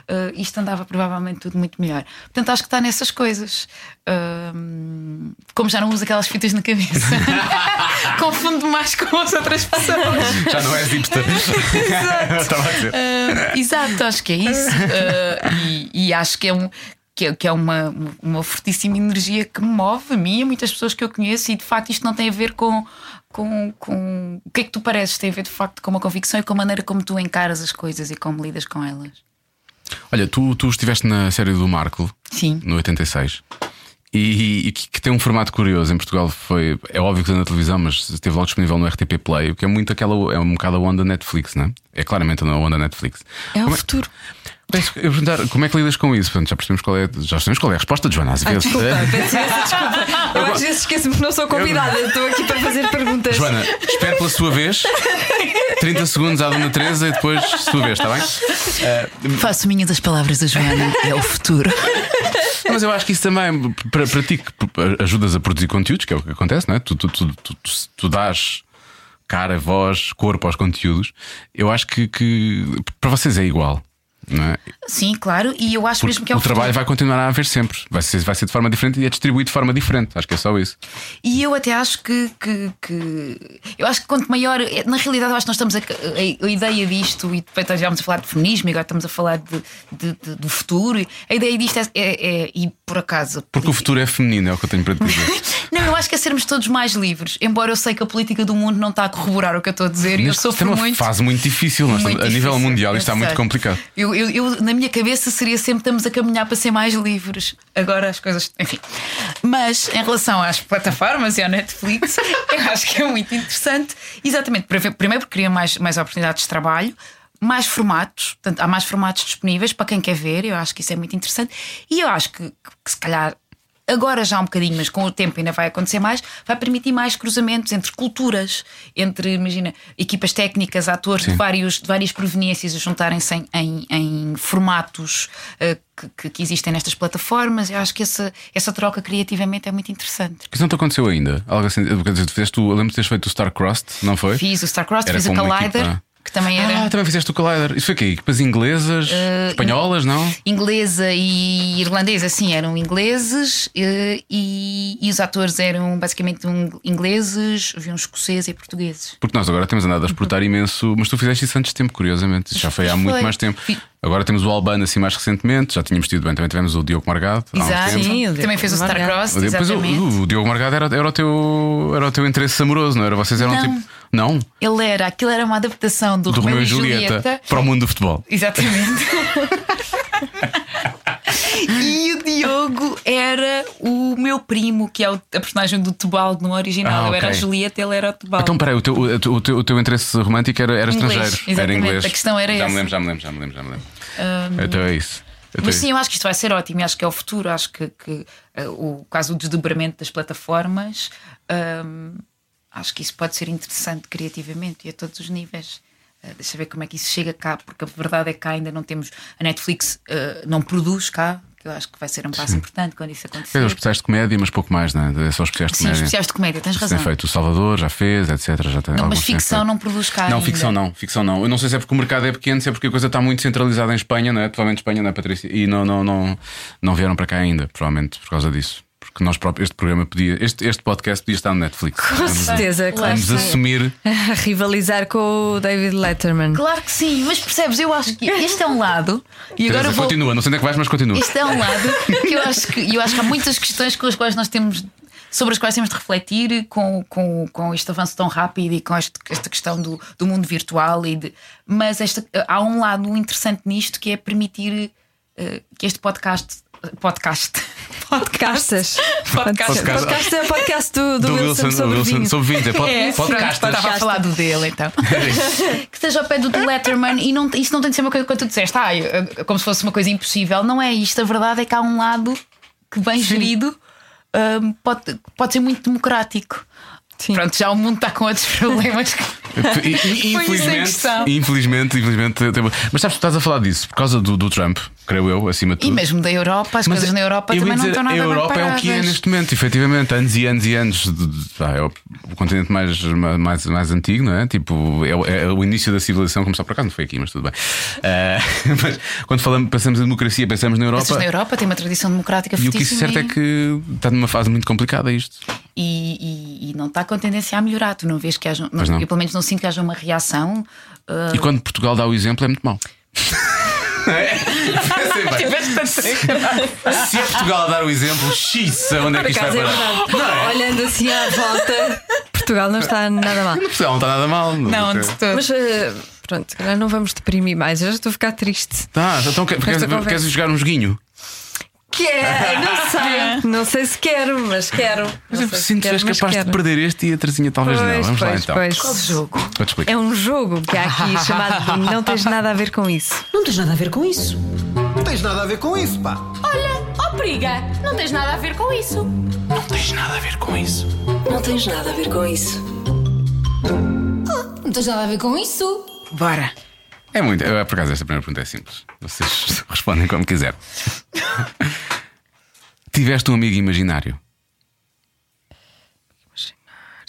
Speaker 4: ah, isto andava provavelmente tudo muito melhor. Portanto, acho que está nessas coisas. Ah, como já não uso aquelas fitas na cabeça. Confundo mais com as outras pessoas.
Speaker 3: Já não és hipster. Eu Estava a dizer.
Speaker 4: Ah, exato, acho que é isso. Ah, e, e acho que é um. Que é, que é uma, uma fortíssima energia que me move a mim e a muitas pessoas que eu conheço, e de facto isto não tem a ver com, com, com o que é que tu pareces, tem a ver de facto com uma convicção e com a maneira como tu encaras as coisas e como lidas com elas.
Speaker 3: Olha, tu, tu estiveste na série do Marco
Speaker 4: Sim.
Speaker 3: no 86 e, e que, que tem um formato curioso em Portugal. Foi, é óbvio que está na televisão, mas esteve logo disponível no RTP Play, o que é muito aquela, é um bocado a onda Netflix, não é? É claramente a onda Netflix.
Speaker 2: É o
Speaker 3: Como
Speaker 2: futuro.
Speaker 3: Bem, Eu ia perguntar como é que lidas com isso? Portanto, já percebemos qual é, já percebemos qual é a resposta de Joana
Speaker 2: Ah,
Speaker 3: Azevedo.
Speaker 2: Eu às vezes esqueço-me que não sou convidada, estou aqui para fazer perguntas.
Speaker 3: Joana, espero pela sua vez. 30 segundos à Dona Teresa e depois sua vez, está bem? Eh,
Speaker 4: Faço minhas as palavras da Joana, é o futuro.
Speaker 3: Mas eu acho que isso também, para, para ti que ajudas a produzir conteúdos, que é o que acontece, não é? Tu, tu, tu, tu, tu- tu dás cara, voz, corpo aos conteúdos, eu acho que, que para vocês é igual. Não é?
Speaker 4: Sim, claro, e eu acho
Speaker 3: Porque
Speaker 4: mesmo que é
Speaker 3: o
Speaker 4: o,
Speaker 3: trabalho
Speaker 4: futuro.
Speaker 3: vai continuar a haver sempre. Vai ser, vai ser de forma diferente e é distribuído de forma diferente. Acho que é só isso.
Speaker 4: E eu até acho que, que, que- Eu acho que quanto maior. é, Na realidade, eu acho que nós estamos a, a- a ideia disto, e depois já estamos a falar de feminismo, e agora estamos a falar de, de- de- do futuro. e A ideia disto é. é- é- e por acaso.
Speaker 3: Porque o futuro é feminino, é o que eu tenho para te dizer.
Speaker 4: Não, eu acho que é sermos todos mais livres. Embora eu sei que a política do mundo não está a corroborar o que eu estou a dizer, e eu
Speaker 3: Neste- isto é
Speaker 4: sofro
Speaker 3: uma
Speaker 4: muito.
Speaker 3: fase muito difícil. nós
Speaker 4: Muito
Speaker 3: estamos- a nível
Speaker 4: difícil, é
Speaker 3: mundial
Speaker 4: eu
Speaker 3: isto está muito
Speaker 4: sei.
Speaker 3: complicado.
Speaker 4: Eu, eu- eu- na minha cabeça seria sempre estamos a caminhar para ser mais livres. Agora as coisas. Enfim. Mas em relação às plataformas e ao Netflix, eu acho que é muito interessante. Exatamente. para ver- Primeiro porque cria mais, mais oportunidades de trabalho. Mais formatos, portanto, há mais formatos disponíveis para quem quer ver, eu acho que isso é muito interessante. E eu acho que, que se calhar agora já há um bocadinho, mas com o tempo ainda vai acontecer mais, vai permitir mais cruzamentos entre culturas, entre, imagina, equipas técnicas, atores de, vários, de várias proveniências a juntarem-se em, em- em formatos eh, que- que, que existem nestas plataformas. Eu acho que essa, essa troca criativamente é muito interessante.
Speaker 3: Isso não te aconteceu ainda? Algo assim, quer dizer, tu fizeste o, eu lembro de teres feito o Starcrossed, não foi?
Speaker 4: Fiz o Starcrossed,
Speaker 3: Era
Speaker 4: fiz o
Speaker 3: com uma
Speaker 4: Collider,
Speaker 3: equipa.
Speaker 4: que também era Eh,
Speaker 3: Ah, também fizeste o Collider. Isso foi aqui? Equipas inglesas, espanholas, não?
Speaker 4: inglesa e irlandesa, sim, eram ingleses eh, e, e os atores eram basicamente um, ingleses, havia uns escoceses e portugueses.
Speaker 3: Porque nós agora temos andado a exportar imenso, mas tu fizeste isso antes de tempo, curiosamente. Isso já foi há
Speaker 4: Pois
Speaker 3: muito
Speaker 4: foi.
Speaker 3: mais tempo.
Speaker 4: Fi-
Speaker 3: Agora temos o Albano assim mais recentemente, já tínhamos tido bem, também tivemos o Diogo Margado há uns
Speaker 4: Exato,
Speaker 3: tempos.
Speaker 2: Sim, o
Speaker 4: também fez o
Speaker 2: Diogo
Speaker 4: Starcross,
Speaker 3: Depois o,
Speaker 4: exatamente.
Speaker 3: o Diogo Margado era, era o teu, era o teu interesse amoroso, não era? Vocês eram
Speaker 4: Não.
Speaker 3: tipo. Não?
Speaker 4: Ele era, aquilo era uma adaptação do,
Speaker 3: Do Romeu e Julieta, para o mundo do futebol.
Speaker 4: Exatamente. e o Diogo era o meu primo, que é o- a personagem do Tebaldo no original.
Speaker 3: Ah,
Speaker 4: Eu era a
Speaker 3: ok.
Speaker 4: Julieta, ele era o Tebaldo.
Speaker 3: Então, peraí, o teu, o, teu- o teu, o teu interesse romântico era, era
Speaker 4: Inglês,
Speaker 3: estrangeiro, era
Speaker 4: exatamente.
Speaker 3: inglês.
Speaker 4: A questão era
Speaker 3: já
Speaker 4: essa.
Speaker 3: me lembro, já me lembro, já me lembro, já me lembro. Então é isso. Então é
Speaker 4: Mas
Speaker 3: isso.
Speaker 4: sim, eu acho que isto vai ser ótimo, eu acho que é o futuro, acho que, que, eh, o caso do desdobramento das plataformas, hum, acho que isso pode ser interessante criativamente e a todos os níveis. Eh, deixa ver como é que isso chega cá, porque a verdade é que cá ainda não temos, a Netflix eh, não produz cá, que eu acho que vai ser um passo importante quando isso
Speaker 3: Quer dizer,
Speaker 4: acontecer.
Speaker 3: os É especiais de comédia, mas pouco mais, não é? É só os especiais de
Speaker 4: Sim, os
Speaker 3: comédia.
Speaker 4: especiais de comédia, tens
Speaker 3: Se
Speaker 4: razão.
Speaker 3: Tem feito o Salvador, já fez, etc. Já tem
Speaker 4: Não, mas
Speaker 3: alguns têm
Speaker 4: ficção
Speaker 3: feito.
Speaker 4: não produz cá
Speaker 3: Não,
Speaker 4: ainda.
Speaker 3: ficção não, ficção não. Eu não sei se é porque o mercado é pequeno, se é porque a coisa está muito centralizada em Espanha, não é? Provavelmente Espanha, não é, Patrícia? E não, não, não, não vieram para cá ainda, provavelmente por causa disso. Porque nós próprios, este programa podia, este, este podcast podia estar no Netflix.
Speaker 2: Com certeza, claro.
Speaker 3: Vamos assumir.
Speaker 2: A rivalizar com o David Letterman.
Speaker 4: Claro que sim, mas percebes, eu acho que este é um lado, e agora
Speaker 3: Teresa,
Speaker 4: eu vou
Speaker 3: continua, não sei onde é que vais, mas continua.
Speaker 4: Isto é um lado que eu acho que eu acho que há muitas questões com as quais nós temos sobre as quais temos de refletir com, com, com este avanço tão rápido e com este, esta questão do, do mundo virtual. E de, mas esta, há um lado interessante nisto que é permitir uh, que este podcast. Podcast.
Speaker 2: Podcastas.
Speaker 4: Podcast.
Speaker 2: Podcast. Podcast é o podcast do, do, Wilson, sobre vinho.
Speaker 3: sobre vinho. É pod-
Speaker 4: É,
Speaker 3: podcast.
Speaker 4: pronto, Estava a
Speaker 2: Podcast.
Speaker 4: falar do dele então. que esteja ao pé do The Letterman e não, isso não tem de ser uma coisa que tu disseste, ah, eu- eu- como se fosse uma coisa impossível. Não é isto. A verdade é que há um lado que, bem gerido, hum, pode, pode ser muito democrático. Pronto, já o mundo está com outros problemas.
Speaker 3: E- e- e-
Speaker 4: Foi isso em
Speaker 3: é Infelizmente,
Speaker 4: questão.
Speaker 3: infelizmente, infelizmente. tem- Mas sabes, tu estás a falar disso por causa do, do Trump, creio eu, acima de
Speaker 4: e
Speaker 3: tudo.
Speaker 4: mesmo da Europa, as
Speaker 3: Mas
Speaker 4: coisas na Europa
Speaker 3: eu ia
Speaker 4: também não
Speaker 3: dizer,
Speaker 4: estão nada
Speaker 3: A Europa é o que é
Speaker 4: comparáveis.
Speaker 3: neste momento, efetivamente. Anos e anos e anos. de- de- pá, é o o continente mais, ma- mais, mais antigo, não é? Tipo, é, o- é o início da civilização. Começar por acaso, não foi aqui, mas tudo bem. Ah, mas quando falamos, pensamos em democracia, pensamos na
Speaker 4: Vocês
Speaker 3: Europa.
Speaker 4: na Europa têm uma tradição democrática
Speaker 3: E o que é
Speaker 4: fortíssima
Speaker 3: certo é
Speaker 4: e-
Speaker 3: que está numa fase muito complicada isto.
Speaker 4: e, e- e não está com tendência a melhorar. Tu não vês que haja.
Speaker 3: Pois não.
Speaker 4: Eu pelo menos não sinto que haja uma reação. hum,
Speaker 3: E quando Portugal dá o exemplo é muito mau. Se a Portugal dar o exemplo, xiça, onde é que isto vai
Speaker 2: Acaso é
Speaker 3: parar?
Speaker 2: verdade. Olhando assim à volta, Portugal não está nada mal.
Speaker 3: Portugal não é? está nada mal.
Speaker 4: Não, de todo.
Speaker 2: Mas eh, pronto, se calhar não vamos deprimir mais. Eu já estou a ficar triste.
Speaker 3: Tá, então quer- queres,
Speaker 2: conversa.
Speaker 3: queres jogar um joguinho?
Speaker 2: Quero, é? não sei. Não sei se quero, mas quero.
Speaker 3: Mas
Speaker 2: Não
Speaker 3: eu
Speaker 2: sei se
Speaker 3: sinto que
Speaker 2: quero,
Speaker 3: és
Speaker 2: mas
Speaker 3: capaz
Speaker 2: quero.
Speaker 3: de perder este e a Terezinha talvez não.
Speaker 2: Pois,
Speaker 3: Vamos lá
Speaker 2: pois,
Speaker 3: então.
Speaker 2: pois.
Speaker 4: Qual jogo?
Speaker 3: Vou-te explicar.
Speaker 2: É um jogo que há aqui chamado de Não Tens Nada a Ver com Isso.
Speaker 1: Não tens nada a ver com isso.
Speaker 6: Não tens nada a ver com isso, pá.
Speaker 7: Olha, ó periga, não tens nada a ver com isso.
Speaker 3: Não tens nada a ver com isso.
Speaker 1: Não tens nada a ver com isso.
Speaker 7: Não tens nada a ver com isso.
Speaker 4: Bora.
Speaker 3: É muito. Eu, por acaso, esta primeira pergunta é simples. Vocês respondem como quiser. Tiveste um amigo imaginário?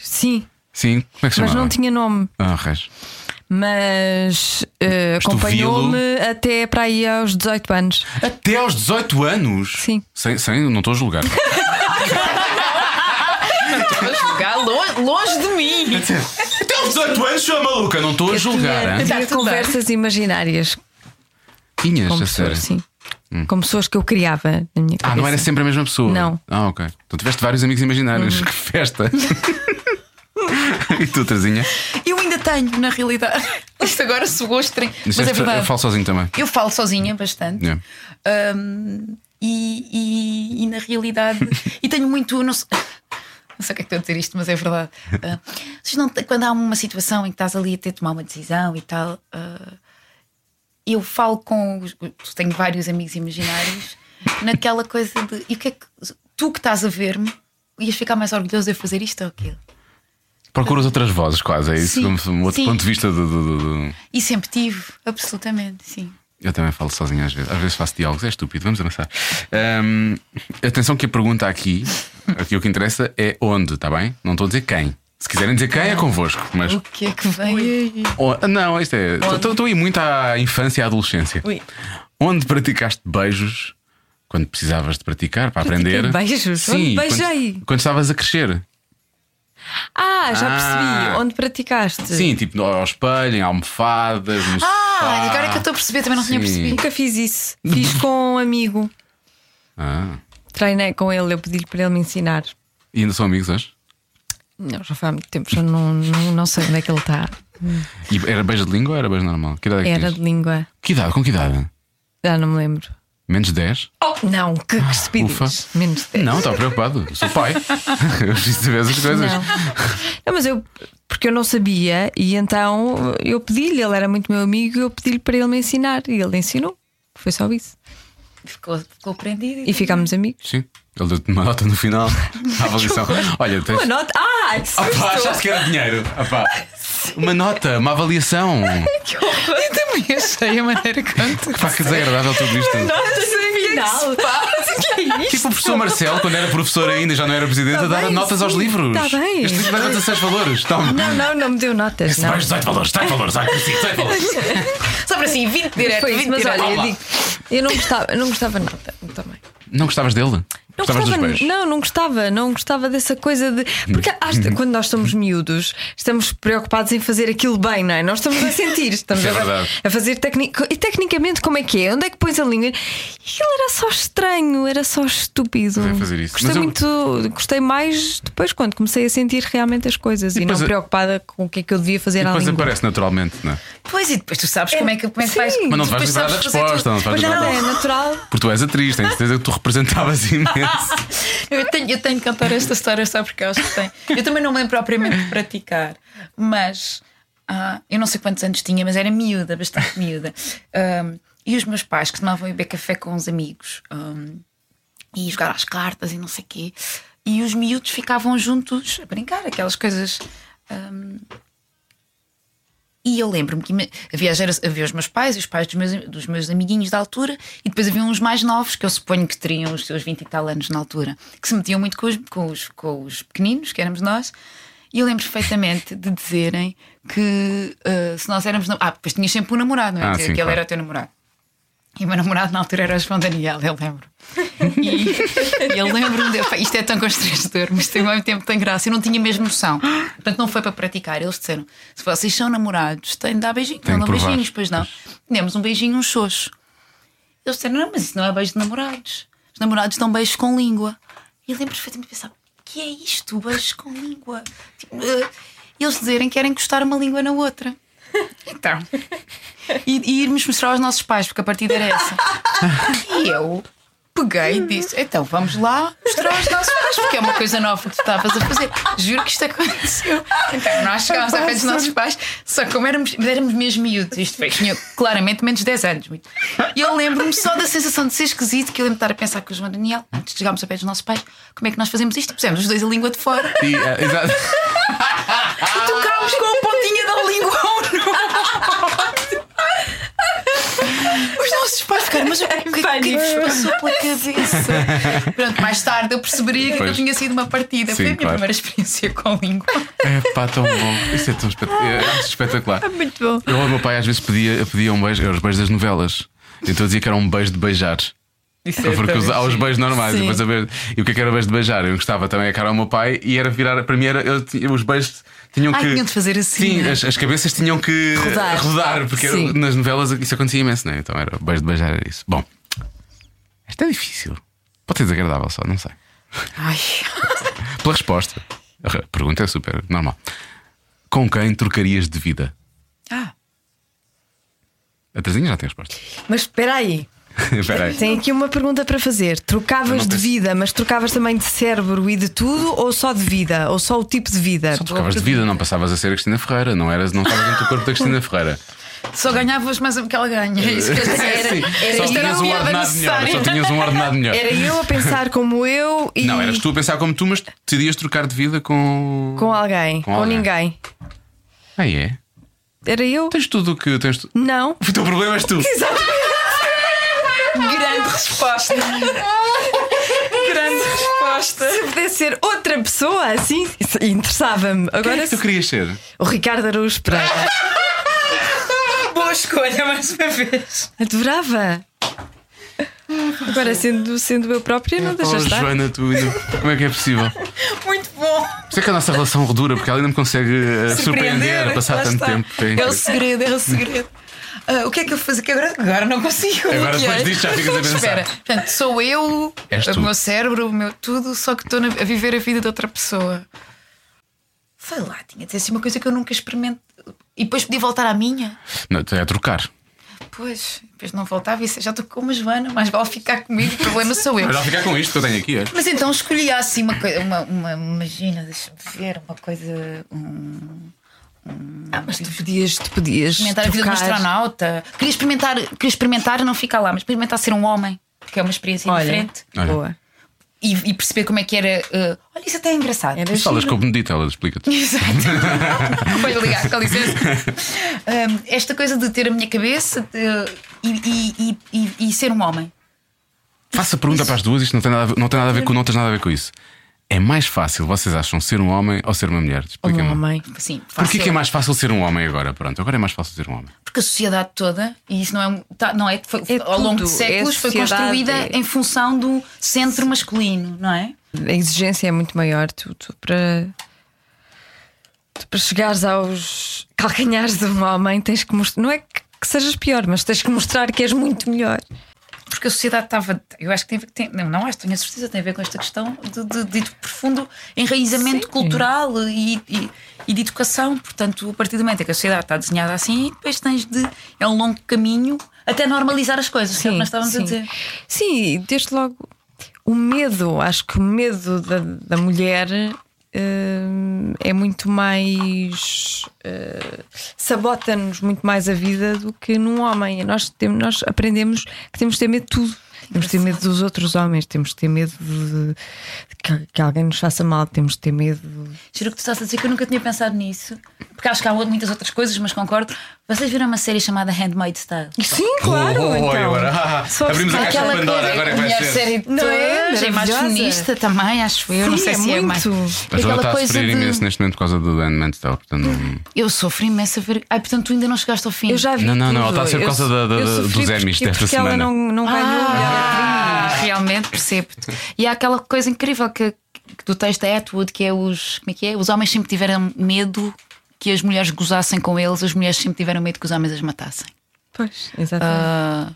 Speaker 2: Sim,
Speaker 3: Sim, como é que se
Speaker 2: mas
Speaker 3: chamava?
Speaker 2: não tinha nome.
Speaker 3: Ah, res.
Speaker 2: Mas eh,
Speaker 3: tu
Speaker 2: acompanhou-me até para aí aos 18 anos.
Speaker 3: Até aos 18 anos?
Speaker 2: Sim.
Speaker 3: Sem, sem não estou a julgar.
Speaker 4: Vou jogar longe, longe de mim.
Speaker 3: Até aos 18 anos, sua maluca, não estou a julgar.
Speaker 2: Eu
Speaker 3: hein?
Speaker 2: tinha
Speaker 4: Exato,
Speaker 2: conversas imaginárias
Speaker 3: Tinhas,
Speaker 2: com
Speaker 3: a sério.
Speaker 2: pessoas, sim. Com pessoas que eu criava na minha cabeça.
Speaker 3: Hum. Ah, não era sempre a mesma pessoa?
Speaker 2: Não.
Speaker 3: Ah, ok. Então tiveste vários amigos imaginários.
Speaker 4: Uhum.
Speaker 3: Que festa! e tu, Trazinha?
Speaker 4: Eu ainda tenho, na realidade. Isto agora soou estranho. Mas é
Speaker 3: eu
Speaker 4: verdade.
Speaker 3: falo sozinho também. É.
Speaker 4: Eu falo sozinha bastante.
Speaker 3: Yeah.
Speaker 4: Hum, e, e- e na realidade. e tenho muito. Não sei, não sei o que é que estou a dizer isto, mas é verdade. Ah, vocês não te- quando há uma situação em que estás ali a ter de tomar uma decisão e tal. ah, eu falo com. os- Tenho vários amigos imaginários naquela coisa de. E o que é que. Tu que estás a ver-me, ias ficar mais orgulhoso de eu fazer isto ou aquilo?
Speaker 3: Procuras outras vozes, quase, é isso?
Speaker 4: Sim,
Speaker 3: Como um outro
Speaker 4: sim.
Speaker 3: ponto de vista do, do- do- do-
Speaker 4: E sempre tive, absolutamente, sim.
Speaker 3: Eu também falo sozinho às vezes. Às vezes faço diálogos, é estúpido, vamos avançar. Ahm, atenção que a pergunta aqui, aqui o que interessa é onde, está bem? Não estou a dizer quem. Se quiserem dizer quem é convosco, mas.
Speaker 4: O que é que vem aí?
Speaker 3: Oh, não, isto é. Estou estou a ir muito à infância e à adolescência. Onde praticaste beijos quando precisavas de praticar para
Speaker 2: Pratiquei
Speaker 3: aprender?
Speaker 2: beijos? Onde
Speaker 3: Sim,
Speaker 2: beijei?
Speaker 3: Quando, quando estavas a crescer.
Speaker 2: Ah, já
Speaker 3: Ah.
Speaker 2: percebi. Onde praticaste?
Speaker 3: Sim, tipo no- ao espelho, em almofadas, no
Speaker 4: Ah,
Speaker 3: sofá.
Speaker 4: agora é que eu estou a perceber, também não tinha
Speaker 3: Sim.
Speaker 4: percebido.
Speaker 2: Nunca fiz isso. Fiz com um amigo.
Speaker 3: Ah,
Speaker 2: Treinei com ele, eu pedi-lhe para ele me ensinar.
Speaker 3: E ainda são amigos hoje?
Speaker 2: Não, já foi há muito tempo, já não, não, não sei onde é que ele está.
Speaker 3: E era beijo de língua ou era beijo normal? Que idade é que
Speaker 2: Era
Speaker 3: tinhas?
Speaker 2: de língua.
Speaker 3: Que idade? Com que idade?
Speaker 2: Já não me lembro.
Speaker 3: Menos de 10?
Speaker 2: Oh, não, que, que estupidez.
Speaker 3: Ah, ufa.
Speaker 2: Menos de 10.
Speaker 3: Não, estava preocupado. Eu sou pai. eu preciso saber essas coisas.
Speaker 2: Não. Não, mas eu, porque eu não sabia, e então eu pedi-lhe, ele era muito meu amigo, eu pedi-lhe para ele me ensinar, e ele ensinou. Foi só isso.
Speaker 4: Ficou, ficou prendido.
Speaker 2: E ficámos amigos.
Speaker 3: Sim. Ele deu-te uma nota no final. A avaliação. Olha, tens.
Speaker 2: Uma nota. Ah, que
Speaker 3: Ah pá,
Speaker 2: susto!
Speaker 3: achaste que era dinheiro. Ah pá. Uma nota, uma avaliação.
Speaker 4: Eu também achei a maneira quanto.
Speaker 3: Pá, que desagradável tudo isto.
Speaker 2: Notas no final.
Speaker 3: Tipo o professor Marcelo, quando era professor ainda, e já não era presidente,
Speaker 2: Tá
Speaker 3: a dar
Speaker 2: bem,
Speaker 3: notas aos
Speaker 2: sim,
Speaker 3: livros.
Speaker 2: tá bem.
Speaker 3: Este livro dá 16 valores. Toma.
Speaker 2: Não, não, não me deu notas.
Speaker 3: Esse
Speaker 2: Não.
Speaker 3: mais 18 valores, 18 valores, vai, sim, 18 valores.
Speaker 4: Só para assim, 20 direto,
Speaker 2: Foi
Speaker 4: 20
Speaker 2: isso, mas
Speaker 4: direto.
Speaker 2: olha, eu
Speaker 3: Toma.
Speaker 2: digo, eu não gostava, eu não gostava nada também.
Speaker 3: Não gostavas dele?
Speaker 2: Não
Speaker 3: Gostavas dos
Speaker 2: gostava,
Speaker 3: beijos?
Speaker 2: não, não gostava, não gostava dessa coisa de. Porque acho
Speaker 3: Uhum.
Speaker 2: que quando nós somos miúdos, estamos preocupados em fazer aquilo bem, não é? Nós estamos a sentir, estamos
Speaker 3: É
Speaker 2: a,
Speaker 3: verdade.
Speaker 2: a fazer técnica. E tecnicamente, como é que é? Onde é que pões a língua? Aquilo era só estranho, era só estúpido.
Speaker 3: Devem fazer isso.
Speaker 2: Gostei
Speaker 3: Mas eu-
Speaker 2: muito, gostei mais depois quando comecei a sentir realmente as coisas e,
Speaker 3: E
Speaker 2: não
Speaker 3: depois a-
Speaker 2: preocupada com o que é que eu devia fazer
Speaker 3: E
Speaker 2: à
Speaker 3: depois
Speaker 2: língua.
Speaker 3: aparece naturalmente, não é?
Speaker 4: Pois, e depois tu sabes como é que, como é que
Speaker 2: Sim.
Speaker 4: faz.
Speaker 2: Mas
Speaker 3: Mas não te vais
Speaker 4: depois
Speaker 3: lembrar da
Speaker 4: sabes fazer
Speaker 3: resposta,
Speaker 4: tudo.
Speaker 3: não te vais
Speaker 2: Pois
Speaker 3: lembrar
Speaker 2: não, é
Speaker 3: da resposta.
Speaker 2: natural.
Speaker 3: Porque tu és atriz, tenho certeza que tu representavas imenso.
Speaker 4: Eu tenho, eu tenho que contar esta história só porque acho que tem. Eu também não me lembro propriamente de praticar, mas ah, eu não sei quantos anos tinha, mas era miúda, bastante miúda. Ahm, e os meus pais que tomavam beber café com uns amigos ahm, e jogar às cartas e não sei quê. E os miúdos ficavam juntos a brincar, aquelas coisas. ahm, e eu lembro-me que ima- havia, a gera- havia os meus pais e os pais dos meus, dos meus amiguinhos da altura, e depois havia uns mais novos, que eu suponho que teriam os seus 20 e tal anos na altura, que se metiam muito com os, com os, com os pequeninos, que éramos nós. E eu lembro perfeitamente de dizerem que eh, se nós éramos. nam- Ah, depois tinhas sempre um namorado, não é?
Speaker 3: Ah,
Speaker 4: que
Speaker 3: sim,
Speaker 4: ele
Speaker 3: claro.
Speaker 4: era o teu namorado. E o meu namorado na altura era o João Daniel, eu lembro. E eu lembro-me de. Pá, Isto é tão constrangedor, mas tem ao mesmo tempo tão graça. Eu não tinha mesmo noção. Portanto, não foi para praticar. Eles disseram: se vocês são namorados, têm de dar beijinhos.
Speaker 3: Tem
Speaker 4: Não
Speaker 3: que
Speaker 4: dão
Speaker 3: provar.
Speaker 4: beijinhos, pois não. Demos um beijinho, um xoxo. Eles disseram: não, mas isso não é beijo de namorados. Os namorados dão beijos com língua. E eu lembro perfeitamente de pensar: o que é isto? Beijos com língua? Tipo, eh, eles dizerem que querem encostar uma língua na outra. Então. E, e irmos mostrar aos nossos pais, porque a partida era essa. E eu peguei e disse: então vamos lá mostrar aos nossos pais, porque é uma coisa nova que tu estavas a fazer. Juro que isto aconteceu. Então nós chegámos à frente dos nossos pais, só que como éramos, éramos mesmo miúdos, isto foi, tinha claramente menos de 10 anos. muito. E eu lembro-me só da sensação de ser esquisito, que eu lembro de estar a pensar com o João Daniel, antes de chegarmos a pé dos nossos pais, como é que nós fazemos isto? E pusemos os dois a língua de fora
Speaker 3: E, ah, exato.
Speaker 4: e tocámos com a pontinha da língua um no outro. Os nossos pais ficaram, mas o que, o que é que vos passou pela cabeça? Pronto, mais tarde eu perceberia que
Speaker 3: Pois.
Speaker 4: eu tinha sido uma partida.
Speaker 3: Sim,
Speaker 4: Foi a minha
Speaker 3: claro.
Speaker 4: primeira experiência com língua.
Speaker 3: É pá, tão bom. Isso é tão espetacular. Eu acho espetacular.
Speaker 2: Muito bom.
Speaker 3: Eu, o meu pai às vezes pedia, pedia um beijo, eram os beijos das novelas. Então eu dizia que era um beijo de beijar.
Speaker 4: é
Speaker 3: Porque os- há os beijos normais. E, depois a beijo- e o que é que era beijo de beijar? Eu gostava também a cara ao meu pai e era virar para mim, era, eu ti- os beijos tinham
Speaker 4: Ah,
Speaker 3: que.
Speaker 4: tinham de fazer assim,
Speaker 3: Sim,
Speaker 4: né?
Speaker 3: as, as cabeças tinham que
Speaker 2: Rodar.
Speaker 3: porque
Speaker 2: Sim.
Speaker 3: era- nas novelas isso acontecia imenso, né? Então era beijo de beijar, era isso. Bom, esta é difícil. Pode ser desagradável só, não sei.
Speaker 4: Ai,
Speaker 3: Pela resposta, a pergunta é super normal. Com quem trocarias de vida?
Speaker 4: ah,
Speaker 3: A Terezinha já tem resposta.
Speaker 2: Mas espera aí.
Speaker 3: Espera aí.
Speaker 2: Tem aqui uma pergunta para fazer. Trocavas
Speaker 3: Eu não
Speaker 2: de
Speaker 3: penso-
Speaker 2: vida, mas trocavas também de cérebro e de tudo, ou só de vida? Ou só o tipo de
Speaker 4: é
Speaker 2: vida?
Speaker 3: Só trocavas de vida, não passavas a ser a Cristina Ferreira, não eras, não estavas dentro do corpo da Cristina Ferreira.
Speaker 4: só ganhavas mais do que ela ganha. É Isso que eu disse.
Speaker 3: Sim, só
Speaker 4: isto
Speaker 3: tinhas
Speaker 4: era a
Speaker 3: um
Speaker 4: piada
Speaker 3: ordenado melhor. Só
Speaker 4: necessária.
Speaker 3: tinhas um ordenado melhor.
Speaker 2: Era eu a pensar como eu e
Speaker 3: Não, eras tu a pensar como tu, mas decidias trocar de vida com.
Speaker 2: com alguém, com,
Speaker 3: Com alguém.
Speaker 2: ninguém.
Speaker 3: Ah, é?
Speaker 2: Era eu?
Speaker 3: Tens tudo o que. Tens tu...
Speaker 2: Não.
Speaker 3: O teu problema és tu.
Speaker 4: Grande resposta. Grande resposta.
Speaker 2: Se pudesse ser outra pessoa, assim, isso interessava-me.
Speaker 3: Quem é
Speaker 2: Agora
Speaker 3: que tu
Speaker 2: se-
Speaker 3: querias ser?
Speaker 2: o Ricardo Araújo Pereira.
Speaker 4: Boa escolha, mais uma vez.
Speaker 2: Adorava. Agora, sendo, sendo eu própria, não deixa
Speaker 3: oh,
Speaker 2: estar.
Speaker 3: Joana, tu ainda. Como é que é possível? Por
Speaker 4: Muito bom.
Speaker 3: isso é que a nossa relação redura, porque ela ainda me consegue eh, surpreender a passar
Speaker 4: lá
Speaker 3: tanto
Speaker 4: está.
Speaker 3: tempo. É
Speaker 4: É o
Speaker 3: incrível.
Speaker 4: segredo, é o segredo. Ah, o que é que eu fazer? Que agora, agora não consigo.
Speaker 3: Agora
Speaker 4: O que é?
Speaker 3: depois disto já ficas a pensar.
Speaker 4: Espera, portanto, sou eu,
Speaker 3: És
Speaker 4: o
Speaker 3: tu.
Speaker 4: meu cérebro, o meu tudo, só que estou na- a viver a vida de outra pessoa. Sei lá, tinha de ser assim uma coisa que eu nunca experimento. E depois podia voltar à minha?
Speaker 3: Não, tu é a trocar.
Speaker 4: Pois, depois não voltava e já estou com uma Joana, mas vale ficar comigo, o problema sou eu.
Speaker 3: Mas já ficar com isto que eu tenho aqui, é?
Speaker 4: Mas então escolhi assim uma coisa, uma, uma- imagina, deixa-me ver, uma coisa. Um,
Speaker 2: Ah, mas tu podias, tu podias.
Speaker 4: experimentar a vida de um
Speaker 2: trocar.
Speaker 4: astronauta. Queria experimentar, queria experimentar e não ficar lá, mas experimentar ser um homem, porque é uma experiência
Speaker 2: Olha,
Speaker 4: diferente.
Speaker 3: Olha.
Speaker 2: Boa.
Speaker 4: E, e perceber como é que era. eh, olha, isso até é engraçado.
Speaker 2: Era
Speaker 3: Mas falas
Speaker 2: giro.
Speaker 3: com o Benedito, ela explica-te.
Speaker 4: Exato. Foi ligar, com licença. Ahm, esta coisa de ter a minha cabeça de- e, e- e- e- e ser um homem.
Speaker 3: Faça a pergunta para as duas, isto não tem nada a ver, não tem nada a ver com, não tens nada a ver com isso. É mais fácil, vocês acham, ser um homem ou ser uma mulher? Expliquem-me.
Speaker 2: Uma mãe.
Speaker 4: Sim,
Speaker 3: Porquê
Speaker 4: fácil.
Speaker 3: que é mais fácil ser um homem agora? Pronto, agora é mais fácil ser um homem.
Speaker 4: Porque a sociedade toda, e isso não é. um- tá- não é, foi-
Speaker 2: É
Speaker 4: ao longo
Speaker 2: tudo,
Speaker 4: de séculos,
Speaker 2: é
Speaker 4: foi
Speaker 2: sociedade,
Speaker 4: construída
Speaker 2: é-
Speaker 4: em função do centro masculino, não é?
Speaker 2: A exigência é muito maior. Tu, tu para. Tu para chegares aos calcanhares de um homem, tens que mostrar. Não é que, que sejas pior, mas tens que mostrar que és muito melhor.
Speaker 4: Porque a sociedade estava. Eu acho que tem a ver. Tem, não, não acho, tenho a certeza, tem a ver com esta questão de, de- de profundo enraizamento cultural e, e- e de educação. Portanto, a partir do momento em que a sociedade está desenhada assim, depois tens de. É um longo caminho até normalizar as coisas, que é o que nós estávamos a
Speaker 2: sim.
Speaker 4: dizer.
Speaker 2: Sim, desde logo o medo, acho que o medo da, da mulher hum, é muito mais. eh, sabota-nos muito mais a vida do que num homem. Nós, temos, nós aprendemos que temos de ter medo de tudo. Temos de ter medo dos outros homens, temos de ter medo de que, que alguém nos faça mal, temos de ter medo.
Speaker 4: Giro que tu estás a dizer que eu nunca tinha pensado nisso, porque acho que há muitas outras coisas, mas concordo. Vocês viram uma série chamada Handmade Style?
Speaker 2: Sim, claro!
Speaker 3: Oh, oh, oh,
Speaker 2: então.
Speaker 3: agora, ah,
Speaker 2: Só
Speaker 3: abrimos a
Speaker 2: porque
Speaker 3: caixa de
Speaker 2: aquela
Speaker 3: Pandora,
Speaker 2: coisa-
Speaker 3: agora é que vai
Speaker 4: Melhor
Speaker 3: ser.
Speaker 4: série de
Speaker 2: Não é?
Speaker 4: todas, é mais
Speaker 2: Maravilhosa.
Speaker 4: feminista também, acho eu. não
Speaker 2: Sim,
Speaker 4: sei
Speaker 2: é
Speaker 4: se é mais.
Speaker 2: muito.
Speaker 3: Mas ela está a sofrer
Speaker 4: de-
Speaker 3: imenso neste momento por causa do Dan Mansell, portanto.
Speaker 4: Eu sofro imenso a ver. Ai, portanto, tu ainda não chegaste ao fim.
Speaker 2: Eu já vi.
Speaker 3: Não, não, não,
Speaker 2: tudo.
Speaker 3: está a ser por
Speaker 2: Eu
Speaker 3: causa
Speaker 2: so-
Speaker 3: da- da-
Speaker 2: eu
Speaker 3: da-
Speaker 2: sofri
Speaker 3: dos Emmys
Speaker 2: porque-
Speaker 3: desta
Speaker 2: porque ela
Speaker 3: semana.
Speaker 2: não, não ganhou
Speaker 4: Ah, realmente percebo-te. E há aquela coisa incrível que, que do texto da Atwood, que é os. Como é que é? Os homens sempre tiveram medo que as mulheres gozassem com eles, as mulheres sempre tiveram medo que os homens as matassem.
Speaker 2: Pois, exatamente.
Speaker 4: Ah,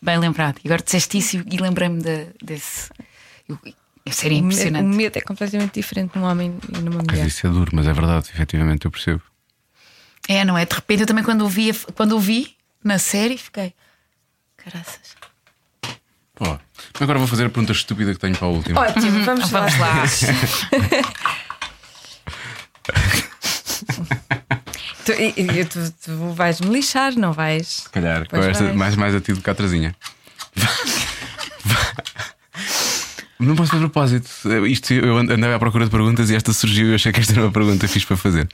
Speaker 4: bem lembrado. E agora disseste isso e- e lembrei-me de- desse. Eu, seria
Speaker 2: O me- O
Speaker 4: impressionante.
Speaker 2: medo é completamente diferente num homem e numa
Speaker 3: Mas
Speaker 2: mulher.
Speaker 3: isso é duro, mas é verdade, efetivamente eu percebo.
Speaker 4: É, não é? De repente eu também quando o vi, quando o vi na série fiquei. Caraças.
Speaker 3: Ó, agora vou fazer a pergunta estúpida que tenho para a última.
Speaker 2: Ótimo, vamos lá.
Speaker 4: Vamos lá.
Speaker 2: Tu, e- e tu- tu vais me lixar, não vais?
Speaker 3: Se calhar, com
Speaker 2: Pois
Speaker 3: esta,
Speaker 2: vais.
Speaker 3: mais, mais a ti do que a trazinha. Não posso fazer propósito. Isto, eu and- andava à procura de perguntas e esta surgiu e eu achei que esta era uma pergunta fixe para fazer.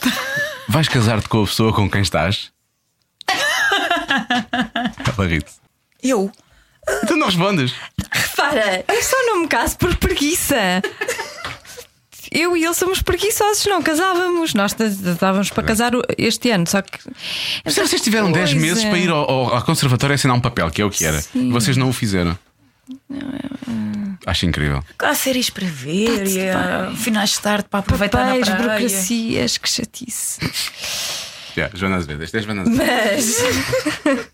Speaker 2: tá-
Speaker 3: Vais casar-te com a pessoa com quem estás? Ela Então ri-te.
Speaker 4: eu?
Speaker 3: Tu não respondes.
Speaker 2: Repara, eu só não me caso por preguiça. Eu e ele somos preguiçosos, não casávamos. Nós t- t- estávamos para casar o- este ano, só que.
Speaker 3: Mas Vocês tiveram 10
Speaker 2: Pois
Speaker 3: meses
Speaker 2: é.
Speaker 3: para ir ao, ao, ao conservatório assinar um papel, que é o que era. E Vocês não o fizeram. Acho incrível.
Speaker 4: Há séries para ver e há finais de tarde para aproveitar
Speaker 2: é- Papéis,
Speaker 4: na praia.
Speaker 2: burocracias, que chatice.
Speaker 3: Yeah, Joana Azevedo, este é Joana Azevedo.
Speaker 2: Mas.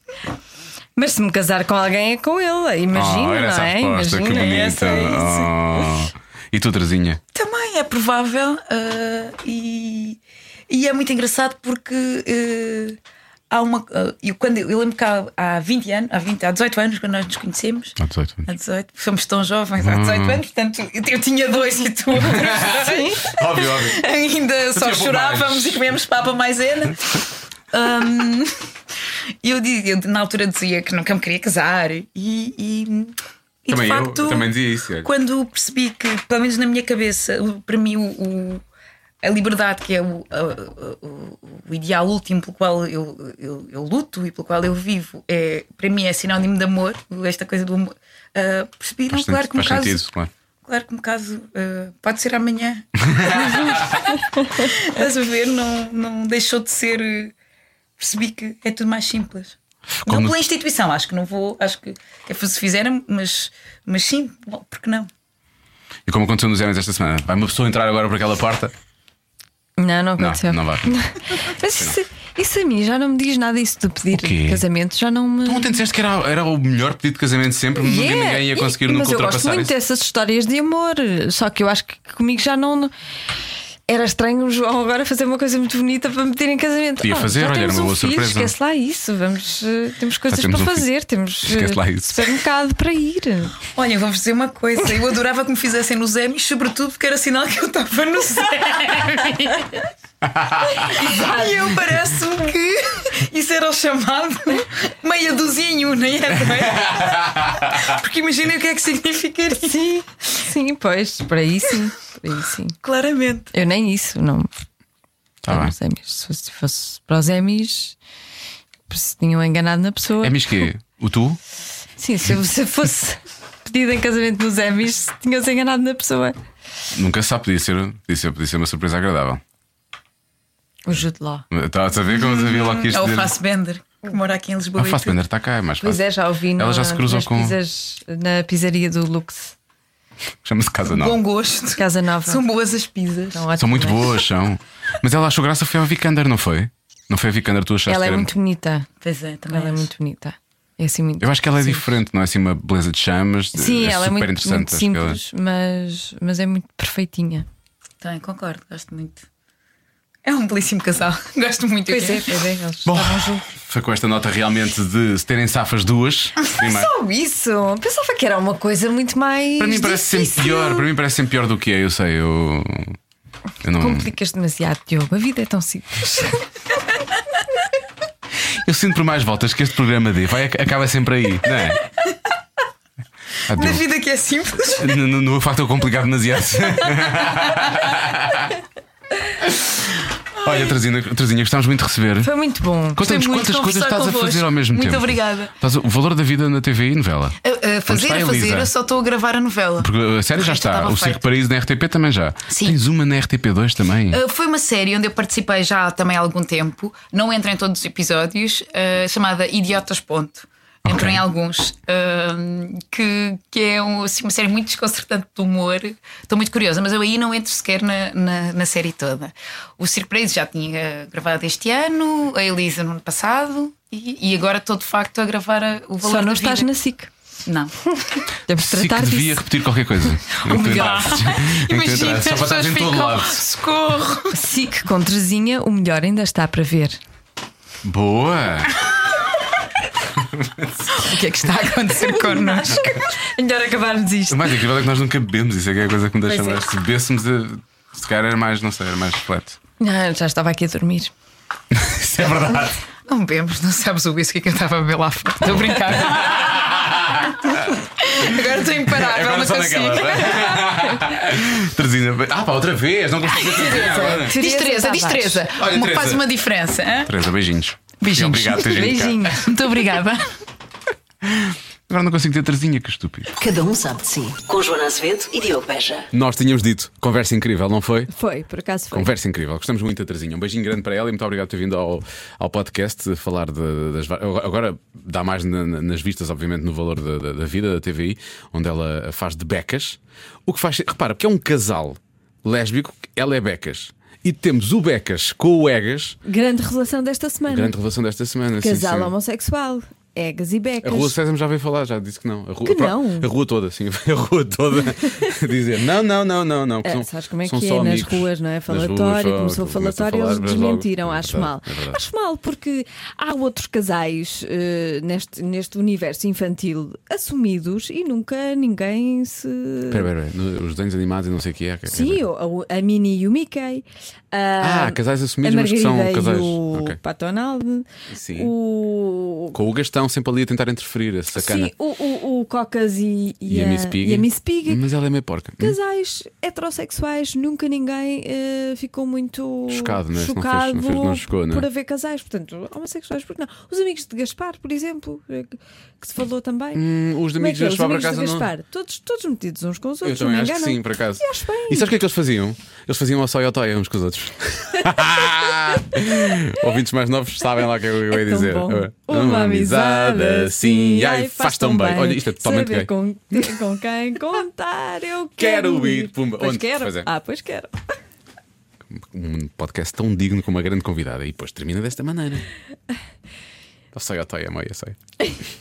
Speaker 2: Mas se me casar com alguém é com ele, imagina,
Speaker 3: oh, era essa
Speaker 2: não
Speaker 3: a
Speaker 2: é?
Speaker 3: resposta,
Speaker 2: imagina,
Speaker 3: que
Speaker 2: essa é
Speaker 3: bonita.
Speaker 2: isso.
Speaker 3: Oh. E tu, Trazinha?
Speaker 4: Também é provável ah, e, e é muito engraçado porque eh, há uma. ah, eu, quando, eu lembro que há, há 20 anos, há, 20, há 18 anos, quando nós nos conhecemos,
Speaker 3: Há 18
Speaker 4: há
Speaker 3: anos.
Speaker 4: 18, somos tão jovens, há 18 anos, portanto eu, eu tinha dois e tu.
Speaker 3: Óbvio, óbvio.
Speaker 4: ainda só
Speaker 3: Tipo,
Speaker 4: chorávamos
Speaker 3: mais.
Speaker 4: e comíamos papa maisena. Hum, E eu, dizia, eu na altura dizia que nunca me queria casar e, e, e
Speaker 3: Também
Speaker 4: de
Speaker 3: eu,
Speaker 4: facto
Speaker 3: eu também dizia isso, é.
Speaker 4: quando percebi que pelo menos na minha cabeça o- para mim o, o- a liberdade que é o, a- o- o ideal último pelo qual eu, eu, eu luto e pelo qual eu vivo é para mim é sinónimo de amor esta coisa do amor Ah, percebi não,
Speaker 3: Faz,
Speaker 4: claro
Speaker 3: sentido,
Speaker 4: que me
Speaker 3: faz
Speaker 4: caso
Speaker 3: sentido, claro.
Speaker 4: Claro que me caso eh, pode ser amanhã. Estás a ver? Não, não deixou de ser. eh, Percebi que é tudo mais simples. Não
Speaker 3: Como-
Speaker 4: pela instituição, acho que não vou, acho que é se fizeram, mas, mas sim, bom, porque não?
Speaker 3: E como aconteceu nos anos esta semana? Vai uma pessoa entrar agora por aquela porta?
Speaker 2: Não, não
Speaker 3: Não,
Speaker 2: aconteceu.
Speaker 3: não vai.
Speaker 2: Mas isso, isso a mim já não me diz nada, isso de pedir
Speaker 3: O quê?
Speaker 2: casamento já não me.
Speaker 3: Ontem disseste que era, era o melhor pedido de casamento sempre, nunca
Speaker 2: Yeah,
Speaker 3: ninguém ia
Speaker 2: e-
Speaker 3: conseguir nunca
Speaker 2: mas eu gosto
Speaker 3: ultrapassar
Speaker 2: muito
Speaker 3: isso.
Speaker 2: dessas histórias de amor, só que eu acho que comigo já não. Era estranho o João agora fazer uma coisa muito bonita para meter em casamento.
Speaker 3: Podia fazer,
Speaker 2: já
Speaker 3: olha, era
Speaker 2: temos
Speaker 3: uma
Speaker 2: um
Speaker 3: boa
Speaker 2: filho,
Speaker 3: surpresa.
Speaker 2: Esquece lá isso, vamos, eh, temos coisas
Speaker 3: temos
Speaker 2: para
Speaker 3: um filho.
Speaker 2: fazer, temos
Speaker 3: Esquece lá isso.
Speaker 2: um bocado para ir.
Speaker 4: Olha, vou-vos dizer uma coisa, eu adorava que me fizessem nos Emmys, sobretudo porque era sinal que eu estava no E eu parece-me que isso era o chamado meia dozinho, nem é? não é? Porque imaginem o que é que significaria.
Speaker 2: Sim, sim, pois, para aí sim, para aí sim.
Speaker 4: Claramente.
Speaker 2: Eu nem isso, não.
Speaker 3: Tá
Speaker 2: para
Speaker 3: bem.
Speaker 2: os Emmys. Se fosse, fosse para os Emmys, se tinham enganado na pessoa.
Speaker 3: É Miss quê? O tu?
Speaker 2: Sim, se eu- se eu fosse. pedido em casamento nos Emmys se tinhas enganado na pessoa.
Speaker 8: Nunca se sabe, podia ser, podia, ser, podia ser uma surpresa agradável.
Speaker 4: O Jude Law.
Speaker 8: Estás a ver como eu havia logo que isto.
Speaker 4: É o
Speaker 8: dizer-
Speaker 4: Fassbender, que mora aqui em Lisboa.
Speaker 8: Ah,
Speaker 4: e
Speaker 8: faz
Speaker 4: tudo.
Speaker 8: Bender está cá, é mais
Speaker 2: Pois
Speaker 8: fácil.
Speaker 2: é, já ouvi
Speaker 8: Ela
Speaker 2: na,
Speaker 8: já se cruzou
Speaker 2: nas
Speaker 8: com-
Speaker 2: pizzas- na pizzaria do Lux,
Speaker 8: Chama-se Casa Nova.
Speaker 4: Bom gosto.
Speaker 2: Casa Nova.
Speaker 4: São boas as pizzas.
Speaker 2: São ótimas.
Speaker 8: São muito boas, são. Mas ela achou graça foi ao Vikander, não foi? Não foi a Vikander, tu achaste
Speaker 2: Ela
Speaker 8: que
Speaker 2: é
Speaker 8: era.
Speaker 2: muito bonita.
Speaker 4: Pois é, também.
Speaker 2: Ela é
Speaker 4: acho.
Speaker 2: muito bonita. É assim muito.
Speaker 8: Eu acho que ela é diferente, não é assim uma beleza de chamas.
Speaker 2: Sim,
Speaker 8: é
Speaker 2: ela é
Speaker 8: super
Speaker 2: muito,
Speaker 8: interessante.
Speaker 2: muito
Speaker 8: acho que ela-
Speaker 2: simples, mas, mas é muito perfeitinha.
Speaker 4: Também concordo, gosto muito. É um belíssimo casal. Gosto muito.
Speaker 2: Pois é, pois é. Eles
Speaker 8: Bom.
Speaker 2: estavam juntos.
Speaker 8: Foi com esta nota realmente de se terem safas duas. Primeiro.
Speaker 2: Só isso. Pensava que era uma coisa muito mais.
Speaker 8: Para mim parece
Speaker 2: difícil.
Speaker 8: sempre pior, para mim parece sempre pior do que é, eu sei, eu. Eu, não,
Speaker 2: Complicas demasiado, Diogo. A vida é tão simples.
Speaker 8: eu sinto por mais voltas que este programa dê, vai, acaba sempre aí, não é? Ah,
Speaker 4: Na
Speaker 8: Diogo,
Speaker 4: vida que é simples.
Speaker 8: no, no, no facto eu complicado é demasiado. Olha, Trazinha, Trazinha, gostámos muito de receber.
Speaker 2: Foi muito
Speaker 8: Conta-nos
Speaker 2: bom.
Speaker 4: Gostei muito de
Speaker 8: quantas coisas
Speaker 4: conversar
Speaker 8: estás a
Speaker 4: convosco.
Speaker 8: fazer ao mesmo
Speaker 4: Muito
Speaker 8: tempo.
Speaker 4: obrigada.
Speaker 8: Estás- o valor da vida na TV e novela.
Speaker 4: A, a fazer,
Speaker 8: está a
Speaker 4: a fazer,
Speaker 8: Elisa?
Speaker 4: eu só estou a gravar a novela.
Speaker 8: Porque a série já
Speaker 4: Já
Speaker 8: está.
Speaker 4: estava
Speaker 8: O Circo
Speaker 4: feito.
Speaker 8: Paraíso na RTP também já.
Speaker 4: Sim.
Speaker 8: Tens uma na RTP2 também.
Speaker 4: Uh, foi uma série onde eu participei já também há algum tempo, não entra em todos os episódios, uh, chamada Idiotas Ponto. Entro
Speaker 8: Ok.
Speaker 4: em alguns, um, que, que é um, assim, uma série muito desconcertante de humor. Estou muito curiosa, mas eu aí não entro sequer na, na, na série toda. O Surprise já tinha gravado este ano, a Elisa no ano passado, e, e agora estou de facto a gravar a- o valor
Speaker 2: Só não
Speaker 4: da
Speaker 2: estás
Speaker 4: vida.
Speaker 2: na SIC.
Speaker 4: Não.
Speaker 2: Devemos
Speaker 8: Sim, que
Speaker 2: tratar
Speaker 8: devia
Speaker 2: disso.
Speaker 8: repetir qualquer coisa. Não tem
Speaker 4: melhor.
Speaker 8: nada. Não tem
Speaker 4: Imagina,
Speaker 8: nada.
Speaker 4: as
Speaker 8: Só para estar
Speaker 4: pessoas
Speaker 8: em todo
Speaker 4: ficam.
Speaker 8: lado.
Speaker 4: Socorro!
Speaker 2: SIC com Terezinha, o melhor ainda está para ver.
Speaker 8: Boa!
Speaker 4: O que é que está a acontecer connosco?
Speaker 2: Melhor acabarmos isto.
Speaker 8: O mais incrível é que nós nunca bebemos, isso é que é a coisa que me deixa
Speaker 2: Pois é.
Speaker 8: mais. Se bebêssemos, eh, se calhar era mais, não sei, era mais flat.
Speaker 2: Não, já estava aqui a dormir.
Speaker 8: Isso é verdade.
Speaker 4: Não bebemos, não sabes o whisky que eu estava a beber lá fora. Estou a brincar. Agora estou
Speaker 3: É
Speaker 4: imparável,
Speaker 8: Agora
Speaker 4: mas
Speaker 8: só
Speaker 4: consigo.
Speaker 8: naquelas.
Speaker 3: né?
Speaker 8: Teresina, ah pá, outra vez, não consigo fazer Teresina agora.
Speaker 4: Diz Teresa, tá, diz
Speaker 2: Tavares.
Speaker 4: Teresa.
Speaker 8: Olha,
Speaker 4: Uma-
Speaker 8: Teresa.
Speaker 4: Faz uma diferença. hã?
Speaker 8: Teresa, beijinhos.
Speaker 4: Beijinhos.
Speaker 8: Obrigado, Teresina.
Speaker 2: Beijinhos.
Speaker 4: Muito obrigada.
Speaker 8: Agora não consigo ter Teresinha, que estúpido.
Speaker 1: Cada um sabe de si. Com Joana Azevedo e Diogo Beja.
Speaker 3: Nós tínhamos dito, conversa incrível, não foi?
Speaker 5: Foi, por acaso foi.
Speaker 3: Conversa incrível, gostamos muito da Terezinha. Um beijinho grande para ela e muito obrigado por ter vindo ao, ao podcast falar de- das. va- Agora dá mais na- na- nas vistas, obviamente, no valor da, da- da vida da TVI, onde ela faz de becas. O que faz. Repara, porque é um casal lésbico, ela é becas. E temos o Becas com o Egas,
Speaker 5: Grande revelação desta semana.
Speaker 3: grande revelação desta semana. sim,
Speaker 5: Casal é
Speaker 3: sim.
Speaker 5: homossexual. Egas e
Speaker 3: A
Speaker 5: becas.
Speaker 3: Rua Sésamo já veio falar, já disse que não. A rua,
Speaker 5: Que não?
Speaker 3: A rua toda, sim. A rua toda dizer não, não, não, não, não. que
Speaker 5: É,
Speaker 3: são-
Speaker 5: sabes como é
Speaker 3: são
Speaker 5: que
Speaker 3: só
Speaker 5: é? Nas
Speaker 3: amigos.
Speaker 5: ruas, não é?
Speaker 3: Nas
Speaker 5: Falatório,
Speaker 3: ruas,
Speaker 5: começou
Speaker 3: só-
Speaker 5: a falatório,
Speaker 3: começa
Speaker 5: eles
Speaker 3: a falar, mas logo-
Speaker 5: desmentiram.
Speaker 3: é
Speaker 5: acho
Speaker 3: verdade,
Speaker 5: mal.
Speaker 3: é verdade.
Speaker 5: acho mal, porque há outros casais eh, neste, neste universo infantil assumidos e nunca ninguém se.
Speaker 3: Pera, pera, pera. No- Os desenhos animados e não sei o que é. que-
Speaker 5: Sim, o- a, a Minnie e o Mickey. A,
Speaker 3: Ah, casais assumidos,
Speaker 5: a
Speaker 3: mas que
Speaker 5: Margarida
Speaker 3: são casais.
Speaker 5: E o
Speaker 3: Ok.
Speaker 5: Pato Donald.
Speaker 3: Sim.
Speaker 5: O.
Speaker 3: Com o Gastão sempre ali a tentar interferir, a sacana.
Speaker 5: Sim, o, o, o Cocas e, e
Speaker 3: E, a Miss Pig.
Speaker 5: e a Miss Pig.
Speaker 3: Mas ela é meio porca.
Speaker 5: Casais heterossexuais, nunca ninguém eh, ficou muito
Speaker 3: Chocado, né? Se não fez-
Speaker 5: chocado
Speaker 3: não fez- não chocou, né?
Speaker 5: por haver casais, portanto, homossexuais, porque não? Os amigos de Gaspar, por exemplo, eh, que que se falou também.
Speaker 3: Hum, os
Speaker 5: Como é
Speaker 3: amigos
Speaker 5: que é?
Speaker 3: da
Speaker 5: Os
Speaker 3: Chava
Speaker 5: amigos
Speaker 3: casa
Speaker 5: de
Speaker 3: não.
Speaker 5: Gaspar, todos, todos metidos uns com os
Speaker 3: Eu
Speaker 5: outros,
Speaker 3: também
Speaker 5: não
Speaker 3: acho que
Speaker 5: enganam.
Speaker 3: sim, por acaso.
Speaker 5: E acho bem.
Speaker 3: E sabes o que é que eles faziam? Eles faziam ao só e ao toia uns com os outros. Ouvintes mais novos sabem lá o que é que eu ia
Speaker 5: É tão
Speaker 3: dizer.
Speaker 5: bom. Uma amizade assim, ai, faz tão bem.
Speaker 3: Olha, isto é totalmente
Speaker 5: Saber
Speaker 3: gay.
Speaker 5: com, ter com quem contar, eu
Speaker 3: Quero
Speaker 5: quero.
Speaker 3: ir. Pumba.
Speaker 5: Pois
Speaker 3: Onde?
Speaker 5: quero.
Speaker 3: Pois é.
Speaker 5: Ah, pois quero.
Speaker 3: Um podcast tão digno é com uma grande convidada. E depois termina desta maneira. Ao só e ao toia, mãe, eu sei.